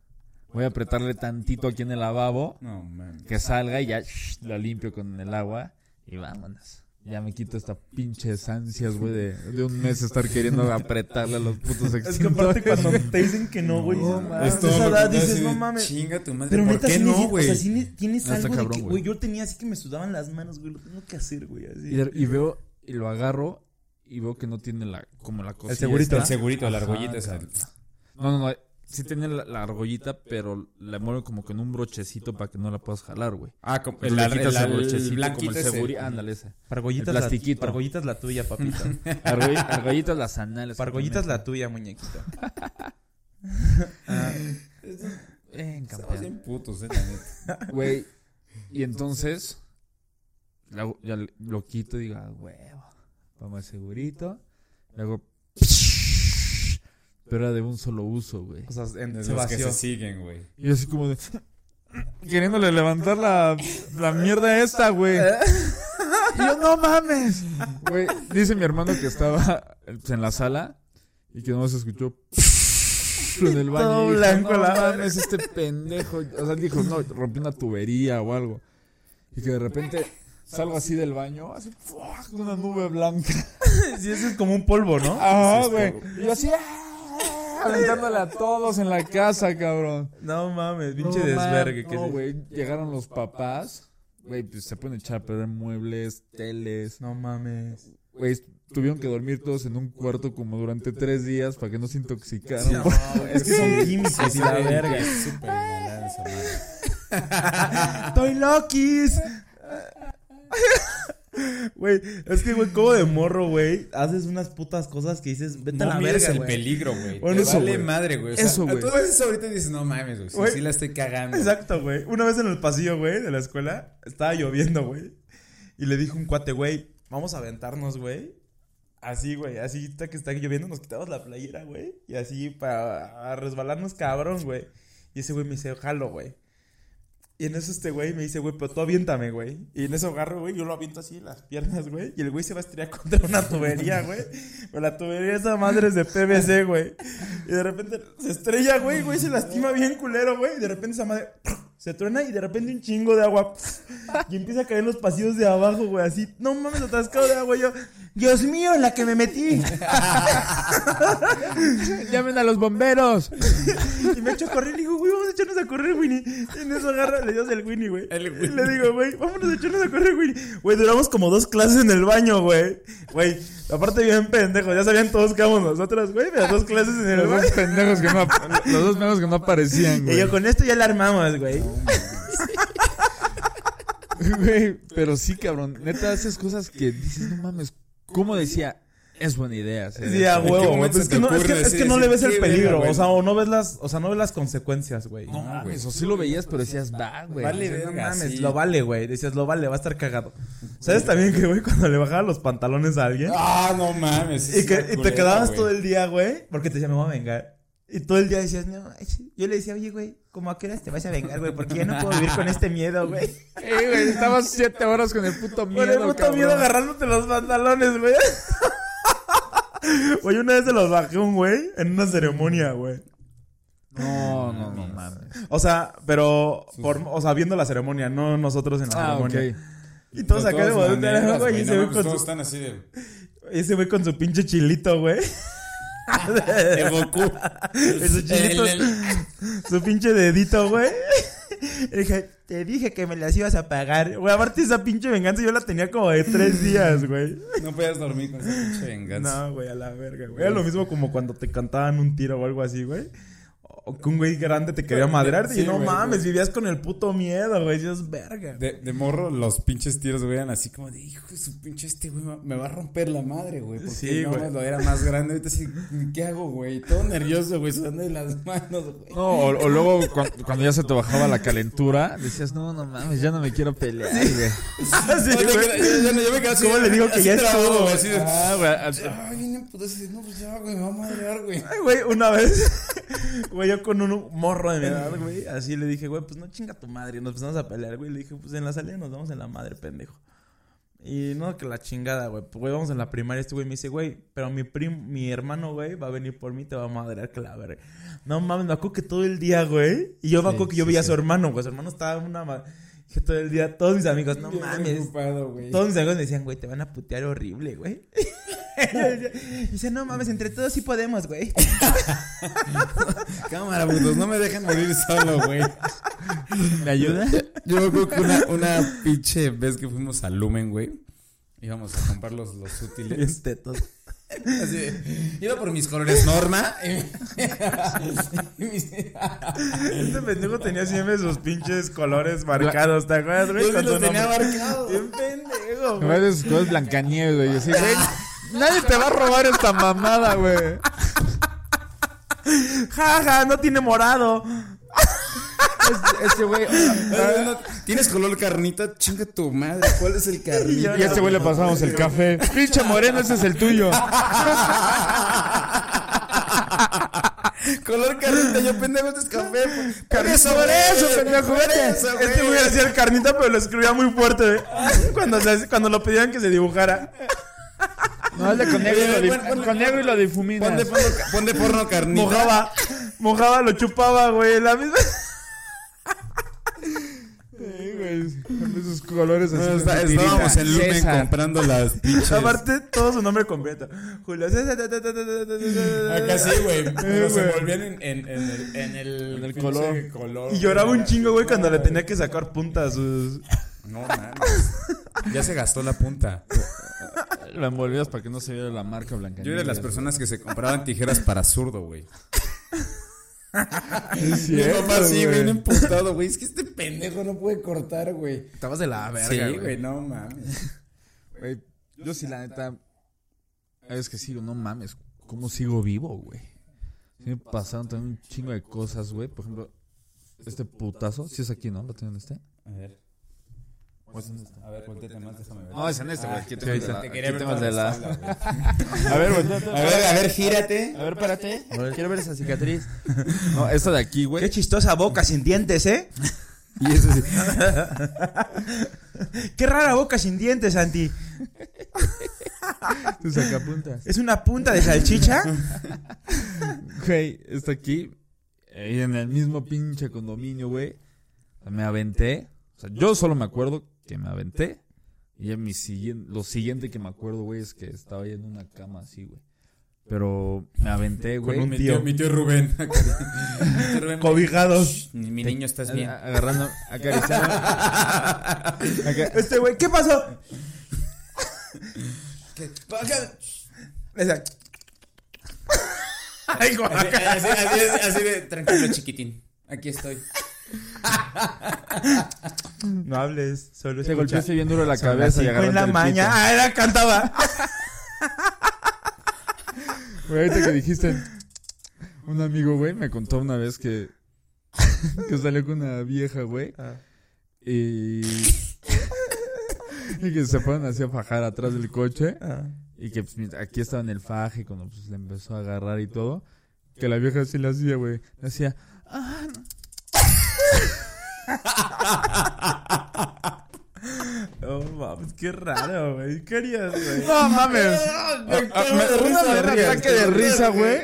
[SPEAKER 3] voy a apretarle tantito aquí en el lavabo
[SPEAKER 1] No, man.
[SPEAKER 3] que salga y ya shh, lo limpio con el agua y vámonos. Ya me quito esta pinches ansias, güey, de, de un mes estar queriendo apretarle a los putos
[SPEAKER 2] Es que aparte
[SPEAKER 3] extintores.
[SPEAKER 2] cuando [laughs] te dicen que no, güey,
[SPEAKER 3] No,
[SPEAKER 2] dices,
[SPEAKER 3] mames.
[SPEAKER 2] "Ah,
[SPEAKER 1] Es
[SPEAKER 2] a
[SPEAKER 1] todo
[SPEAKER 2] esa
[SPEAKER 1] lo
[SPEAKER 2] edad
[SPEAKER 1] que te
[SPEAKER 2] dices,
[SPEAKER 1] hace,
[SPEAKER 2] no mames.
[SPEAKER 1] Chinga tu madre.
[SPEAKER 2] Pero
[SPEAKER 1] ¿Por
[SPEAKER 2] neta,
[SPEAKER 1] qué
[SPEAKER 2] sí me
[SPEAKER 1] no,
[SPEAKER 2] siento-
[SPEAKER 1] güey?
[SPEAKER 2] O sea, sí me- tienes
[SPEAKER 3] No, está
[SPEAKER 2] algo de
[SPEAKER 3] cabrón,
[SPEAKER 2] que,
[SPEAKER 3] güey.
[SPEAKER 2] güey, yo tenía así que me sudaban las manos, güey. Lo tengo que hacer, güey, así.
[SPEAKER 3] Y, de- y veo y lo agarro y veo que no tiene la como la cosilla
[SPEAKER 2] segurito, ¿ah?
[SPEAKER 1] el
[SPEAKER 3] esta.
[SPEAKER 1] segurito, la
[SPEAKER 3] Ajá,
[SPEAKER 1] argollita esa.
[SPEAKER 3] cabrón. No, no, no. Sí tiene la, la argollita, pero la mueven como con un brochecito para que no la puedas jalar, güey.
[SPEAKER 1] Ah, como
[SPEAKER 3] El, el, el,
[SPEAKER 1] blanquito
[SPEAKER 3] como el
[SPEAKER 1] ese.
[SPEAKER 3] seguri, ándale ese.
[SPEAKER 2] Pargollitas
[SPEAKER 3] El
[SPEAKER 2] la-
[SPEAKER 3] plastiquito.
[SPEAKER 2] Pargollitas la tuya,
[SPEAKER 3] [laughs]
[SPEAKER 2] papito.
[SPEAKER 3] Argoll- argollitas las anales.
[SPEAKER 2] Pargollitas la tuya, muñequito.
[SPEAKER 3] Ven,
[SPEAKER 1] Estamos
[SPEAKER 3] campeón.
[SPEAKER 1] bien putos, eh, la neta.
[SPEAKER 3] Güey. Y entonces. la- ya le- lo quito y digo, ah, huevo. Vamos al segurito. Le hago. Pero era de un solo uso, güey.
[SPEAKER 2] O sea, en-
[SPEAKER 1] De
[SPEAKER 2] se
[SPEAKER 1] los que
[SPEAKER 2] vació.
[SPEAKER 1] se siguen, güey.
[SPEAKER 3] Y yo así como de. [laughs] Queriéndole levantar la, la mierda esta, güey. Y yo, no mames. Güey, dice mi hermano que estaba pues, en la sala y que nomás escuchó. [laughs] En el baño.
[SPEAKER 2] Todo
[SPEAKER 3] Y dije,
[SPEAKER 2] blanco
[SPEAKER 3] no
[SPEAKER 2] la madre".
[SPEAKER 3] mames, este pendejo. O sea, dijo, no, rompí una tubería o algo. Y que de repente salgo así del baño, así, ¡fua! con una nube blanca.
[SPEAKER 2] Sí, ese es como un polvo, ¿no?
[SPEAKER 3] Ah, güey. Y yo así, ¡ah! aventándole a todos en la casa, cabrón.
[SPEAKER 2] No mames, pinche
[SPEAKER 3] No, man,
[SPEAKER 2] desvergue. que-
[SPEAKER 3] No, güey, llegaron los papás. Güey, pues se pueden echar a perder muebles, teles.
[SPEAKER 2] No mames.
[SPEAKER 3] Güey, tuvieron que dormir todos en un cuarto como durante tres días para que no se intoxicaran.
[SPEAKER 2] No, es que son químicos y la verga.
[SPEAKER 1] Es súper galán esa madre.
[SPEAKER 2] ¡Estoy loquis! Güey, es que, güey, como de morro, güey, haces unas putas cosas que dices, vete a
[SPEAKER 1] No
[SPEAKER 2] la
[SPEAKER 1] mides
[SPEAKER 2] verga,
[SPEAKER 1] el
[SPEAKER 2] güey.
[SPEAKER 1] peligro, güey.
[SPEAKER 2] Bueno,
[SPEAKER 1] Te
[SPEAKER 2] eso,
[SPEAKER 1] vale
[SPEAKER 2] güey.
[SPEAKER 1] madre, güey. O sea,
[SPEAKER 3] Eso, güey.
[SPEAKER 1] Tú ves eso ahorita y dices, no mames, güey.
[SPEAKER 2] Güey.
[SPEAKER 1] Sí, sí la estoy cagando.
[SPEAKER 2] Exacto, güey. Una vez en el pasillo, güey, de la escuela, estaba lloviendo, güey. Y le dijo un cuate, güey, vamos a aventarnos, güey. Así, güey, así está que está lloviendo, nos quitamos la playera, güey. Y así para resbalarnos, cabrón, güey. Y ese güey me dice, jalo, güey.
[SPEAKER 5] Y en eso este güey me dice, güey, pero tú aviéntame, güey. Y en eso agarro, güey, yo lo aviento así, las piernas, güey. Y el güey se va a estrellar [laughs] contra una tubería, güey. Pero la tubería esa madre es de PVC, güey. Y de repente se estrella, güey, güey, se lastima bien culero, güey. Y de repente esa madre se truena y de repente un chingo de agua. Y empieza a caer en los pasillos de abajo, güey. Así, no mames, atascado de agua. Y Yo, Dios mío, en la que me metí.
[SPEAKER 3] [laughs] ¡Llamen a los
[SPEAKER 5] [laughs]
[SPEAKER 3] bomberos!
[SPEAKER 5] Y me echo a correr, le digo, güey, vamos a echarnos a correr, Winnie. Y en eso agarra, le dio el Winnie, güey.
[SPEAKER 1] El Winnie.
[SPEAKER 5] Y Le digo, güey, vámonos a echarnos a correr, Winnie. Güey, duramos como dos clases en el baño, güey. Güey, aparte bien pendejo, ya sabían todos que íbamos nosotros, güey, pero dos clases en el
[SPEAKER 3] Los
[SPEAKER 5] baño.
[SPEAKER 3] dos pendejos que no, ap- los dos pendejos que no aparecían,
[SPEAKER 5] Y
[SPEAKER 3] güey. [laughs]
[SPEAKER 5] yo, con esto ya la armamos, güey.
[SPEAKER 3] Güey, pero sí, cabrón. Neta, haces cosas que dices, no mames, ¿cómo decía? Es buena idea. hacer
[SPEAKER 5] Sí, a
[SPEAKER 3] eso".
[SPEAKER 1] qué
[SPEAKER 5] huevo, güey.
[SPEAKER 1] momento
[SPEAKER 5] Pues
[SPEAKER 1] se
[SPEAKER 5] Es
[SPEAKER 1] te
[SPEAKER 5] que no, es
[SPEAKER 1] ocurre
[SPEAKER 5] que, es
[SPEAKER 1] decir,
[SPEAKER 5] que no le ves
[SPEAKER 1] decir,
[SPEAKER 5] el
[SPEAKER 1] "Qué verga,
[SPEAKER 5] peligro,
[SPEAKER 1] güey"?
[SPEAKER 5] o sea, o no ves las, o sea, no ves las consecuencias, güey.
[SPEAKER 3] No mames, o sí lo veías, pero decías, va, güey.
[SPEAKER 1] Vale,
[SPEAKER 5] No
[SPEAKER 1] verga,
[SPEAKER 5] mames,
[SPEAKER 1] sí.
[SPEAKER 5] lo vale, güey. Decías, lo vale, va a estar cagado. ¿Sabes también que, güey, cuando le bajaba los pantalones a alguien?
[SPEAKER 4] Ah, no mames.
[SPEAKER 5] Y, que- y te quedabas todo el día, güey, porque te decía, me voy a vengar. Y todo el día decías, no, ay, sí". yo le decía, oye, güey, ¿cómo a qué horas te vas a vengar, güey? Porque ya no puedo vivir con este [laughs] miedo, güey.
[SPEAKER 3] Ey, güey, estabas siete horas con el puto miedo,
[SPEAKER 5] Con el puto
[SPEAKER 3] cabrón.
[SPEAKER 5] miedo agarrándote los pantalones, güey. [laughs] Güey, una vez se los bajé a un güey en una ceremonia, güey.
[SPEAKER 3] No, no, no mames.
[SPEAKER 5] O sea, pero, por, o sea, viendo la ceremonia, no nosotros en la
[SPEAKER 3] Ah, ok.
[SPEAKER 5] ceremonia. Y todos acá de voltear, güey, y se ve
[SPEAKER 4] Todos
[SPEAKER 5] con su-
[SPEAKER 4] están así [laughs] de.
[SPEAKER 5] ese güey con su pinche chilito, güey.
[SPEAKER 1] De Goku.
[SPEAKER 5] Esos chilitos. Su pinche dedito, güey. Le dije, te dije que me las ibas a pagar. Güey, aparte esa pinche venganza yo la tenía como de tres días, güey.
[SPEAKER 1] No podías dormir con esa pinche venganza.
[SPEAKER 5] No, güey, a la verga, güey. Era lo mismo como cuando te cantaban un tiro o algo así, güey. O que un güey grande te quería madrear.
[SPEAKER 4] Sí,
[SPEAKER 5] y no
[SPEAKER 4] güey,
[SPEAKER 5] mames,
[SPEAKER 4] güey.
[SPEAKER 5] vivías con el puto miedo, güey. Dios, verga.
[SPEAKER 4] De, de morro, los pinches tiros, güey, eran así como de, hijo de su pinche este, güey, ma- me va a romper la madre, güey. Porque
[SPEAKER 5] Sí,
[SPEAKER 4] no
[SPEAKER 5] güey.
[SPEAKER 4] más lo era más grande. Ahorita sí, ¿qué hago, güey? Todo nervioso, güey, sudando de las manos, güey.
[SPEAKER 3] No, o, o luego cuan- cuando, ya se te bajaba la calentura, decías, no, no mames, ya no me quiero pelear, güey.
[SPEAKER 5] [laughs] Sí,
[SPEAKER 1] No, yo
[SPEAKER 5] güey.
[SPEAKER 1] me quedé- yo- yo- yo me quedé así,
[SPEAKER 5] ¿Cómo le digo que
[SPEAKER 1] así
[SPEAKER 5] ya es
[SPEAKER 1] trabado,
[SPEAKER 5] todo,
[SPEAKER 1] güey,
[SPEAKER 5] güey?
[SPEAKER 1] así de-
[SPEAKER 3] Ah, güey, a-
[SPEAKER 4] Ay, viene puto, así de, no, pues ya, güey, me va a madrear, güey.
[SPEAKER 5] Ay, güey, una vez, [laughs] güey, yo con un morro de mi edad, güey, así le dije, güey, pues no chinga tu madre. Y Nos empezamos a pelear, güey. Le dije, pues en la salida nos vamos en la madre, pendejo. Y no, que la chingada, güey. Pues, güey, vamos en la primaria. Este güey me dice, güey, pero mi prim, mi hermano, güey, va a venir por mí y te va a madrear que la verga. No mames, me acuerdo que todo el día, güey. Y yo me acuerdo que yo veía a su hermano, güey. Su hermano estaba en una. ma- Dije todo el día, todos mis amigos, no
[SPEAKER 4] Bien
[SPEAKER 5] mames.
[SPEAKER 4] preocupado, güey.
[SPEAKER 5] Todos mis amigos me decían, güey, te van a putear horrible, güey. [laughs] Y yo decía- y Dice, no mames, entre todos sí podemos, güey.
[SPEAKER 1] Cámara, putos, no me dejan morir solo, güey.
[SPEAKER 3] ¿Me ayuda?
[SPEAKER 1] Yo me acuerdo que una, una pinche vez que fuimos a Lumen, güey. Íbamos a comprar los, los útiles.
[SPEAKER 5] Bien [laughs] tetos.
[SPEAKER 1] Así de, iba por mis colores Norma.
[SPEAKER 5] Este pendejo tenía siempre sus pinches colores marcados, ¿te acuerdas, güey?
[SPEAKER 1] Yo sí
[SPEAKER 5] Con su
[SPEAKER 1] los tenía
[SPEAKER 5] nombre.
[SPEAKER 1] marcados.
[SPEAKER 5] Bien pendejo,
[SPEAKER 3] Me
[SPEAKER 5] güey.
[SPEAKER 3] va de sus cosas Blancanieves, güey. y así, güey, nadie te va a robar esta mamada, güey.
[SPEAKER 5] Jaja, no tiene morado.
[SPEAKER 3] Este- Este güey...
[SPEAKER 1] ¿Tienes color carnita? Chinga tu madre. ¿Cuál es el carnita?
[SPEAKER 3] Y a este güey le pasamos el café. Pinche moreno, ese es el tuyo.
[SPEAKER 1] color carnita, yo pendejo este es café.
[SPEAKER 3] Por eso, por eso, pendejo, vete.
[SPEAKER 5] Este güey hacía el carnita, pero lo escribía muy fuerte, güey. [laughs] Cuando, se- cuando lo pedían que se dibujara.
[SPEAKER 3] [laughs] No, hazle con negro y lo,
[SPEAKER 1] Pon- pon-
[SPEAKER 3] dif- con negro y lo
[SPEAKER 1] Pon de
[SPEAKER 3] difuminas.
[SPEAKER 1] porno, pon de porno carnita.
[SPEAKER 5] Mojaba, mojaba, lo chupaba, güey. La misma.
[SPEAKER 3] Sí, güey, Con esos colores así.
[SPEAKER 1] No,
[SPEAKER 3] de
[SPEAKER 1] está-
[SPEAKER 3] tirita.
[SPEAKER 1] estábamos en Lumen
[SPEAKER 3] César.
[SPEAKER 1] comprando [laughs] las pinches.
[SPEAKER 5] Aparte, todo su nombre completo. Julio César.
[SPEAKER 4] Acá sí, güey. Pero se
[SPEAKER 3] güey.
[SPEAKER 4] envolvían en, en, en el, en el,
[SPEAKER 3] En el
[SPEAKER 4] pinche
[SPEAKER 3] color.
[SPEAKER 5] Y lloraba un chingo, güey, cuando le tenía que sacar puntas. sus-
[SPEAKER 1] No mames. Ya se gastó la punta.
[SPEAKER 3] Lo envolvías para que no se viera la marca blanca.
[SPEAKER 1] Yo era de las personas que se compraban tijeras para zurdo, [laughs] güey.
[SPEAKER 3] Sí,
[SPEAKER 1] Mi papá sí,
[SPEAKER 3] güey.
[SPEAKER 1] bien emputado, güey. Es que este
[SPEAKER 4] Pendejo, no puede cortar, güey.
[SPEAKER 5] Estabas de la verga,
[SPEAKER 1] Sí,
[SPEAKER 5] güey.
[SPEAKER 1] güey, no mames.
[SPEAKER 3] Güey, yo sí, la neta. Es que sigo, no mames. ¿Cómo sigo vivo, güey? Sí me pasaron también un chingo de cosas, güey. Por ejemplo, este putazo. Si es aquí, ¿no? ¿Lo tienen este?
[SPEAKER 1] A ver.
[SPEAKER 3] Pues,
[SPEAKER 1] A ver, volteate más, déjame ver.
[SPEAKER 3] No, es en este, güey. Aquí tengo el de la.
[SPEAKER 4] Te quería ver
[SPEAKER 3] Aquí tengo el
[SPEAKER 4] toda
[SPEAKER 3] de
[SPEAKER 4] la
[SPEAKER 3] la.
[SPEAKER 4] espalda, güey.
[SPEAKER 3] A ver, güey.
[SPEAKER 1] A ver, a ver, gírate.
[SPEAKER 3] A ver, párate. Quiero ver esa cicatriz. [laughs] No, esta de aquí,
[SPEAKER 5] Qué
[SPEAKER 3] güey.
[SPEAKER 5] chistosa boca sin dientes, ¿eh?
[SPEAKER 1] Y eso sí.
[SPEAKER 3] [laughs]
[SPEAKER 5] Qué rara boca sin dientes, Santi.
[SPEAKER 3] Tus sacapuntas.
[SPEAKER 5] ¿Es una punta de salchicha?
[SPEAKER 3] Güey, está aquí. ahí en el mismo pinche condominio, güey. Me aventé. O sea, yo solo me acuerdo que me aventé. Y ya mi siguiente, lo siguiente que me acuerdo, güey, es que estaba ya en una cama así, güey. Pero me aventé, güey.
[SPEAKER 1] Mi tío, mi tío Rubén. Mi tío Rubén.
[SPEAKER 5] Cobijados.
[SPEAKER 1] Ni- Mi niño, estás bien.
[SPEAKER 3] A- Agarrando, acariciando.
[SPEAKER 5] [laughs]
[SPEAKER 3] Aca-
[SPEAKER 5] Este güey, ¿qué pasó? Esa- Ay, guau.
[SPEAKER 1] Así, así es, así de tranquilo, chiquitín. Aquí estoy.
[SPEAKER 5] [laughs] No hables, solo
[SPEAKER 3] Se
[SPEAKER 5] escucha.
[SPEAKER 3] golpeó así bien duro la
[SPEAKER 5] Son las
[SPEAKER 3] cabeza y
[SPEAKER 5] cinco en
[SPEAKER 3] agarrando
[SPEAKER 5] la
[SPEAKER 3] el pito.
[SPEAKER 5] mañana. Ah, era cantaba.
[SPEAKER 3] Güey, ahorita que dijiste, un amigo, güey, me contó una vez que, [laughs] que salió con una vieja, güey, y, y que se fueron así a fajar atrás del coche,
[SPEAKER 5] Ah,
[SPEAKER 3] y que pues, mientras- aquí estaba en el faje, cuando pues, le empezó a agarrar y todo, que la vieja así le hacía, güey, le hacía,
[SPEAKER 5] No mames, qué raro, güey. ¿Qué harías, güey? Ah,
[SPEAKER 3] no mames,
[SPEAKER 5] de
[SPEAKER 3] un
[SPEAKER 5] risa,
[SPEAKER 3] ataque de risa, güey,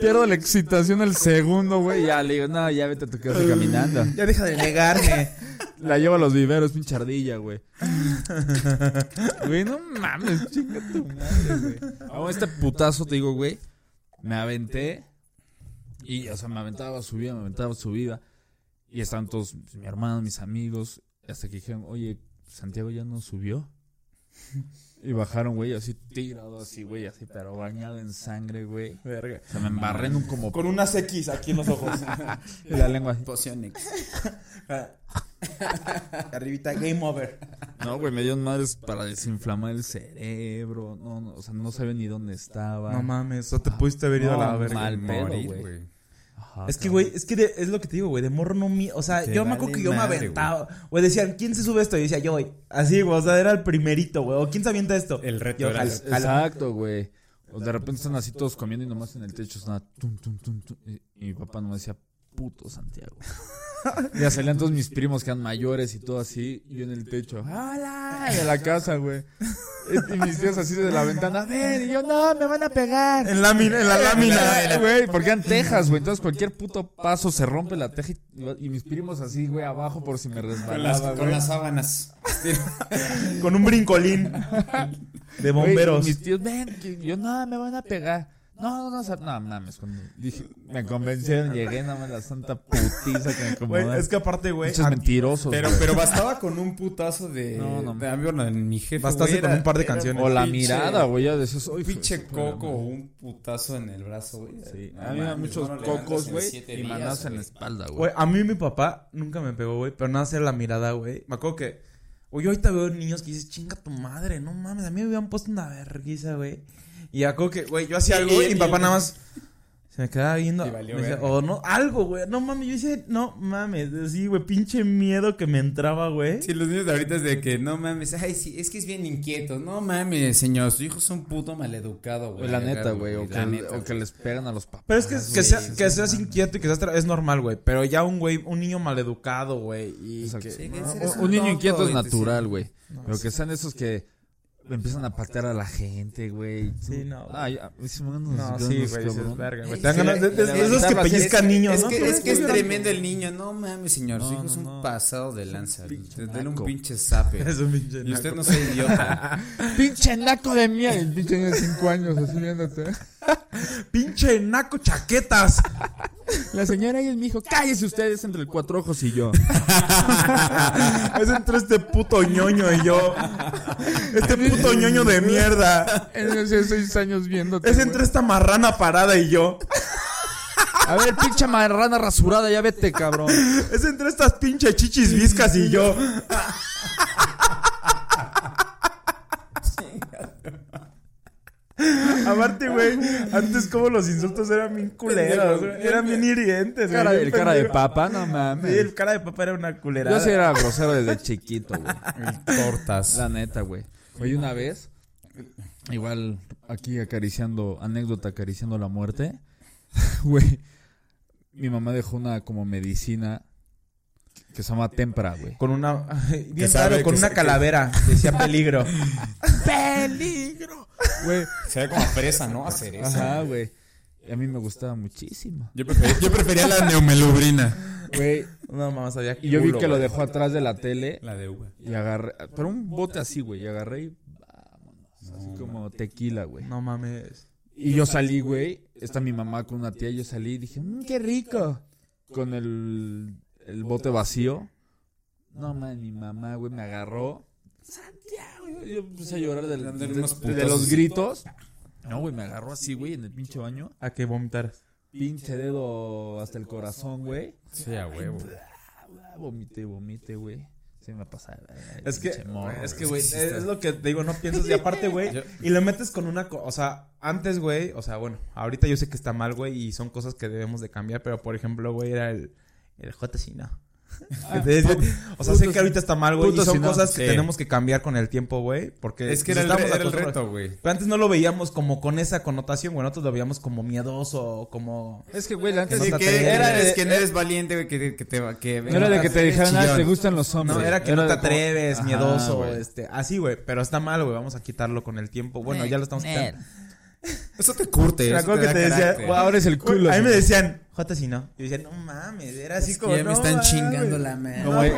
[SPEAKER 3] pierdo la excitación al segundo, güey, ya le digo, no, ya vete a tu casa caminando.
[SPEAKER 5] Ya deja de negarme.
[SPEAKER 3] La llevo a los viveros, pinche ardilla, güey. [laughs] güey, no mames, chinga tu madre, güey. Ahora este putazo te digo, güey. Me aventé. Y, o sea, me aventaba subida, me aventaba subida. Y estaban todos, mi hermano, mis amigos. Hasta que dijeron, oye, Santiago ya no subió. Y bajaron, güey, así tirado, así, güey, así, pero bañado en sangre, güey.
[SPEAKER 5] Verga.
[SPEAKER 3] O sea, me embarré en un como.
[SPEAKER 5] Con unas X aquí en los ojos.
[SPEAKER 3] Y la lengua así.
[SPEAKER 1] Poción ex.
[SPEAKER 5] Arribita, game over.
[SPEAKER 3] No, güey, me dieron madres para desinflamar el cerebro. No, no, o sea, no sabía ni dónde estaba.
[SPEAKER 5] No mames, no te pudiste haber ido a la
[SPEAKER 3] No,
[SPEAKER 5] verga.
[SPEAKER 3] mal pedo,
[SPEAKER 1] Morir,
[SPEAKER 3] güey.
[SPEAKER 1] güey.
[SPEAKER 3] Ajá,
[SPEAKER 5] Es que,
[SPEAKER 3] cabrón.
[SPEAKER 5] güey, es que de- es lo que te digo, güey, de morro no mi... O sea,
[SPEAKER 1] Te
[SPEAKER 5] yo me
[SPEAKER 1] vale
[SPEAKER 5] acuerdo que yo me
[SPEAKER 1] madre,
[SPEAKER 5] aventaba. Güey, decían, ¿quién se sube esto? Y yo decía, yo, güey. Así, güey, o sea, era el primerito, güey. ¿O quién se avienta
[SPEAKER 2] Eh.
[SPEAKER 5] esto?
[SPEAKER 1] El reto
[SPEAKER 5] Yo,
[SPEAKER 1] era
[SPEAKER 5] jalo,
[SPEAKER 1] ese.
[SPEAKER 5] jalo.
[SPEAKER 3] Exacto, güey. O de repente están así todos comiendo y nomás en el techo están tum, tum, tum, tum. Y, y mi papá nomás decía, puto Santiago. ya salían todos mis primos que eran mayores y todo así. Y yo en el techo, ¡hola! De la casa, güey. Y mis tíos así desde la ventana, ven. Y yo, no, me van a pegar.
[SPEAKER 5] En la mina, en la lámina.
[SPEAKER 3] Eh, [laughs] Güey, porque eran tejas, güey. Entonces cualquier puto paso se rompe la teja y, y mis primos así, güey, abajo por si me
[SPEAKER 1] Con las,
[SPEAKER 3] resbalaba,
[SPEAKER 1] con
[SPEAKER 3] güey.
[SPEAKER 1] las sábanas.
[SPEAKER 5] Con un brincolín. De
[SPEAKER 3] Güey,
[SPEAKER 5] bomberos.
[SPEAKER 3] Mis tíos, ven, que yo nada, me van a pegar. No, no, no, sa- no, mames. cuando dije- me convencieron, llegué nada más la santa putiza que me
[SPEAKER 5] Güey,
[SPEAKER 3] incomodaron.
[SPEAKER 5] es que aparte, güey.
[SPEAKER 3] Pinches
[SPEAKER 5] a-
[SPEAKER 3] mentirosos,
[SPEAKER 1] Pero,
[SPEAKER 3] Pues, güey.
[SPEAKER 1] pero bastaba con un putazo de.
[SPEAKER 3] No, no.
[SPEAKER 1] de- ah, bueno, en mi jefe.
[SPEAKER 5] Bastaste
[SPEAKER 1] güey,
[SPEAKER 5] con
[SPEAKER 1] era-
[SPEAKER 5] un par de
[SPEAKER 1] era
[SPEAKER 5] canciones.
[SPEAKER 3] O la
[SPEAKER 1] pinche-
[SPEAKER 3] mirada, güey, ya decías, "Ay,
[SPEAKER 1] Un pinche
[SPEAKER 3] hijo de su
[SPEAKER 1] coco o
[SPEAKER 3] madre".
[SPEAKER 1] un putazo en el brazo, güey.
[SPEAKER 3] Sí,
[SPEAKER 1] No
[SPEAKER 3] a mí me dan
[SPEAKER 1] mames,
[SPEAKER 3] muchos
[SPEAKER 1] no lo levantas
[SPEAKER 3] cocos,
[SPEAKER 1] en
[SPEAKER 3] güey,
[SPEAKER 1] siete
[SPEAKER 3] y
[SPEAKER 1] días,
[SPEAKER 3] manazos en
[SPEAKER 1] güey.
[SPEAKER 3] la espalda, güey.
[SPEAKER 5] Güey, a mí mi papá nunca me pegó, güey, pero nada hacer la mirada, güey. Me acuerdo que. Oye, ahorita veo niños que dices, chinga tu madre, no mames, a mí me habían puesto una vergüenza, güey. Y me acuerdo que, güey, yo hacía algo, güey, y mi papá nada más se me quedaba viendo.
[SPEAKER 1] Y valió
[SPEAKER 5] me decía,
[SPEAKER 1] verga.
[SPEAKER 5] o no, algo, güey, no mames, yo decía, no mames, así, güey, pinche miedo que me entraba, güey.
[SPEAKER 1] Sí, los niños de ahorita es de que no mames, ay, sí, es que es bien inquieto. No mames, señor, su hijo es un puto maleducado, güey.
[SPEAKER 3] Pues La neta, güey, o,
[SPEAKER 1] la
[SPEAKER 3] que-
[SPEAKER 1] neta,
[SPEAKER 3] o que les pegan a los papás.
[SPEAKER 5] Pero es que, que, sea- que seas inquieto y que seas tra- es normal, güey. Pero ya un güey, un niño maleducado, güey. Y
[SPEAKER 3] Exacto.
[SPEAKER 5] que-
[SPEAKER 1] Sí, que
[SPEAKER 3] No,
[SPEAKER 1] eres
[SPEAKER 3] un, niño
[SPEAKER 1] tonto,
[SPEAKER 3] inquieto es
[SPEAKER 1] güey, te-
[SPEAKER 3] natural, güey. pero que sean esos que empiezan a patear a la gente, güey.
[SPEAKER 5] Sí, no.
[SPEAKER 3] Ay, a- sí, me dan unos
[SPEAKER 5] No,
[SPEAKER 3] ganas,
[SPEAKER 5] sí, güey, dices,
[SPEAKER 3] cabrón.
[SPEAKER 5] verga, güey.
[SPEAKER 1] Sí, eh,
[SPEAKER 5] Te dan ganas de- de- de- de esos que
[SPEAKER 3] levantarlo así,
[SPEAKER 5] pellizcan niños,
[SPEAKER 1] Es
[SPEAKER 5] ¿no?
[SPEAKER 1] que,
[SPEAKER 5] Tú
[SPEAKER 1] es,
[SPEAKER 5] ves,
[SPEAKER 1] que es
[SPEAKER 5] güey,
[SPEAKER 1] tremendo el niño, no mames, señor, su hijo es un pasado de lanza. Te- Dele un
[SPEAKER 3] naco.
[SPEAKER 1] pinche zape.
[SPEAKER 5] Es un pinche
[SPEAKER 1] Y usted no sea idiota.
[SPEAKER 3] Pinche naco de mierda. El pinche niño de 5 años así viéndote.
[SPEAKER 5] [laughs] Pinche naco chaquetas.
[SPEAKER 3] La señora y el mijo, cállese ustedes entre el cuatro ojos y yo.
[SPEAKER 5] [laughs] es entre este puto ñoño y yo. Este puto ñoño de mierda.
[SPEAKER 3] En esos 6 años viéndote.
[SPEAKER 5] Es entre esta marrana parada y yo.
[SPEAKER 3] A ver, pinche marrana rasurada, ya vete,
[SPEAKER 5] [laughs]
[SPEAKER 3] cabrón.
[SPEAKER 5] Es entre estas pinche chichis viscas y yo. Aparte, güey, antes como los insultos eran bien culeros, güey. Eran bien hirientes, güey.
[SPEAKER 3] Cara,
[SPEAKER 5] Bien
[SPEAKER 3] el cara de
[SPEAKER 5] pendejo.
[SPEAKER 3] papa, no
[SPEAKER 5] Sí,
[SPEAKER 3] mames.
[SPEAKER 5] el cara de papá era una culerada.
[SPEAKER 3] Yo sí era grosero desde [laughs] chiquito, güey.
[SPEAKER 1] Tortas.
[SPEAKER 3] La neta, güey. Oye, una vez, igual aquí acariciando, anécdota acariciando la muerte, [laughs] güey, mi mamá dejó una como medicina que se llama Tempra, güey.
[SPEAKER 2] Con una. [laughs] Bien
[SPEAKER 1] sabe,
[SPEAKER 2] raro, con
[SPEAKER 1] que sa-
[SPEAKER 2] una
[SPEAKER 1] que- [laughs]
[SPEAKER 2] calavera. Decía peligro.
[SPEAKER 3] ¡Peligro! Güey.
[SPEAKER 1] Se ve como fresa, ¿no? A cereza.
[SPEAKER 3] Ajá, güey. A mí me gustaba muchísimo.
[SPEAKER 1] Yo prefería, yo prefería la neumelubrina.
[SPEAKER 3] Güey,
[SPEAKER 2] No, mamá, sabía
[SPEAKER 3] y yo vi
[SPEAKER 2] culo,
[SPEAKER 3] que lo
[SPEAKER 2] güey.
[SPEAKER 3] dejó atrás de la tele
[SPEAKER 1] La de uva.
[SPEAKER 3] y agarré. Pero un bote así, güey. Y agarré y. Vámonos. Así como tequila, güey.
[SPEAKER 2] No mames.
[SPEAKER 3] Y yo salí, güey. Está mi mamá con una tía. Yo salí y dije, mmm, qué rico. Con el, el bote vacío. No, man, mi mamá, güey, me agarró. Santiago. Yo empecé a llorar del-
[SPEAKER 1] Dándole
[SPEAKER 3] de,
[SPEAKER 1] unos
[SPEAKER 3] de los gritos. No, güey, me agarró así, güey, en el pinche baño.
[SPEAKER 2] A que vomitaras.
[SPEAKER 3] Pinche dedo hasta el corazón, güey.
[SPEAKER 1] Sí, a huevo.
[SPEAKER 3] Ah, Vomité, vomité, güey. Se me pasaba.
[SPEAKER 2] Es que, es que, güey,
[SPEAKER 1] es que
[SPEAKER 2] es,
[SPEAKER 1] sí está-
[SPEAKER 2] es lo que te digo, no piensas. Y
[SPEAKER 1] [laughs]
[SPEAKER 2] aparte, güey, y le metes con una. co- O sea, antes, güey, o sea, bueno, ahorita yo sé que está mal, güey, y son cosas que debemos de cambiar, pero por ejemplo, güey, era el. El J si no.
[SPEAKER 1] Ah,
[SPEAKER 2] [laughs] Entonces, o sea, sé que ahorita está mal, güey, y
[SPEAKER 3] puto si
[SPEAKER 2] son
[SPEAKER 3] no.
[SPEAKER 2] cosas que
[SPEAKER 1] Sí.
[SPEAKER 2] tenemos que cambiar con el tiempo, güey, porque.
[SPEAKER 1] Es que
[SPEAKER 2] pues,
[SPEAKER 1] era el,
[SPEAKER 2] estamos
[SPEAKER 1] re- era el
[SPEAKER 2] acostumbrados.
[SPEAKER 1] reto, güey.
[SPEAKER 2] Pero antes no lo veíamos como con esa connotación, güey, nosotros lo veíamos como miedoso, como.
[SPEAKER 3] Es que, güey, antes
[SPEAKER 2] no
[SPEAKER 1] Sí,
[SPEAKER 2] te
[SPEAKER 1] que
[SPEAKER 2] atreves.
[SPEAKER 1] era, es que no eres valiente, güey, que, te- que te va- que
[SPEAKER 3] No era de que te dijeran, ah, te gustan los hombres.
[SPEAKER 2] No, era que no te
[SPEAKER 3] de como-
[SPEAKER 2] atreves,
[SPEAKER 3] Ajá,
[SPEAKER 2] miedoso,
[SPEAKER 3] güey.
[SPEAKER 2] este, así, güey, pero está mal, güey, vamos a quitarlo con el tiempo. Bueno, ya lo estamos quitando.
[SPEAKER 1] Eso te curte.
[SPEAKER 2] Me
[SPEAKER 1] eso
[SPEAKER 2] acuerdo que
[SPEAKER 1] da
[SPEAKER 2] te decía,
[SPEAKER 1] carácter.
[SPEAKER 2] "Guau,
[SPEAKER 3] Ahora es el
[SPEAKER 2] Güey,
[SPEAKER 3] culo.
[SPEAKER 2] a mí
[SPEAKER 3] así.
[SPEAKER 2] me decían, Jota si no. Y yo decía, no mames, era así como.
[SPEAKER 1] ya me
[SPEAKER 2] "No
[SPEAKER 1] están
[SPEAKER 2] mames".
[SPEAKER 1] chingando la mano.
[SPEAKER 3] Como el,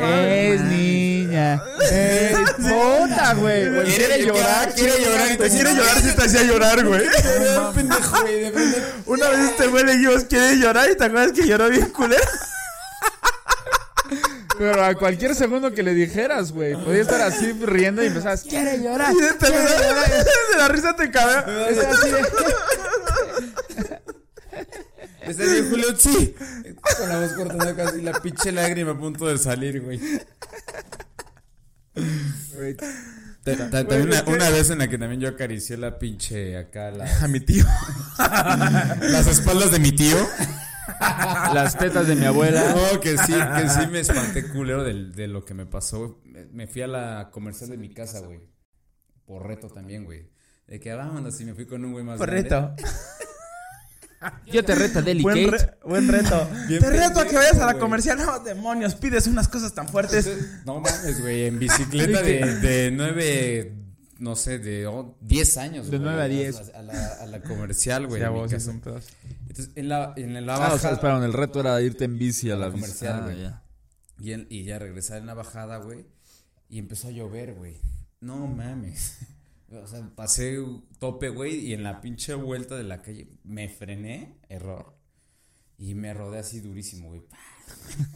[SPEAKER 2] [laughs]
[SPEAKER 3] es niña. Es puta, güey. Quiere llorar, quiere llorar.
[SPEAKER 2] Te quiere llorar si te hacía llorar,
[SPEAKER 1] [laughs]
[SPEAKER 2] güey.
[SPEAKER 1] pendejo, güey, de repente.
[SPEAKER 2] Una vez este güey le dijimos, quiere llorar y te acuerdas que lloró bien culero.
[SPEAKER 3] [laughs] Pero a cualquier segundo que le dijeras, güey. Podía estar así riendo y empezabas. Quiere llorar.
[SPEAKER 2] Y este güey, [laughs] de la risa te cabrón.
[SPEAKER 3] Es así de-
[SPEAKER 1] Ese de Julio, sí. [laughs] Con la voz cortando casi la pinche lágrima a punto de salir, güey. Ta- ta- También una, una vez en la que también yo acaricié la pinche acá, la-
[SPEAKER 2] A mi tío.
[SPEAKER 1] [laughs] las espaldas de mi tío.
[SPEAKER 3] Las tetas de mi abuela.
[SPEAKER 1] No, que sí, que sí me espanté culero del- de, lo que me pasó. Me, me fui a la comercial de mi casa, güey. Por reto también, güey. De que vámonos y me fui con un güey más
[SPEAKER 2] Buen
[SPEAKER 1] grande.
[SPEAKER 2] reto.
[SPEAKER 3] Yo te reto, Deli
[SPEAKER 2] Buen,
[SPEAKER 3] Kate.
[SPEAKER 2] re- buen reto.
[SPEAKER 1] Bien
[SPEAKER 2] te reto a que vayas a la
[SPEAKER 1] güey.
[SPEAKER 2] comercial. No, demonios, pides unas cosas tan fuertes.
[SPEAKER 1] [laughs] No mames, güey, en bicicleta de, de 9, no sé, de o- 10 años.
[SPEAKER 3] De
[SPEAKER 1] güey,
[SPEAKER 3] nueve a diez.
[SPEAKER 1] A la, a la comercial, güey.
[SPEAKER 2] Ya
[SPEAKER 1] en mi
[SPEAKER 2] vos, sí,
[SPEAKER 1] casa.
[SPEAKER 2] son pedos.
[SPEAKER 1] Entonces, en la, en la
[SPEAKER 3] Ah,
[SPEAKER 1] bajada.
[SPEAKER 3] o sea, esperaron, el reto era irte en bici a la Ah,
[SPEAKER 1] Comercial,
[SPEAKER 3] comercial,
[SPEAKER 1] güey. y, en- y ya regresar en la bajada, güey. Y empezó a llover, güey. No mames. [laughs] O sea, pasé tope, güey, y en la pinche vuelta de la calle me frené, error. Y me rodé así durísimo, güey. [laughs]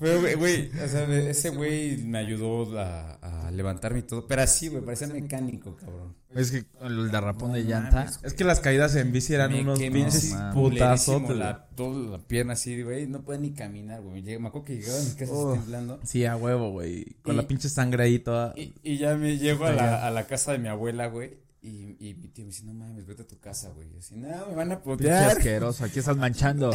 [SPEAKER 1] Pero, güey, güey, o sea, de- ese güey me ayudó a, a levantarme y todo. Pero así, güey, parecía mecánico, cabrón.
[SPEAKER 3] Es que el derrapón de llanta.
[SPEAKER 2] Es que las caídas en bici eran
[SPEAKER 1] Me
[SPEAKER 2] unos
[SPEAKER 1] quemé
[SPEAKER 2] pinches
[SPEAKER 1] así
[SPEAKER 2] putazos.
[SPEAKER 1] culerísimo La, toda la pierna así, güey. No podía ni caminar, güey. Llegué- Me acuerdo que llegaba a mi casa
[SPEAKER 2] Oh.
[SPEAKER 1] así temblando.
[SPEAKER 2] Sí, a huevo, güey. Con
[SPEAKER 1] Y-
[SPEAKER 2] la pinche sangre ahí toda.
[SPEAKER 1] Y, y ya me llego a la, a la casa de mi abuela, güey. Y, y mi tío me dice, no mames, vete a tu casa, güey. Y así, no, me van a
[SPEAKER 3] Pinche
[SPEAKER 1] putear. [laughs]
[SPEAKER 3] asqueroso, aquí estás manchando.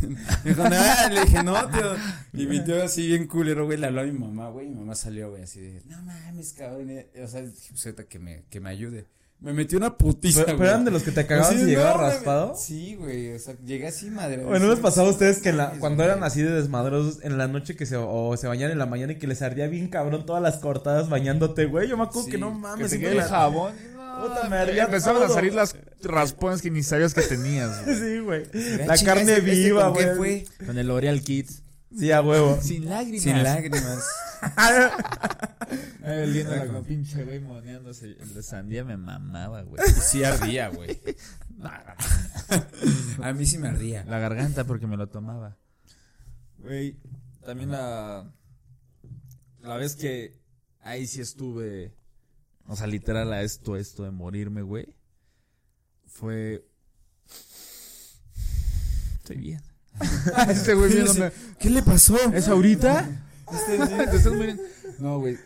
[SPEAKER 1] Me dijo, "No". le dije, no,
[SPEAKER 2] [laughs]
[SPEAKER 1] tío. Y mi tío así bien culero, güey, le habló a mi mamá, güey. Y mi mamá salió, güey, así de, no mames, cabrón. eh, O sea, dije, pues ahorita que me, que me ayude. Me metió una putiza,
[SPEAKER 2] Pero,
[SPEAKER 1] güey.
[SPEAKER 2] pero eran de los que te cagaban
[SPEAKER 1] Así
[SPEAKER 2] si
[SPEAKER 1] de,
[SPEAKER 2] llegaba
[SPEAKER 1] "No, mames".
[SPEAKER 2] raspado.
[SPEAKER 1] Sí, güey, o sea, llegué así, madre.
[SPEAKER 2] Bueno, les pasaba a ustedes que en la,
[SPEAKER 1] mames,
[SPEAKER 2] cuando
[SPEAKER 1] güey.
[SPEAKER 2] eran así de desmadrosos en la noche que se, o se bañan en la mañana y que les ardía bien cabrón todas las cortadas bañándote, güey. Yo me acuerdo
[SPEAKER 1] Sí,
[SPEAKER 2] que no
[SPEAKER 1] que
[SPEAKER 2] mames.
[SPEAKER 1] se
[SPEAKER 2] siempre
[SPEAKER 3] El
[SPEAKER 2] la-
[SPEAKER 3] jabón.
[SPEAKER 2] Puta, me
[SPEAKER 3] Ya
[SPEAKER 2] ardía
[SPEAKER 3] empezaron a
[SPEAKER 2] todo.
[SPEAKER 3] salir las raspones que ni sabías que tenías. güey.
[SPEAKER 2] Sí, güey. La carne viva, güey.
[SPEAKER 3] Con el L'Oreal Kids.
[SPEAKER 2] Sí, a huevo.
[SPEAKER 3] Sin lágrimas.
[SPEAKER 1] Sin lágrimas.
[SPEAKER 3] Eh, oliendo la con pinche güey moneándose. El de sandía me mamaba, güey.
[SPEAKER 1] Y sí ardía,
[SPEAKER 3] [laughs]
[SPEAKER 1] güey. A mí sí me ardía.
[SPEAKER 3] La garganta porque me lo tomaba. Güey, también la. La vez que ahí sí estuve. O sea, literal a esto, esto de morirme, güey. Fue. Estoy bien.
[SPEAKER 1] [laughs]
[SPEAKER 3] Ese güey viéndome.
[SPEAKER 1] ¿Qué le pasó?
[SPEAKER 3] ¿Es ahorita? Te estás muriendo. No, güey.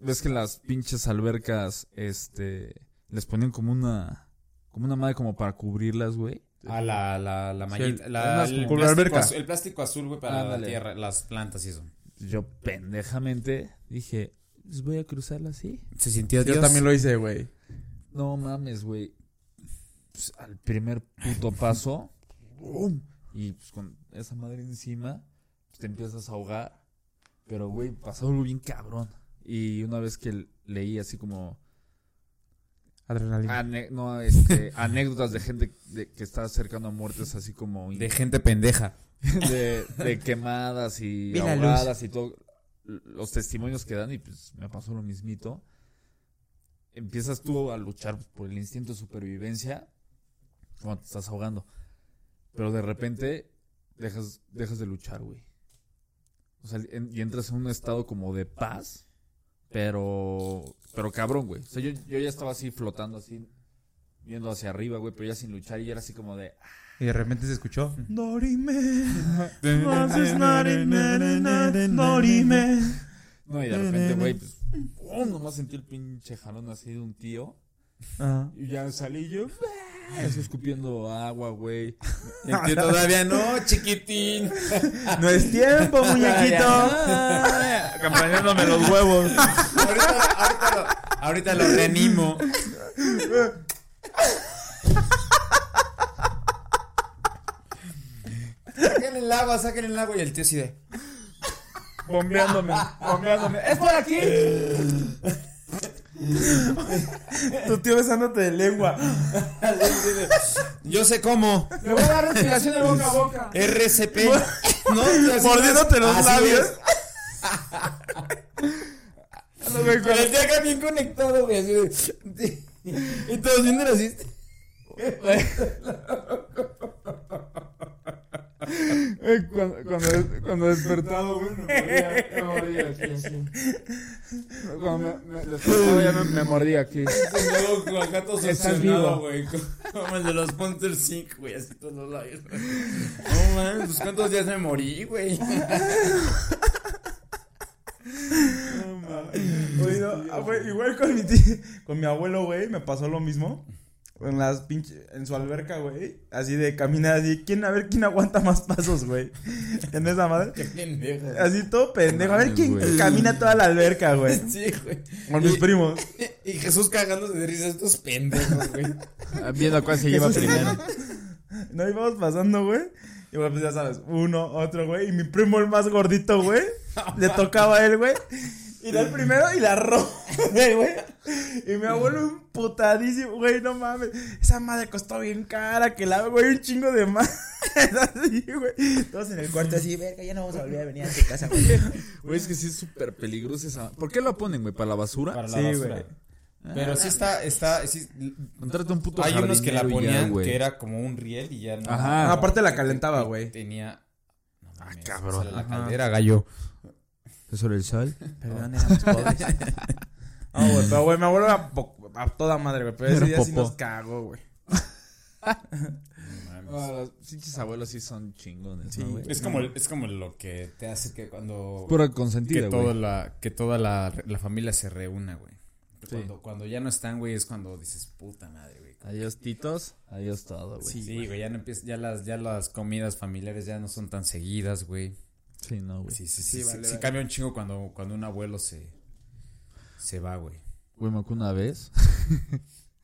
[SPEAKER 3] Ves que las pinches albercas, este. Les ponían como una. Como una madre como para cubrirlas, güey.
[SPEAKER 1] A la, la, la mallita.
[SPEAKER 3] Sí,
[SPEAKER 1] la,
[SPEAKER 3] es
[SPEAKER 1] el, plástico
[SPEAKER 3] más
[SPEAKER 2] como la alberca.
[SPEAKER 1] azul, el plástico azul, güey, para la
[SPEAKER 3] Ándale.
[SPEAKER 1] tierra, las plantas y eso.
[SPEAKER 3] Yo pendejamente dije, pues voy a cruzarla así.
[SPEAKER 1] Se sintió
[SPEAKER 2] Yo también lo hice, güey.
[SPEAKER 3] No mames, güey. Pues, al primer puto paso. ¡bum! Y pues con esa madre encima, pues, te empiezas a ahogar. Pero, güey, pasó algo bien cabrón. Y una vez que leí así
[SPEAKER 1] Ah.
[SPEAKER 3] como...
[SPEAKER 5] Adrenalina.
[SPEAKER 3] ane- no, este, [laughs] anécdotas de gente de- que está cercano a muertes así como...
[SPEAKER 1] De gente pendeja.
[SPEAKER 3] de, de quemadas y
[SPEAKER 5] Vi la luz.
[SPEAKER 3] ahogadas y todo. Los testimonios que dan y pues me pasó lo mismito. Empiezas tú a luchar por el instinto de supervivencia cuando te estás ahogando. Pero de repente dejas, dejas de luchar, güey. O sea, en- y entras en un estado como de paz, pero pero cabrón, güey. O sea, yo, yo ya estaba así flotando, así, viendo hacia arriba, güey, pero ya sin luchar y era así como de...
[SPEAKER 5] Y de repente se escuchó.
[SPEAKER 1] [laughs]
[SPEAKER 2] [laughs]
[SPEAKER 3] No, y de repente, güey, pues, ¡pum! nomás sentí el pinche jalón así de un tío. Y ya salí yo, ¡bah! así escupiendo agua, güey.
[SPEAKER 1] Y [laughs] el tío todavía no, chiquitín.
[SPEAKER 5] No es tiempo,
[SPEAKER 3] Acompañándome los huevos.
[SPEAKER 1] Ahorita, ahorita lo, ahorita lo reanimo. Saquen el agua, saquen el agua. Y el tío así de.
[SPEAKER 3] Bombeándome, bombeándome.
[SPEAKER 5] ¡Es por aquí! tu tío besándote de [laughs] lengua.
[SPEAKER 1] Yo sé cómo.
[SPEAKER 5] Le voy a dar respiración de boca a boca.
[SPEAKER 1] RCP. [laughs] No, así
[SPEAKER 5] Mordiéndote
[SPEAKER 1] no es.
[SPEAKER 5] los
[SPEAKER 1] Así [laughs]
[SPEAKER 5] labios.
[SPEAKER 1] es. Pero el tío acá bien conectado, güey. así de- [laughs] Y todos viendo así.
[SPEAKER 3] Eh, Cuando, cuando, cuando despertado, güey, me mordía, me mordía aquí así. Cuando me, me despertaba, ya me, me mordía aquí.
[SPEAKER 1] Y luego con acá todo
[SPEAKER 3] Estás
[SPEAKER 1] succionado,
[SPEAKER 3] vivo.
[SPEAKER 1] güey. [laughs] Como el de los Monster Sync, güey. Así todos los labios. No mames, pues cuántos días me morí, güey. [laughs]
[SPEAKER 5] Oye, no, ah, güey, igual con mi tío, con mi abuelo, güey, me pasó lo mismo. En las pinche, en su alberca, güey. Así de caminar así, ¿quién a ver quién aguanta más pasos, güey? [laughs] En esa madre.
[SPEAKER 1] Qué pendejo.
[SPEAKER 5] Así todo pendejo, a ver
[SPEAKER 3] Mames,
[SPEAKER 5] quién
[SPEAKER 3] güey.
[SPEAKER 5] camina toda la alberca, güey.
[SPEAKER 1] [laughs] Sí, güey.
[SPEAKER 5] Con mis
[SPEAKER 1] Y-
[SPEAKER 5] primos.
[SPEAKER 1] Y Jesús cagándose de risa estos pendejos, güey.
[SPEAKER 3] Ah, Viendo cuál se lleva primero.
[SPEAKER 5] [laughs] No íbamos pasando, güey. Y bueno, pues ya sabes, uno, otro, güey. Y mi primo, el más gordito, güey. le tocaba a él, güey. Y era el primero y la rompe, [laughs] güey. Y mi abuelo imputadísimo, güey, no mames. Esa madre costó bien cara, que la, güey, un chingo de más. [laughs] así, güey. Todos en el cuarto así, verga, ya no vamos a volver a venir a tu casa, güey.
[SPEAKER 3] Güey, es que sí es súper peligroso esa. ¿Por qué lo ponen, güey? ¿Para la basura?
[SPEAKER 1] Para la
[SPEAKER 5] Sí,
[SPEAKER 1] basura.
[SPEAKER 5] güey.
[SPEAKER 1] Pero sí está, está, sí-
[SPEAKER 3] Contrata un puto
[SPEAKER 1] hay unos que la
[SPEAKER 3] jardinero y ya,
[SPEAKER 1] ponían
[SPEAKER 3] güey.
[SPEAKER 1] que era como un riel y ya no.
[SPEAKER 3] Ajá.
[SPEAKER 5] Ah, aparte la calentaba, güey.
[SPEAKER 1] Tenía. No mames,
[SPEAKER 3] Ah, cabrón.
[SPEAKER 1] o sea, la caldera, gallo.
[SPEAKER 3] ¿Sobre el sol?
[SPEAKER 5] Perdón, éramos pobres. No, güey, pero, güey, mi abuelo era po- a toda madre, güey. Pero ese
[SPEAKER 3] Era
[SPEAKER 5] día sí
[SPEAKER 3] popó.
[SPEAKER 5] nos cagó, güey.
[SPEAKER 3] Ah, los pinches abuelos sí son chingones, ¿no, güey?
[SPEAKER 1] Es como, es como lo que te hace que cuando.
[SPEAKER 3] Pura
[SPEAKER 1] que
[SPEAKER 3] consentida,
[SPEAKER 1] toda
[SPEAKER 3] güey.
[SPEAKER 1] la que toda la, la familia se reúna, güey.
[SPEAKER 3] Sí.
[SPEAKER 1] Cuando, cuando ya no están, güey, es cuando dices, puta madre, güey.
[SPEAKER 3] Adiós, titos. Adiós todo, güey.
[SPEAKER 1] Sí, güey, ya no empieza, ya las ya las comidas familiares ya no son tan seguidas, güey.
[SPEAKER 3] Sí, no, güey.
[SPEAKER 1] Sí, sí, sí, sí,
[SPEAKER 5] vale,
[SPEAKER 1] sí
[SPEAKER 5] vale.
[SPEAKER 1] cambia un chingo cuando cuando un abuelo se se va, güey.
[SPEAKER 3] Güey, me acuerdo una vez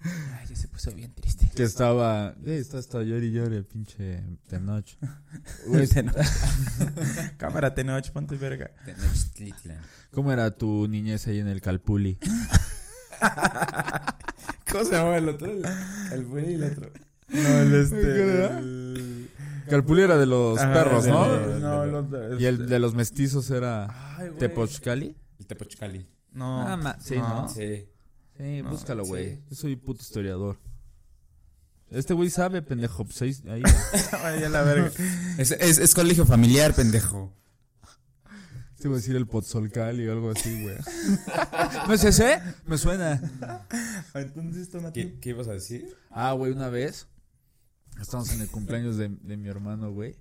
[SPEAKER 5] Ay, ya se puso bien triste.
[SPEAKER 3] que estaba... Eh, está hasta llori y llore, pinche de noche.
[SPEAKER 5] [laughs] Cámara Tenoch, ponte verga.
[SPEAKER 1] Tenochtitlan.
[SPEAKER 3] ¿Cómo era tu niñez ahí en el Calpuli?
[SPEAKER 1] ¿Cómo se llama el otro? El güey y el otro.
[SPEAKER 5] No, el
[SPEAKER 3] ¿Qué
[SPEAKER 5] este.
[SPEAKER 3] era?
[SPEAKER 5] el-
[SPEAKER 3] Calpuli era de los
[SPEAKER 5] Ajá,
[SPEAKER 3] perros,
[SPEAKER 5] el-
[SPEAKER 3] ¿no?
[SPEAKER 5] el- No, el otro.
[SPEAKER 3] Y el de los mestizos era
[SPEAKER 5] Ay, güey.
[SPEAKER 3] Tepochcali.
[SPEAKER 1] El Tepochcali.
[SPEAKER 5] No. [laughs]
[SPEAKER 3] Ah, ma- sí, ¿no?
[SPEAKER 1] Sí.
[SPEAKER 3] Sí,
[SPEAKER 5] No,
[SPEAKER 3] búscalo,
[SPEAKER 1] sí.
[SPEAKER 3] güey. Yo soy puto historiador. Este güey sabe, pendejo. pues ahí- ahí.
[SPEAKER 5] Ay, ya la [laughs] verga.
[SPEAKER 1] Es, es, es colegio familiar, pendejo.
[SPEAKER 3] Te iba a decir el Potzolcali o algo así, güey. [laughs] ¿No es ese? Me suena.
[SPEAKER 5] ah, Entonces, tómate.
[SPEAKER 1] ¿Qué, ¿Qué ibas a decir?
[SPEAKER 3] Ah, güey, una vez. Estamos en el cumpleaños de, de mi hermano, güey.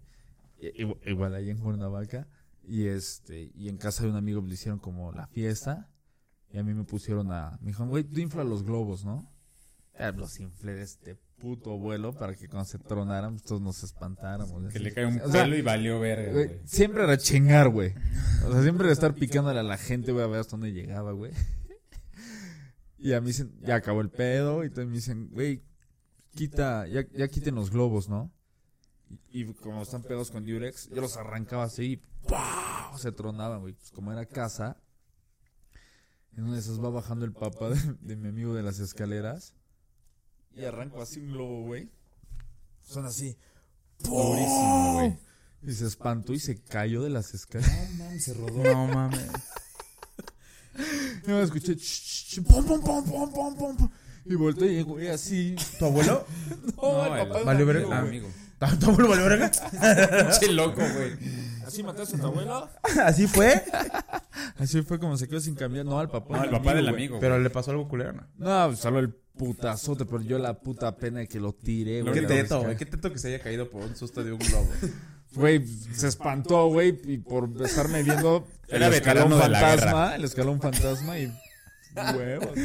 [SPEAKER 3] I- igu- Igual ahí en Cuernavaca. Y este, y en casa de un amigo le hicieron como la fiesta. Y a mí me pusieron a. Me dijeron, güey, tú infla los globos, ¿no? Ya, Los inflé de este puto vuelo para que cuando se tronaran, pues, todos nos espantáramos.
[SPEAKER 1] Que
[SPEAKER 3] así.
[SPEAKER 1] le cae un
[SPEAKER 3] O sea,
[SPEAKER 1] pelo y valió verga,
[SPEAKER 3] Güey,
[SPEAKER 1] güey.
[SPEAKER 3] siempre rechingar, güey. O sea, siempre estar picándole a la gente, güey, a ver hasta dónde llegaba, güey. [laughs] Y a mí dicen, ya acabó el pedo. Y entonces me dicen, güey, quita, ya, ya quiten los globos, ¿no? Y, y como están pegados con Durex, yo los arrancaba así. ¡pua! ¡pau! se tronaban, güey. Pues como era casa, en una de esas va bajando el papá de, de mi amigo de las escaleras y arranco así un globo, güey. Son así. ¡pum!
[SPEAKER 1] güey.
[SPEAKER 3] Y se espantó y se cayó de las escaleras.
[SPEAKER 1] No mames, se rodó.
[SPEAKER 5] No mames.
[SPEAKER 3] Yo escuché. "Ch, ch, ch, pum, pum, pum, pum, pum, pum, pum". Y volteé y güey, así.
[SPEAKER 5] ¿Tu abuelo?
[SPEAKER 3] No,
[SPEAKER 1] el
[SPEAKER 3] el papá de un
[SPEAKER 5] valió ver-
[SPEAKER 3] amigo,
[SPEAKER 5] ah,
[SPEAKER 1] [laughs]
[SPEAKER 3] güey.
[SPEAKER 1] Amigo.
[SPEAKER 5] ¿Tu abuelo valió verga?
[SPEAKER 1] Che loco, güey.
[SPEAKER 3] ¿Así mataste a tu [laughs] abuelo?
[SPEAKER 5] ¿Así fue?
[SPEAKER 3] Así fue como se quedó sin cambiar. No, al papá.
[SPEAKER 1] No, el
[SPEAKER 3] del
[SPEAKER 1] papá del
[SPEAKER 3] güey.
[SPEAKER 1] amigo.
[SPEAKER 5] Pero le pasó algo culero, ¿no?
[SPEAKER 3] No, pues solo el putazote, pero yo la puta pena de que lo tiré, güey.
[SPEAKER 5] Qué
[SPEAKER 3] la
[SPEAKER 5] teto, güey.
[SPEAKER 3] descarga.
[SPEAKER 5] Qué teto que se haya caído por un susto de un globo.
[SPEAKER 3] Güey, se espantó, güey, y por estarme viendo
[SPEAKER 1] Era
[SPEAKER 3] el escalón
[SPEAKER 1] veterano de la
[SPEAKER 3] fantasma, el escalón fantasma y huevos.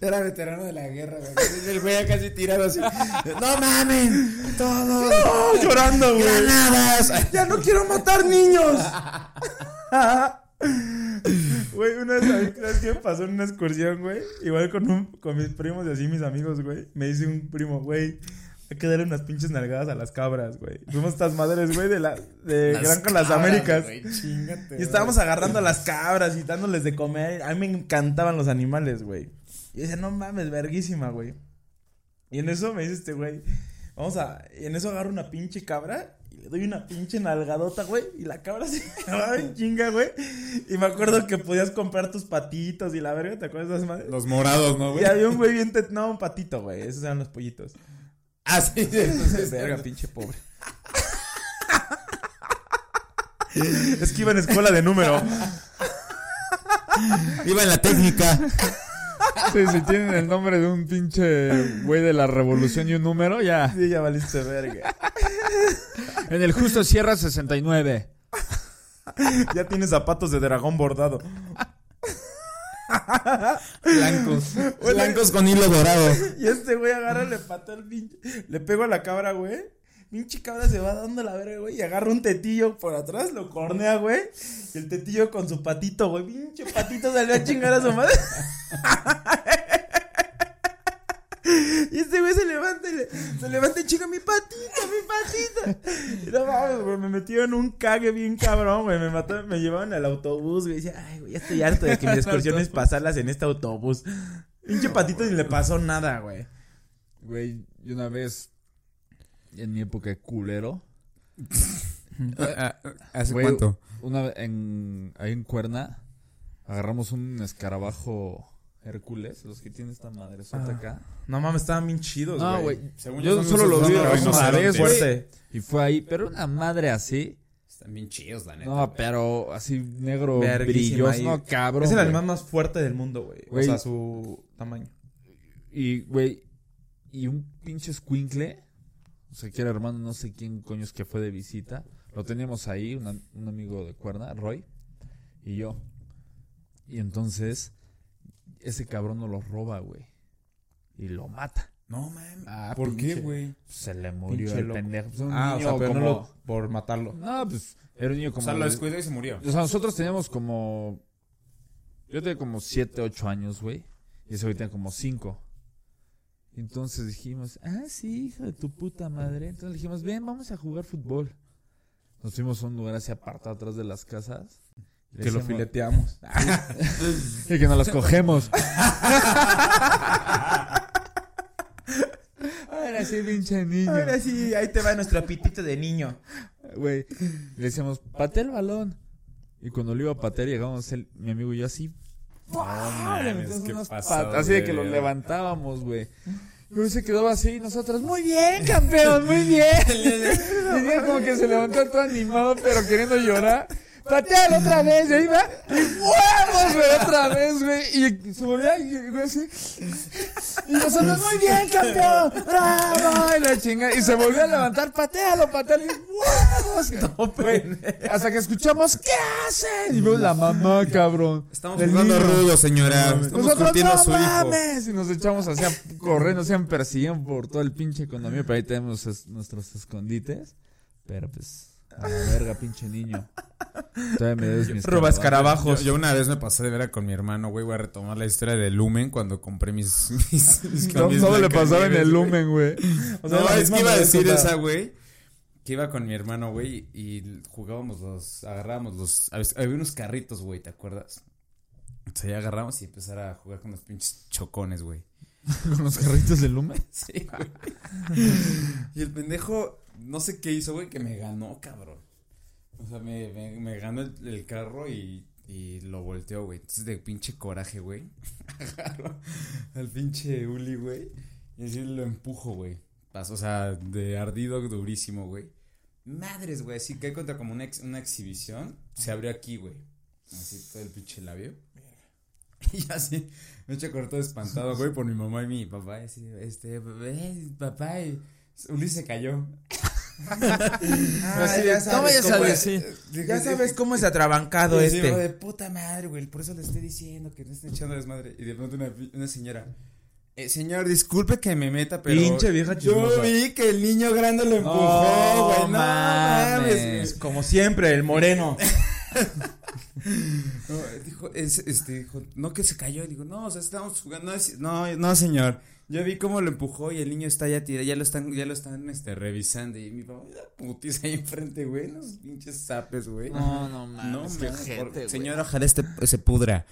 [SPEAKER 1] Era veterano de la guerra, güey. El güey casi tirado así. ¡No mames! ¡Todos!
[SPEAKER 5] llorando,
[SPEAKER 1] ¡Granadas!
[SPEAKER 5] ¡Ya no quiero matar niños! Güey, una vez, ¿sabes ¿sabes qué me pasó en una excursión, güey? Igual con, un- con mis primos y así mis amigos, güey. Me dice un primo, güey, hay que darle unas pinches nalgadas a las cabras, güey. Fuimos estas madres, güey, de, la, de Gran con
[SPEAKER 1] Ah,
[SPEAKER 5] las Américas. Y estábamos agarrando a las cabras y dándoles de comer. A mí me encantaban los animales, güey. Y dice, no mames, verguísima, güey. Y en eso me dice este güey, vamos a... Y en eso agarro una pinche cabra y le doy una pinche nalgadota, güey. Y la cabra se [laughs] me va en chinga, güey. Y me acuerdo que podías comprar tus patitos y la verga, ¿te acuerdas de esas madres?
[SPEAKER 1] Los morados, ¿no,
[SPEAKER 5] Y había un güey bien... tet- No, un patito, güey. Esos eran los [laughs] pollitos.
[SPEAKER 1] Ah, sí. [laughs]
[SPEAKER 5] Verga, pinche [laughs] pobre. Es que iba en escuela de [laughs] número.
[SPEAKER 1] Iba en la técnica.
[SPEAKER 3] Sí, si tienen el nombre de un pinche güey de la revolución y un número, ya.
[SPEAKER 5] Sí, ya valiste verga.
[SPEAKER 3] En el justo cierra 69.
[SPEAKER 5] Ya tiene zapatos de dragón bordado.
[SPEAKER 1] Blancos. Blancos con hilo dorado.
[SPEAKER 5] Y este güey agarra, le pató el pinche. Le pego a la cabra, güey. Pinche cabra se va dando la verga, güey. Y agarra un tetillo por atrás, lo cornea, güey. Y el tetillo con su patito, güey. Pinche patito salió a chingar a su madre. [laughs] Y este güey se levanta y le- se levanta y chinga mi patito, mi patito. Y no mames, güey, me metieron un cague bien cabrón, güey. Me mató, me llevaron al autobús, güey. Dice, ay, güey, ya estoy harto de que mis excursiones pasarlas en este autobús. Pinche patito ni le pasó nada, güey.
[SPEAKER 3] Güey, y una vez, en mi época
[SPEAKER 5] [laughs]
[SPEAKER 3] culero,
[SPEAKER 1] ¿Hace
[SPEAKER 3] Güey,
[SPEAKER 1] cuánto?
[SPEAKER 3] Una ve- en ahí en Cuerna agarramos un escarabajo Hércules, los que tiene esta madre acá.
[SPEAKER 5] No mames, estaban bien chidos,
[SPEAKER 3] Ah. No, güey.
[SPEAKER 1] Según
[SPEAKER 3] Yo solo lo vi
[SPEAKER 1] pero
[SPEAKER 3] una vez, güey.
[SPEAKER 5] fuerte.
[SPEAKER 3] Y fue ahí, pero una madre así.
[SPEAKER 1] Están bien chidos, la neta.
[SPEAKER 3] No, pero así negro brilloso,
[SPEAKER 5] Verguísima ahí.
[SPEAKER 3] no, cabrón.
[SPEAKER 5] Es el
[SPEAKER 3] güey.
[SPEAKER 5] animal más fuerte del mundo, güey. O
[SPEAKER 3] Güey.
[SPEAKER 5] sea, su tamaño.
[SPEAKER 3] Y, güey, y un pinche escuincle, o sea, que era hermano, no sé quién coño es que fue de visita. Lo teníamos ahí, un am- un amigo de cuerda, Roy, y yo. Y entonces, ese cabrón nos lo roba, güey. Y lo mata.
[SPEAKER 1] No, mames.
[SPEAKER 5] Ah,
[SPEAKER 1] ¿Por qué,
[SPEAKER 5] pinche-
[SPEAKER 1] güey?
[SPEAKER 3] Se le murió
[SPEAKER 5] Pinche
[SPEAKER 3] el
[SPEAKER 5] loco.
[SPEAKER 3] pendejo. Pues, un
[SPEAKER 5] Ah, o sea,
[SPEAKER 3] niño
[SPEAKER 5] pero no
[SPEAKER 3] como-
[SPEAKER 5] lo- por matarlo.
[SPEAKER 3] No, pues, era un niño
[SPEAKER 1] O
[SPEAKER 3] como...
[SPEAKER 1] sea, lo
[SPEAKER 3] de-
[SPEAKER 1] descuidó y se murió.
[SPEAKER 3] O sea, nosotros teníamos como. Yo tenía como 7, 8 años, güey. Y ese güey tenía como 5. Entonces dijimos, ah, sí, hijo de tu puta madre. Entonces dijimos, ven, vamos a jugar fútbol. Nos fuimos a un lugar así apartado atrás de las casas. Le
[SPEAKER 5] Que lo
[SPEAKER 3] decíamos-
[SPEAKER 5] fileteamos.
[SPEAKER 3] Y que nos las
[SPEAKER 5] [laughs]
[SPEAKER 3] cogemos. Ahora sí, pinche niño.
[SPEAKER 5] Ahora sí, ahí te va nuestro pitito de niño.
[SPEAKER 3] Güey, le decíamos, patea el balón. Y cuando lo iba a patear, llegamos él, mi amigo y yo así. ¡pah! Le
[SPEAKER 1] mames,
[SPEAKER 3] metíamos
[SPEAKER 1] qué
[SPEAKER 3] unas
[SPEAKER 1] pasado
[SPEAKER 3] patas, así de
[SPEAKER 1] de
[SPEAKER 3] que lo
[SPEAKER 1] verga.
[SPEAKER 3] levantábamos, güey. Y él se quedaba así y nosotros, muy bien, campeón, muy bien. [laughs] Y ya como que se levantó todo animado, pero queriendo llorar. Patealo otra vez, y ahí va. Y huevos, güey, otra vez, güey. Y se volvía, y, güey, así. Y nosotros, muy bien, campeón. Bravo. Y la chinga. Y se volvió a levantar, patealo, patealo. Y huevos, güey. Hasta que escuchamos, ¿qué hacen? Y veo la mamá, cabrón.
[SPEAKER 1] Estamos
[SPEAKER 3] del
[SPEAKER 1] jugando
[SPEAKER 3] niño.
[SPEAKER 1] rudo, señora. Estamos
[SPEAKER 3] Nosotros
[SPEAKER 1] curtiendo
[SPEAKER 3] no
[SPEAKER 1] a su hijo.
[SPEAKER 3] mames. Y nos echamos hacia correr, nos iban persiguiendo por todo el pinche economía. Pero ahí tenemos es- nuestros escondites. Pero pues, a la verga, pinche niño. Todavía me debes mis
[SPEAKER 5] Roba
[SPEAKER 3] caravanas.
[SPEAKER 1] Yo,
[SPEAKER 5] escarabajos.
[SPEAKER 1] yo una vez me pasé de vera con mi hermano, güey. Voy a retomar la historia de Lumen cuando compré mis. [laughs] mis, mis
[SPEAKER 3] No,
[SPEAKER 1] cambios
[SPEAKER 3] todo le
[SPEAKER 1] blancas
[SPEAKER 3] pasaba en
[SPEAKER 1] nieves,
[SPEAKER 3] el
[SPEAKER 1] güey. [laughs]
[SPEAKER 3] lumen, güey.
[SPEAKER 5] O sea,
[SPEAKER 1] no,
[SPEAKER 5] la
[SPEAKER 1] es
[SPEAKER 5] misma
[SPEAKER 1] que iba a
[SPEAKER 5] madre
[SPEAKER 1] decir
[SPEAKER 5] contada.
[SPEAKER 1] esa, güey. que iba con mi hermano, güey, y jugábamos los, agarrábamos los, a veces- había unos carritos, güey, ¿te acuerdas? Entonces ahí agarramos y empezar a jugar con los pinches chocones, güey.
[SPEAKER 3] Con los carritos de Luma.
[SPEAKER 1] Sí, güey. Y el pendejo, no sé qué hizo, güey, que me ganó, cabrón. O sea, me, me, me ganó el, el carro y, y lo volteó, güey. Entonces, de pinche coraje, güey. Agarro al pinche Uli, güey. Y así lo empujo, güey. Pasó, o sea, de ardido durísimo, güey. Madres, güey. Así cae contra como una, ex- una exhibición. Se abrió aquí, güey. Así todo el pinche labio. [laughs] Y yo así, me eché corto espantado, güey, por mi mamá y mi papá. y así, este, eh, papá, y Ulises se
[SPEAKER 2] [laughs]
[SPEAKER 1] cayó.
[SPEAKER 2] Ah, ya sabes
[SPEAKER 1] No vayas a
[SPEAKER 2] cómo es-
[SPEAKER 1] decir.
[SPEAKER 2] Ya sabes cómo es atrabancado
[SPEAKER 1] Y digo,
[SPEAKER 2] este.
[SPEAKER 1] de puta madre, güey. Por eso le estoy diciendo que no está echando desmadre. Y de pronto una, una señora. "Eh, señor, disculpe que me meta, pero.
[SPEAKER 2] Pinche vieja
[SPEAKER 1] Yo
[SPEAKER 2] chismosa.
[SPEAKER 1] vi que el niño grande lo empujó,
[SPEAKER 2] Oh,
[SPEAKER 1] güey. No
[SPEAKER 2] mames.
[SPEAKER 1] mames.
[SPEAKER 2] Como siempre, el moreno.
[SPEAKER 1] No, dijo, es- este, dijo, no que se cayó. Digo, no, o sea, estábamos jugando. No, es- no, no, señor. Yo vi cómo lo empujó y el niño está ya tirado, ya lo están, ya lo están este, revisando. Y mi papá, la putiza ahí enfrente, güey, unos pinches zapes, güey.
[SPEAKER 9] No, no
[SPEAKER 1] No,
[SPEAKER 9] mames. qué
[SPEAKER 1] mames,
[SPEAKER 9] ojete,
[SPEAKER 1] por-
[SPEAKER 9] güey.
[SPEAKER 1] señor, ojalá este se pudra.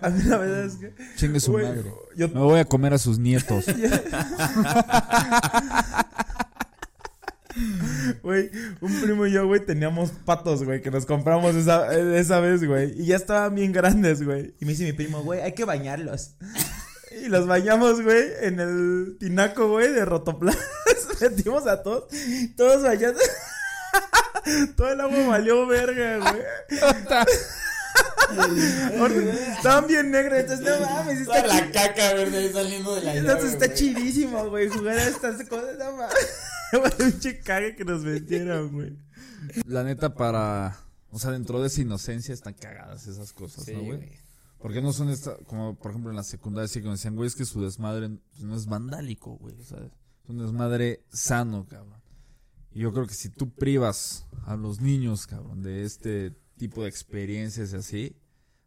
[SPEAKER 2] A mí la verdad es que.
[SPEAKER 3] Chingue su
[SPEAKER 2] güey,
[SPEAKER 3] madre.
[SPEAKER 2] yo-
[SPEAKER 3] Me voy a comer a sus nietos.
[SPEAKER 2] Güey, un primo y yo, güey, teníamos patos, güey, que nos compramos esa, eh, esa vez, güey. Y ya estaban bien grandes, güey. Y me dice mi primo, güey, hay que bañarlos. [laughs] Y los bañamos, güey, en el tinaco, güey, de rotoplas. [laughs] Metimos a todos, todos bañados. [laughs] Todo el agua valió verga,
[SPEAKER 1] [laughs]
[SPEAKER 2] güey. Ahorita Estaban bien negros, entonces no mames, está, chi-
[SPEAKER 1] caca verde saliendo de la
[SPEAKER 2] entonces está chidísimo, güey, jugar a estas cosas, no [laughs] mames. Pinche cague que nos metieron, güey.
[SPEAKER 3] La neta, para. O sea, dentro de esa inocencia están cagadas esas cosas, ¿no, güey? Porque no son estas. Como por ejemplo en la secundaria, sí, que me decían, güey, es que su desmadre pues, no es vandálico, güey. O sea, es un desmadre sano, cabrón. Y yo creo que si tú privas a los niños, cabrón, de este tipo de experiencias y así,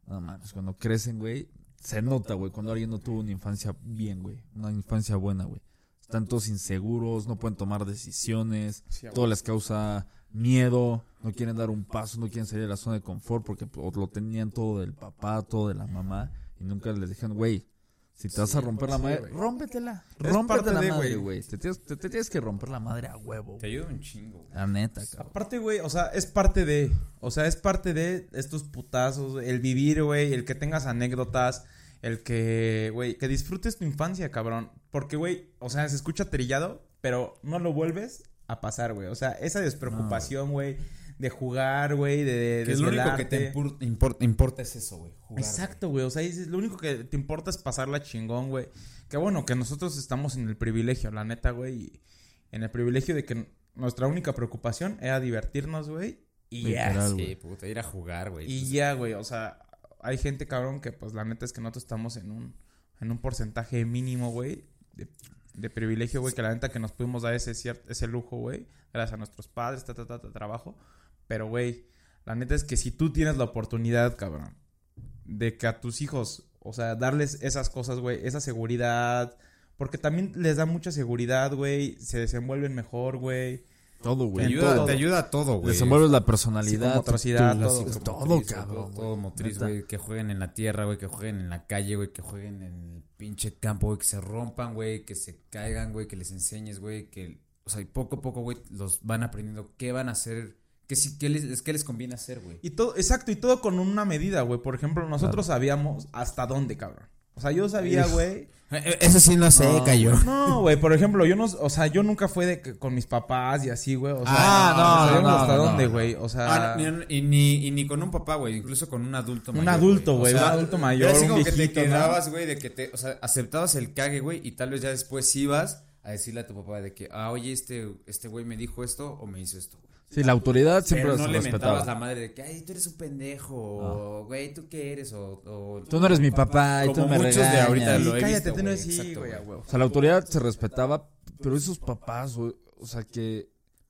[SPEAKER 3] no mames, cuando crecen, güey, se nota, güey, cuando alguien no tuvo una infancia bien, güey, una infancia buena, güey. Están todos inseguros, no pueden tomar decisiones, todo les causa miedo, no quieren dar un paso, no quieren salir de la zona de confort porque pues, lo tenían todo del papá, todo de la mamá, y nunca les dijeron, güey, si te vas a romper
[SPEAKER 2] pues,
[SPEAKER 3] la madre, rómpetela, rómpete
[SPEAKER 2] parte
[SPEAKER 3] la
[SPEAKER 2] de, güey.
[SPEAKER 3] madre, güey. Te tienes, te- te tienes que romper la madre a huevo,
[SPEAKER 1] Te ayuda un chingo, güey.
[SPEAKER 3] la neta, cabrón.
[SPEAKER 2] Aparte, güey, o sea, es parte de. O sea, es parte de estos putazos, güey, el vivir, güey, el que tengas anécdotas, el que, güey, que disfrutes tu infancia, cabrón. Porque, güey, o sea, se escucha trillado, pero no lo vuelves a pasar, güey. O sea, esa despreocupación, güey, de jugar, güey, de. de
[SPEAKER 1] Que es lo único que
[SPEAKER 2] desvelarte.
[SPEAKER 1] te impor- impor- importa es eso, güey. Jugar.
[SPEAKER 2] Exacto, güey. O sea, es- lo único que te importa es pasarla chingón, güey. Que bueno, que nosotros estamos en el privilegio, la neta, güey. y En el privilegio de que n- nuestra única preocupación era divertirnos, güey. Y ya.
[SPEAKER 3] Literal,
[SPEAKER 1] güey.
[SPEAKER 3] güey.
[SPEAKER 1] Sí, puta, ir a jugar, güey. pues,
[SPEAKER 2] Y ya, güey. O sea, hay gente, cabrón, que pues la neta es que nosotros estamos en un, en un porcentaje mínimo, güey. De, de privilegio, güey. Que la neta que nos pudimos dar ese, cier- ese lujo, güey. Gracias a nuestros padres, ta, ta, ta, ta, trabajo. Pero, güey, la neta es que si tú tienes la oportunidad, cabrón, de que a tus hijos, o sea, darles esas cosas, güey, esa seguridad. Porque también les da mucha seguridad, güey. Se desenvuelven mejor, güey.
[SPEAKER 3] Todo, güey.
[SPEAKER 1] te,
[SPEAKER 3] todo.
[SPEAKER 1] ayuda, te ayuda a todo, güey.
[SPEAKER 3] Desenvuelves la personalidad.
[SPEAKER 2] Psicomotricidad,
[SPEAKER 3] tú,
[SPEAKER 2] todo.
[SPEAKER 3] la- todo,
[SPEAKER 1] Motriz, güey,
[SPEAKER 3] cabrón.
[SPEAKER 1] Todo, todo
[SPEAKER 3] güey.
[SPEAKER 1] motriz,
[SPEAKER 3] Neta.
[SPEAKER 1] güey. Que jueguen en la tierra, güey. Que jueguen en la calle, güey. Que jueguen en el pinche campo, güey. Que se rompan, güey. Que se caigan, güey. Que les enseñes, güey. Que, o sea, y poco a poco, güey, los van aprendiendo qué van a hacer. Que sí, qué les, es que les conviene hacer, güey.
[SPEAKER 2] Y todo, exacto, y todo con una medida, güey. Por ejemplo, nosotros sabíamos hasta dónde, cabrón. O sea, yo sabía, güey.
[SPEAKER 3] Eh,
[SPEAKER 1] Eso sí no sé, cayó.
[SPEAKER 2] No, güey, por ejemplo, yo no, o sea, yo nunca fue de que- con mis papás y así, güey. O sea,
[SPEAKER 3] Ah, no,
[SPEAKER 2] sabíamos
[SPEAKER 3] no, no,
[SPEAKER 2] hasta
[SPEAKER 3] no,
[SPEAKER 2] dónde,
[SPEAKER 3] no.
[SPEAKER 2] güey. O sea,
[SPEAKER 1] Ah, no, y, ni, y ni con un papá, güey, incluso con un adulto
[SPEAKER 2] Un
[SPEAKER 1] mayor.
[SPEAKER 2] adulto,
[SPEAKER 1] O
[SPEAKER 2] güey, un
[SPEAKER 1] sea,
[SPEAKER 2] adulto mayor,
[SPEAKER 1] Era así
[SPEAKER 2] un
[SPEAKER 1] como que te
[SPEAKER 2] viejito, ¿no?
[SPEAKER 1] quedabas, güey, de que te, o sea, aceptabas el cague, güey, y tal vez ya después ibas a decirle a tu papá de que, ah, oye, este este güey me dijo esto o me hizo esto. güey.
[SPEAKER 3] Sí, la autoridad siempre
[SPEAKER 1] Pero
[SPEAKER 3] la
[SPEAKER 1] no le mentabas la
[SPEAKER 3] respetaba.
[SPEAKER 1] madre de que, ay, tú eres un pendejo,
[SPEAKER 3] Ah.
[SPEAKER 1] o, güey, ¿tú qué eres? O, o-
[SPEAKER 3] Tú no eres mi papá y
[SPEAKER 1] Como
[SPEAKER 3] tú me
[SPEAKER 1] muchos de
[SPEAKER 3] regañas.
[SPEAKER 1] ahorita lo he visto,
[SPEAKER 2] cállate, tú no
[SPEAKER 1] güey,
[SPEAKER 2] eres así,
[SPEAKER 1] exacto,
[SPEAKER 2] güey, a
[SPEAKER 1] güey.
[SPEAKER 2] huevo.
[SPEAKER 3] O sea, la autoridad se respetaba, pero esos papás, güey, o sea, que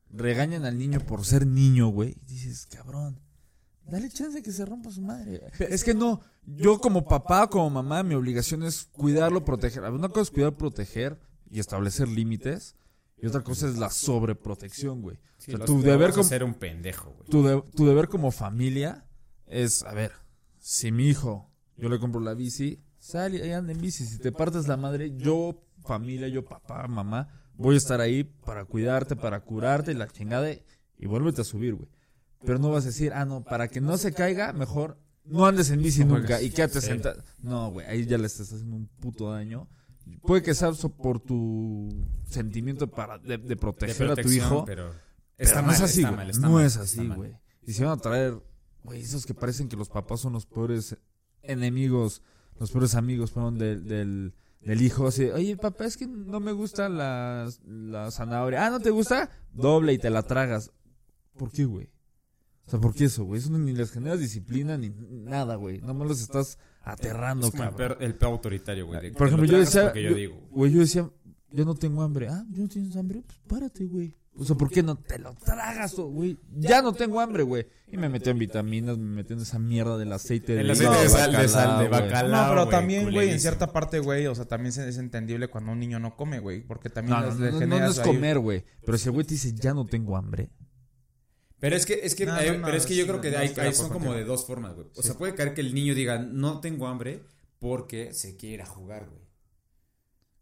[SPEAKER 3] regañan al niño por ser niño, güey. y Dices, cabrón, dale chance de que se rompa su madre. Es que no, yo como papá, como mamá, mi obligación es cuidarlo, proteger. Una cosa es cuidar, proteger y establecer límites. Y otra cosa es la sobreprotección, güey.
[SPEAKER 1] Sí,
[SPEAKER 3] o sea,
[SPEAKER 1] los-
[SPEAKER 3] tu
[SPEAKER 1] te
[SPEAKER 3] deber
[SPEAKER 1] vas a
[SPEAKER 3] como-
[SPEAKER 1] ser un pendejo, güey.
[SPEAKER 3] tu, de- tu deber como familia es, a ver, si mi hijo, yo le compro la bici, sal y anda en bici. Si te partes la madre, yo, familia, yo, papá, mamá, voy a estar ahí para cuidarte, para curarte y la chingada y vuélvete a subir, güey. Pero no vas a decir, ah, no, para que no se caiga, mejor no andes en bici nunca y quédate sentado. No, güey, ahí ya le estás haciendo un puto daño. Puede que sea so- por tu sentimiento para, de, de
[SPEAKER 1] De
[SPEAKER 3] proteger a tu
[SPEAKER 1] protección,
[SPEAKER 3] hijo.
[SPEAKER 1] Pero
[SPEAKER 3] Pero
[SPEAKER 1] está
[SPEAKER 3] no
[SPEAKER 1] mal,
[SPEAKER 3] es así,
[SPEAKER 1] está
[SPEAKER 3] güey.
[SPEAKER 1] mal, está
[SPEAKER 3] no
[SPEAKER 1] mal,
[SPEAKER 3] es
[SPEAKER 1] está
[SPEAKER 3] así,
[SPEAKER 1] mal.
[SPEAKER 3] güey. Y se van a traer, güey, esos que parecen que los papás son los peores enemigos, los peores amigos, perdón, del, del, del hijo. Así, oye, papá, es que no me gusta la, la zanahoria. Ah, ¿no te gusta? Doble y te la tragas. ¿Por qué, güey? O sea, ¿por qué eso, güey? Eso ni les genera disciplina ni nada, güey. Nada más los estás aterrando,
[SPEAKER 1] Es como el
[SPEAKER 3] cabrón.
[SPEAKER 1] perro, el perro autoritario, güey. de que
[SPEAKER 3] Por
[SPEAKER 1] te lo
[SPEAKER 3] ejemplo, yo
[SPEAKER 1] tragas
[SPEAKER 3] decía,
[SPEAKER 1] porque yo
[SPEAKER 3] yo-
[SPEAKER 1] digo,
[SPEAKER 3] Güey, yo decía, yo no tengo hambre. Ah, ¿yo no tienes hambre? Pues párate, güey. O sea, ¿por qué no te lo tragas, oh, güey? Ya no tengo hambre, güey. Y me metió en vitaminas, me metió en esa mierda del aceite
[SPEAKER 1] El
[SPEAKER 3] de,
[SPEAKER 1] aceite de sal, de sal, de
[SPEAKER 3] güey.
[SPEAKER 1] bacalao.
[SPEAKER 2] No, pero
[SPEAKER 1] güey,
[SPEAKER 2] también, güey, en
[SPEAKER 1] culerísimo.
[SPEAKER 2] cierta parte, güey, o sea, también se- es entendible cuando un niño no come, güey, porque también
[SPEAKER 3] No, no,
[SPEAKER 2] les-
[SPEAKER 3] no,
[SPEAKER 2] les
[SPEAKER 3] no, no,
[SPEAKER 2] generas
[SPEAKER 3] es
[SPEAKER 2] ahí-
[SPEAKER 3] comer, güey. Pero si el güey te dice, ya no tengo hambre.
[SPEAKER 1] Pero es que, es que,
[SPEAKER 2] No,
[SPEAKER 1] hay-
[SPEAKER 2] no, no,
[SPEAKER 1] pero es que yo
[SPEAKER 2] sí,
[SPEAKER 1] creo que
[SPEAKER 2] no,
[SPEAKER 1] hay,
[SPEAKER 2] estoy
[SPEAKER 1] hay-
[SPEAKER 2] de
[SPEAKER 1] son
[SPEAKER 2] acuerdo
[SPEAKER 1] como de
[SPEAKER 2] contigo.
[SPEAKER 1] dos formas, güey. O sea, puede caer que el niño diga, no tengo hambre porque se quiere ir a jugar, güey.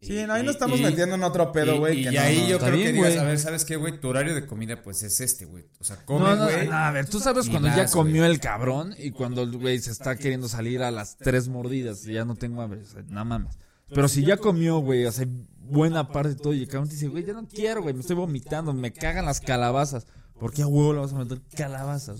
[SPEAKER 2] Sí,
[SPEAKER 1] Y-
[SPEAKER 2] no, ahí
[SPEAKER 1] y-
[SPEAKER 2] no estamos
[SPEAKER 1] y-
[SPEAKER 2] metiendo en otro pedo,
[SPEAKER 1] y-
[SPEAKER 2] güey.
[SPEAKER 1] Y,
[SPEAKER 2] que no,
[SPEAKER 1] ahí
[SPEAKER 2] no.
[SPEAKER 1] yo
[SPEAKER 3] está
[SPEAKER 1] creo que
[SPEAKER 3] bien,
[SPEAKER 1] digas,
[SPEAKER 3] güey.
[SPEAKER 1] a ver, ¿sabes qué, güey? Tu horario de comida, pues es este, güey. O sea,
[SPEAKER 3] no,
[SPEAKER 1] come,
[SPEAKER 3] no,
[SPEAKER 1] güey.
[SPEAKER 3] no, a ver, tú sabes
[SPEAKER 1] y
[SPEAKER 3] cuando ya
[SPEAKER 1] vas,
[SPEAKER 3] comió el cabrón y cuando el güey se está queriendo salir a las tres mordidas y ya no tengo hambre, o sea, no mames. Pero si ya comió, güey, hace buena parte de todo y el cabrón te dice, güey, ya no quiero, güey, me estoy vomitando, me cagan las calabazas. ¿Por qué a huevo le vas a meter calabazas?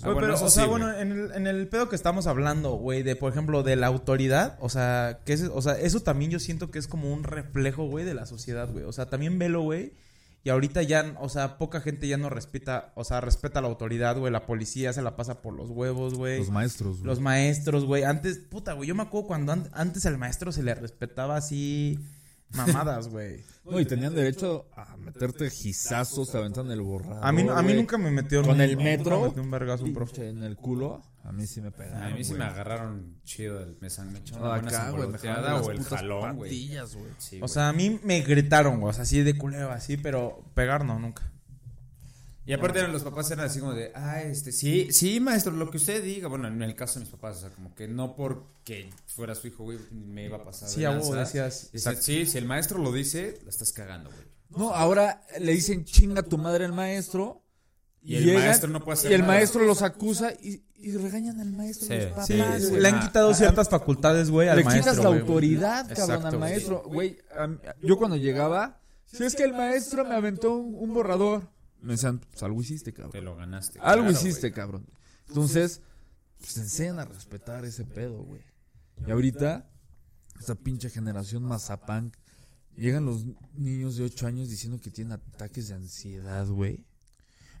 [SPEAKER 2] Güey,
[SPEAKER 1] Ah, bueno,
[SPEAKER 2] pero,
[SPEAKER 1] eso
[SPEAKER 2] o sea,
[SPEAKER 1] sí,
[SPEAKER 2] bueno, en el, en el pedo que estamos hablando, güey, de, por ejemplo, de la autoridad, o sea, que es, o sea, eso también yo siento que es como un reflejo, güey, de la sociedad, güey. O sea, también velo, güey. Y ahorita ya, o sea, poca gente ya no respeta, o sea, respeta a la autoridad, güey. La policía se la pasa por los huevos, güey.
[SPEAKER 3] Los maestros, güey.
[SPEAKER 2] Los maestros, güey. Antes, puta, güey. Yo me acuerdo cuando an- antes al maestro se le respetaba así
[SPEAKER 1] [laughs]
[SPEAKER 2] mamadas, güey.
[SPEAKER 3] No, y tenían derecho a meterte gizazos, te aventan el borrador.
[SPEAKER 2] A mí, a mí
[SPEAKER 3] güey.
[SPEAKER 2] nunca me metió
[SPEAKER 3] Con
[SPEAKER 2] un-
[SPEAKER 3] el
[SPEAKER 2] nunca
[SPEAKER 3] metro.
[SPEAKER 2] me metió un vergazo un profe.
[SPEAKER 3] Pinche, en el culo. A mí sí me pegaron.
[SPEAKER 1] A mí sí
[SPEAKER 3] güey.
[SPEAKER 1] me agarraron chido el mesán, me echaron una buena
[SPEAKER 3] Acá, güey, me jalaron
[SPEAKER 1] zamboloteada
[SPEAKER 3] las
[SPEAKER 1] o el
[SPEAKER 3] putas
[SPEAKER 1] jalón, güey.
[SPEAKER 3] patillas, güey.
[SPEAKER 1] Sí,
[SPEAKER 2] O
[SPEAKER 1] güey.
[SPEAKER 2] sea, a mí me gritaron, güey. O sea, así de culeo, así, pero pegar no, nunca.
[SPEAKER 1] Y aparte eran los papás eran así como de, ah, este, sí, sí, maestro, lo que usted diga. Bueno, en el caso de mis papás, o sea, como que no porque fuera su hijo, güey, me iba a pasar.
[SPEAKER 2] Sí,
[SPEAKER 1] de
[SPEAKER 2] a huevo,
[SPEAKER 1] lanza.
[SPEAKER 2] decías,
[SPEAKER 1] Dice, sí, si el maestro lo dice, la estás cagando, güey.
[SPEAKER 3] No, ahora le dicen chinga tu madre al maestro.
[SPEAKER 1] Y el maestro no puede hacer
[SPEAKER 3] Y el
[SPEAKER 1] nada.
[SPEAKER 3] maestro los acusa y, y regañan al maestro.
[SPEAKER 1] Sí.
[SPEAKER 3] los papás,
[SPEAKER 2] Sí,
[SPEAKER 3] güey.
[SPEAKER 2] le han quitado ciertas facultades, güey, al
[SPEAKER 3] ah, Le
[SPEAKER 2] maestro.
[SPEAKER 3] quitas la
[SPEAKER 2] güey.
[SPEAKER 3] autoridad, cabrón,
[SPEAKER 2] Exacto,
[SPEAKER 3] al
[SPEAKER 2] güey.
[SPEAKER 3] maestro. Güey, a mí- yo cuando llegaba, si es que el maestro me aventó un, un borrador. Me decían, pues algo hiciste,
[SPEAKER 1] Te
[SPEAKER 3] cabrón.
[SPEAKER 1] lo ganaste.
[SPEAKER 3] Algo
[SPEAKER 1] claro,
[SPEAKER 3] hiciste,
[SPEAKER 1] güey.
[SPEAKER 3] cabrón. Entonces, pues te enseñan a respetar ese pedo, güey. Y ahorita, esta pinche generación mazapán, llegan los niños de 8 años diciendo que tienen ataques de ansiedad, güey.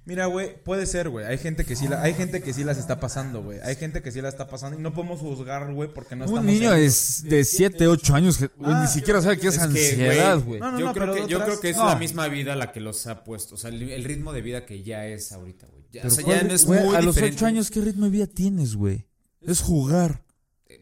[SPEAKER 2] Mira, güey, puede ser, güey. Hay gente que sí la, hay gente que sí las está pasando, güey. Hay gente que sí las está pasando y no podemos juzgar, güey, porque no
[SPEAKER 3] un
[SPEAKER 2] estamos
[SPEAKER 3] niño
[SPEAKER 2] ahí.
[SPEAKER 3] es de 7, 8 años que güey, ni siquiera sabe qué es,
[SPEAKER 1] Ah, Es que,
[SPEAKER 3] ansiedad, güey.
[SPEAKER 2] No, no,
[SPEAKER 1] yo,
[SPEAKER 2] no,
[SPEAKER 1] creo
[SPEAKER 2] pero
[SPEAKER 1] que, yo
[SPEAKER 2] otras-
[SPEAKER 1] creo que es
[SPEAKER 2] no.
[SPEAKER 1] la misma vida la que los ha puesto. O sea, el, el ritmo de vida que ya es ahorita, güey. Ya, o sea, ya no es
[SPEAKER 3] Güey,
[SPEAKER 1] muy
[SPEAKER 3] a los
[SPEAKER 1] diferente.
[SPEAKER 3] 8 años, ¿qué ritmo de vida tienes, güey? Es jugar.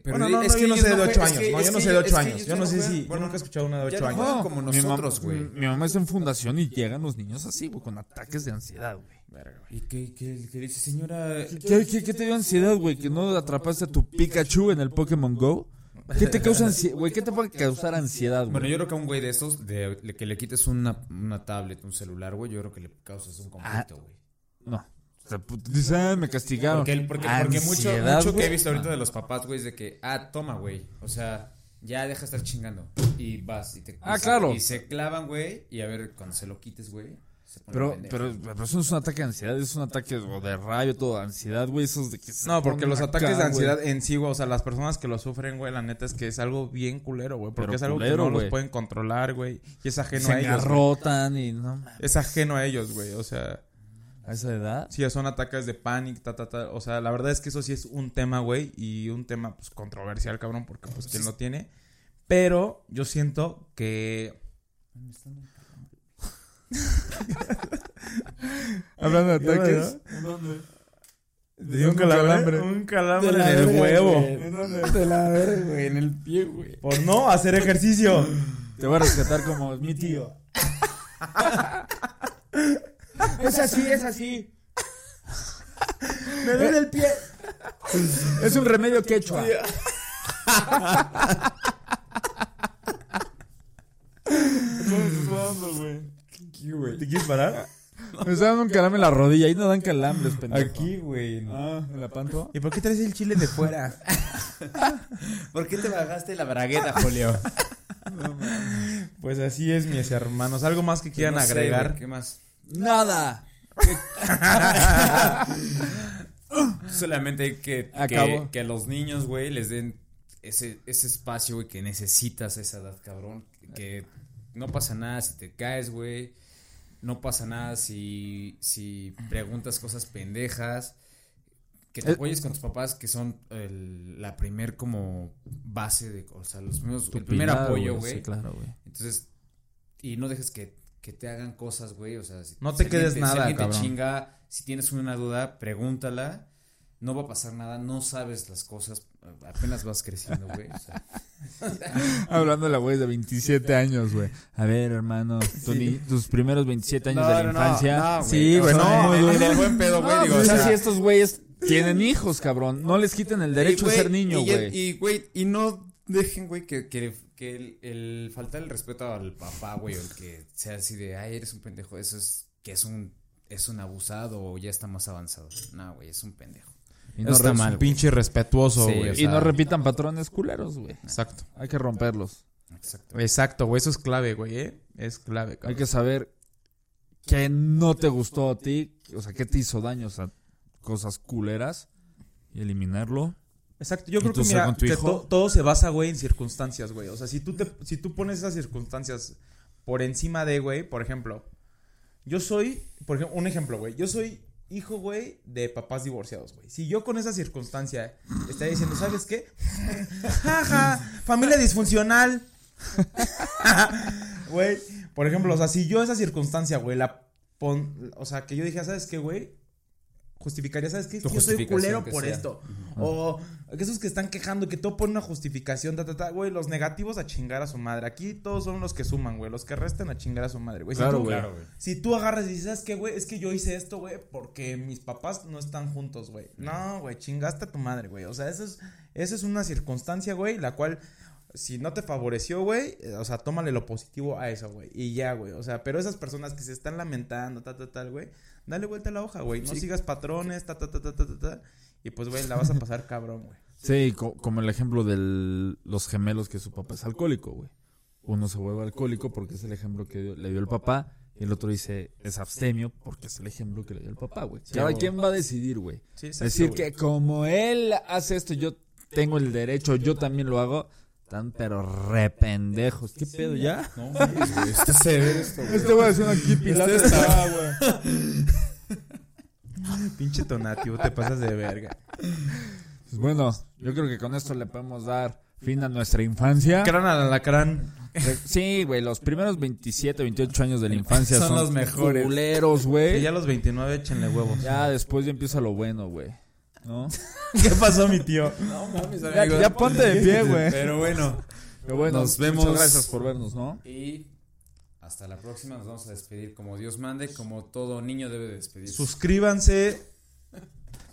[SPEAKER 1] Pero
[SPEAKER 2] Bueno, no,
[SPEAKER 1] es
[SPEAKER 2] no,
[SPEAKER 1] que
[SPEAKER 2] yo no
[SPEAKER 1] ellos
[SPEAKER 2] sé de
[SPEAKER 1] jue-
[SPEAKER 2] 8
[SPEAKER 1] es
[SPEAKER 2] años.
[SPEAKER 1] que-
[SPEAKER 2] No,
[SPEAKER 1] es
[SPEAKER 2] yo no
[SPEAKER 1] que
[SPEAKER 2] sé de
[SPEAKER 1] ellos-
[SPEAKER 2] 8
[SPEAKER 1] es que
[SPEAKER 2] años.
[SPEAKER 1] ellos
[SPEAKER 2] Yo
[SPEAKER 1] ya
[SPEAKER 2] no sé
[SPEAKER 1] juegan-
[SPEAKER 2] si.
[SPEAKER 1] bueno,
[SPEAKER 2] yo nunca he escuchado una de
[SPEAKER 1] ya
[SPEAKER 2] 8
[SPEAKER 1] no
[SPEAKER 2] años.
[SPEAKER 1] juegan como
[SPEAKER 3] mi mamá-
[SPEAKER 1] nosotros, güey.
[SPEAKER 3] Mi mamá está en fundación y llegan los niños así, güey, con ataques de ansiedad, güey.
[SPEAKER 1] ¿Y qué, qué- qué dice, señora?
[SPEAKER 3] ¿Qué, qué, qué te dio ansiedad, güey? ¿Que no atrapaste a tu Pikachu en el Pokémon GO? ¿Qué te causa ansiedad, güey? ¿Qué te puede causar ansiedad,
[SPEAKER 1] Bueno,
[SPEAKER 3] güey?
[SPEAKER 1] yo creo que a un güey de esos, de, le- que le quites una, una tablet, un celular, güey, yo creo que le causas un
[SPEAKER 3] Ah,
[SPEAKER 1] conflicto, güey.
[SPEAKER 3] No. O sea, pu- dice, "Ah, me castigaron.
[SPEAKER 1] Porque, el- porque, porque mucho,
[SPEAKER 3] Ansiedad,
[SPEAKER 1] mucho que he
[SPEAKER 3] güey. Ah.
[SPEAKER 1] visto ahorita de los papás, güey, es de que, ah, toma, güey. O sea, ya deja de estar chingando. Y vas. Y te,
[SPEAKER 3] Ah,
[SPEAKER 1] y se-
[SPEAKER 3] claro.
[SPEAKER 1] Y se clavan, güey. Y a ver, cuando se lo quites, güey. se pone
[SPEAKER 3] Pero,
[SPEAKER 1] pendejo.
[SPEAKER 3] pero, pero eso no es un ataque de ansiedad, es un ataque o de rabia, todo, ansiedad, güey, esos de que se
[SPEAKER 2] No, porque
[SPEAKER 3] ponen
[SPEAKER 2] los
[SPEAKER 3] acá,
[SPEAKER 2] ataques de
[SPEAKER 3] güey.
[SPEAKER 2] ansiedad en sí, güey, o sea, las personas que lo sufren, güey, la neta es que es algo bien culero, güey, porque
[SPEAKER 3] Pero
[SPEAKER 2] es algo
[SPEAKER 3] culero,
[SPEAKER 2] que no
[SPEAKER 3] güey.
[SPEAKER 2] los pueden controlar, güey, y es ajeno
[SPEAKER 3] se
[SPEAKER 2] a ellos. güey.
[SPEAKER 3] engarrotan y no mames,
[SPEAKER 2] Es ajeno a ellos, güey, o sea,
[SPEAKER 3] a esa edad.
[SPEAKER 2] sí son ataques de pánico, ta ta ta, o sea, la verdad es que eso sí es un tema, güey, y un tema pues controversial, cabrón, porque pues quién lo tiene. Pero yo siento que
[SPEAKER 3] Hablando de
[SPEAKER 2] ataques,
[SPEAKER 3] dio un calambre.
[SPEAKER 2] un calambre en el huevo
[SPEAKER 3] De la verga, güey, en el pie, güey.
[SPEAKER 2] por no hacer ejercicio.
[SPEAKER 3] Te voy a rescatar como mi tío. [laughs] Es así, es así. Me duele el pie. Es un remedio quechua.
[SPEAKER 1] Aquí, güey.
[SPEAKER 2] ¿Te quieres parar?
[SPEAKER 3] Me está dando un calambre en la rodilla. Ahí no dan calambres, pendejo.
[SPEAKER 1] Aquí, güey. no.
[SPEAKER 3] Ah, en la panto.
[SPEAKER 2] ¿Y por qué traes el chile de fuera?
[SPEAKER 1] ¿Por qué te bajaste la
[SPEAKER 3] [laughs]
[SPEAKER 1] bragueta, Julio?
[SPEAKER 2] Pues así es, mis hermanos. ¿Algo más que quieran
[SPEAKER 1] No sé,
[SPEAKER 2] agregar?
[SPEAKER 1] güey, ¿Qué más?
[SPEAKER 3] Nada.
[SPEAKER 1] Solamente hay que, que,
[SPEAKER 3] Acabó.
[SPEAKER 1] que a los niños, güey, les den ese, ese espacio, güey, que necesitas a esa edad, cabrón. Que no pasa nada si te caes, güey. No pasa nada si, si preguntas cosas pendejas. Que te
[SPEAKER 3] Eh.
[SPEAKER 1] apoyes con tus papás, que son el- la primer como base de, o sea, los primeros, el primer
[SPEAKER 3] pilar,
[SPEAKER 1] apoyo,
[SPEAKER 3] Sí,
[SPEAKER 1] güey.
[SPEAKER 3] claro, güey.
[SPEAKER 1] Entonces, y no dejes que, que te hagan cosas, güey. O sea, si,
[SPEAKER 2] No
[SPEAKER 1] si
[SPEAKER 2] te
[SPEAKER 1] alguien
[SPEAKER 2] quedes nada,
[SPEAKER 1] si alguien te
[SPEAKER 2] cabrón.
[SPEAKER 1] chinga, si tienes una duda, pregúntala. No va a pasar nada, no sabes las cosas, apenas vas creciendo, güey. o sea.
[SPEAKER 3] Hablando de la güey de 27 años, güey. A ver, [laughs] hermano, tu ni- tus primeros 27 años de la infancia.
[SPEAKER 1] sí,
[SPEAKER 3] güey, no,
[SPEAKER 1] No,
[SPEAKER 3] no,
[SPEAKER 1] en
[SPEAKER 3] no.
[SPEAKER 1] el buen pedo, güey.
[SPEAKER 3] No,
[SPEAKER 1] digo,
[SPEAKER 3] pues,
[SPEAKER 1] o
[SPEAKER 3] o sea,
[SPEAKER 1] sea,
[SPEAKER 3] si estos güeyes tienen hijos, cabrón. No les quiten el [laughs] derecho
[SPEAKER 1] y,
[SPEAKER 3] a ser niño,
[SPEAKER 1] y ya-
[SPEAKER 3] güey.
[SPEAKER 1] Y, güey, y no dejen, güey, que, que, que el, el faltar el respeto al papá, güey, o el que sea así de, ay, eres un pendejo, eso es que es un, es un abusado o ya está más avanzado. No, güey, es un pendejo.
[SPEAKER 3] Y
[SPEAKER 1] eso
[SPEAKER 3] no,
[SPEAKER 1] está
[SPEAKER 3] re-
[SPEAKER 1] mal, güey.
[SPEAKER 2] Pinche irrespetuoso,
[SPEAKER 1] Sí,
[SPEAKER 2] güey. o
[SPEAKER 1] o
[SPEAKER 3] y
[SPEAKER 2] sea,
[SPEAKER 3] no repitan patrones culeros, güey.
[SPEAKER 2] Exacto.
[SPEAKER 3] Hay que romperlos.
[SPEAKER 1] Exacto.
[SPEAKER 2] Exacto, güey. Eso es clave, güey, ¿eh? Es clave,
[SPEAKER 3] Hay
[SPEAKER 2] cabrón.
[SPEAKER 3] que saber qué no te gustó a ti, o sea, qué te hizo daño, o sea, cosas culeras y eliminarlo.
[SPEAKER 2] Exacto, yo
[SPEAKER 3] ¿Y
[SPEAKER 2] creo
[SPEAKER 3] tú
[SPEAKER 2] que,
[SPEAKER 3] ser
[SPEAKER 2] mira,
[SPEAKER 3] con tu
[SPEAKER 2] que
[SPEAKER 3] hijo?
[SPEAKER 2] to- todo se basa, güey, en circunstancias, güey. O sea, si tú, te, si tú pones esas circunstancias por encima de, güey, por ejemplo, yo soy, por ejemplo, un ejemplo, güey, yo soy hijo, güey, de papás divorciados, güey. Si yo con esa circunstancia estaría diciendo, ¿sabes qué? [laughs] Jaja, familia disfuncional. [laughs] Güey, por ejemplo, o sea, si yo esa circunstancia, güey, la pon, o sea, que yo dije, ¿sabes qué, güey? Justificaría, ¿sabes qué? Es
[SPEAKER 1] Tu
[SPEAKER 2] que Yo soy
[SPEAKER 1] justificación
[SPEAKER 2] culero
[SPEAKER 1] que
[SPEAKER 2] por
[SPEAKER 1] sea.
[SPEAKER 2] esto. O que esos que están quejando, que todo pone una justificación, ta, ta, ta, güey, los negativos a chingar a su madre. Aquí todos son los que suman, güey, los que restan a chingar a su madre, güey. Si
[SPEAKER 3] Claro,
[SPEAKER 2] tú-
[SPEAKER 3] güey.
[SPEAKER 1] güey.
[SPEAKER 2] si tú agarras y dices, ¿sabes qué, güey? Es que yo hice esto, güey, porque mis papás no están juntos, güey. No, güey, chingaste a tu madre, güey. O sea, eso es, eso es una circunstancia, güey, la cual, si no te favoreció, güey, eh, o sea, tómale lo positivo a eso, güey. Y ya, güey. O sea, pero esas personas que se están lamentando, tal, tal, tal, güey, dale vuelta a la hoja, güey. No sigas patrones, ta, ta, ta, ta, ta, ta, ta. Y pues, güey, la vas a pasar [laughs] cabrón, güey.
[SPEAKER 3] Sí, co- como el ejemplo de los gemelos que su papá es alcohólico, güey. Uno se vuelve alcohólico porque es el ejemplo que dio- le dio el papá y el otro dice es abstemio porque es el ejemplo que le dio el papá, güey. Cada
[SPEAKER 2] güey.
[SPEAKER 3] quien va a decidir, güey.
[SPEAKER 2] Sí, exacto,
[SPEAKER 3] Decir
[SPEAKER 2] güey.
[SPEAKER 3] que como él hace esto, yo tengo el derecho, yo también lo hago. Tan pero rependejos. ¿Qué pedo ya?
[SPEAKER 1] No, güey, está severo esto, güey.
[SPEAKER 3] Este güey haciendo aquí pilates.
[SPEAKER 2] Pinche tonativo, te pasas de verga.
[SPEAKER 3] Pues bueno, yo creo que con esto le podemos dar fin a nuestra infancia.
[SPEAKER 2] Crán al alacrán.
[SPEAKER 3] Sí, güey, los primeros 27, 28 años de la infancia son,
[SPEAKER 1] Son los mejores.
[SPEAKER 3] culeros, güey.
[SPEAKER 2] Y ya
[SPEAKER 3] ya...
[SPEAKER 2] a los 29 échenle huevos.
[SPEAKER 3] después ya empieza lo bueno, güey. ¿No?
[SPEAKER 2] [laughs] ¿Qué pasó, mi tío?
[SPEAKER 3] ya, ya ponte de pie, güey.
[SPEAKER 1] Pero bueno.
[SPEAKER 3] Pero bueno,
[SPEAKER 1] Nos
[SPEAKER 3] Muchas
[SPEAKER 1] vemos.
[SPEAKER 3] gracias por vernos, ¿no?
[SPEAKER 1] Y hasta la próxima nos vamos a despedir como Dios mande, como todo niño debe de despedirse.
[SPEAKER 2] Suscríbanse,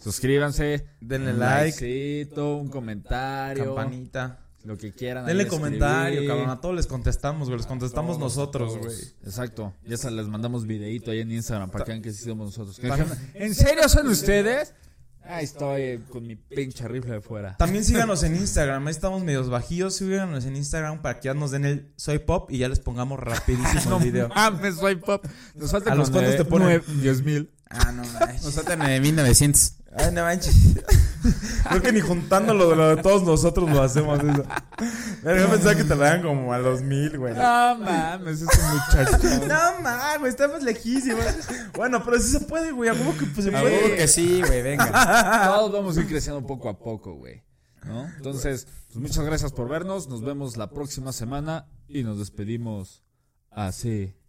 [SPEAKER 3] Suscríbanse,
[SPEAKER 2] denle
[SPEAKER 3] un
[SPEAKER 2] like,
[SPEAKER 3] likecito, un comentario,
[SPEAKER 2] campanita.
[SPEAKER 3] lo que quieran. ahí
[SPEAKER 2] Denle
[SPEAKER 3] escribir.
[SPEAKER 2] comentario, cabrón. A todos les contestamos, güey. Les contestamos nosotros, güey.
[SPEAKER 3] Exacto, ya se les mandamos videito ahí en Instagram para que vean que sí somos nosotros. Que dijeron, [laughs] ¿En serio son ustedes? Ahí estoy con mi pinche rifle de fuera.
[SPEAKER 2] También síganos en Instagram. Ahí estamos medios bajíos. Síganos en Instagram para que ya nos den el soy pop y ya les pongamos [laughs] rapidísimo el video.
[SPEAKER 3] Mames, soy pop. Nos falta
[SPEAKER 2] pues ¿A los
[SPEAKER 3] como
[SPEAKER 2] cuántos
[SPEAKER 3] de
[SPEAKER 2] te ponen?
[SPEAKER 3] nueve- diez mil.
[SPEAKER 2] Ah, no manches.
[SPEAKER 1] saltan en 1900.
[SPEAKER 2] Ay, no manches. [laughs] Creo que ni juntando lo de, lo de todos nosotros lo hacemos eso. Pero yo pensaba que te lo dan como a los mil, güey.
[SPEAKER 3] No mames, es un muchacho.
[SPEAKER 2] No, ma, güey, estamos lejísimos. Bueno, pero sí se puede, güey. ¿A poco que pues, se
[SPEAKER 1] A
[SPEAKER 2] puede?
[SPEAKER 1] huevo que sí, güey, venga.
[SPEAKER 3] Todos vamos a ir creciendo poco a poco, güey. ¿No? Entonces, pues muchas gracias por vernos. Nos vemos la próxima semana y nos despedimos así.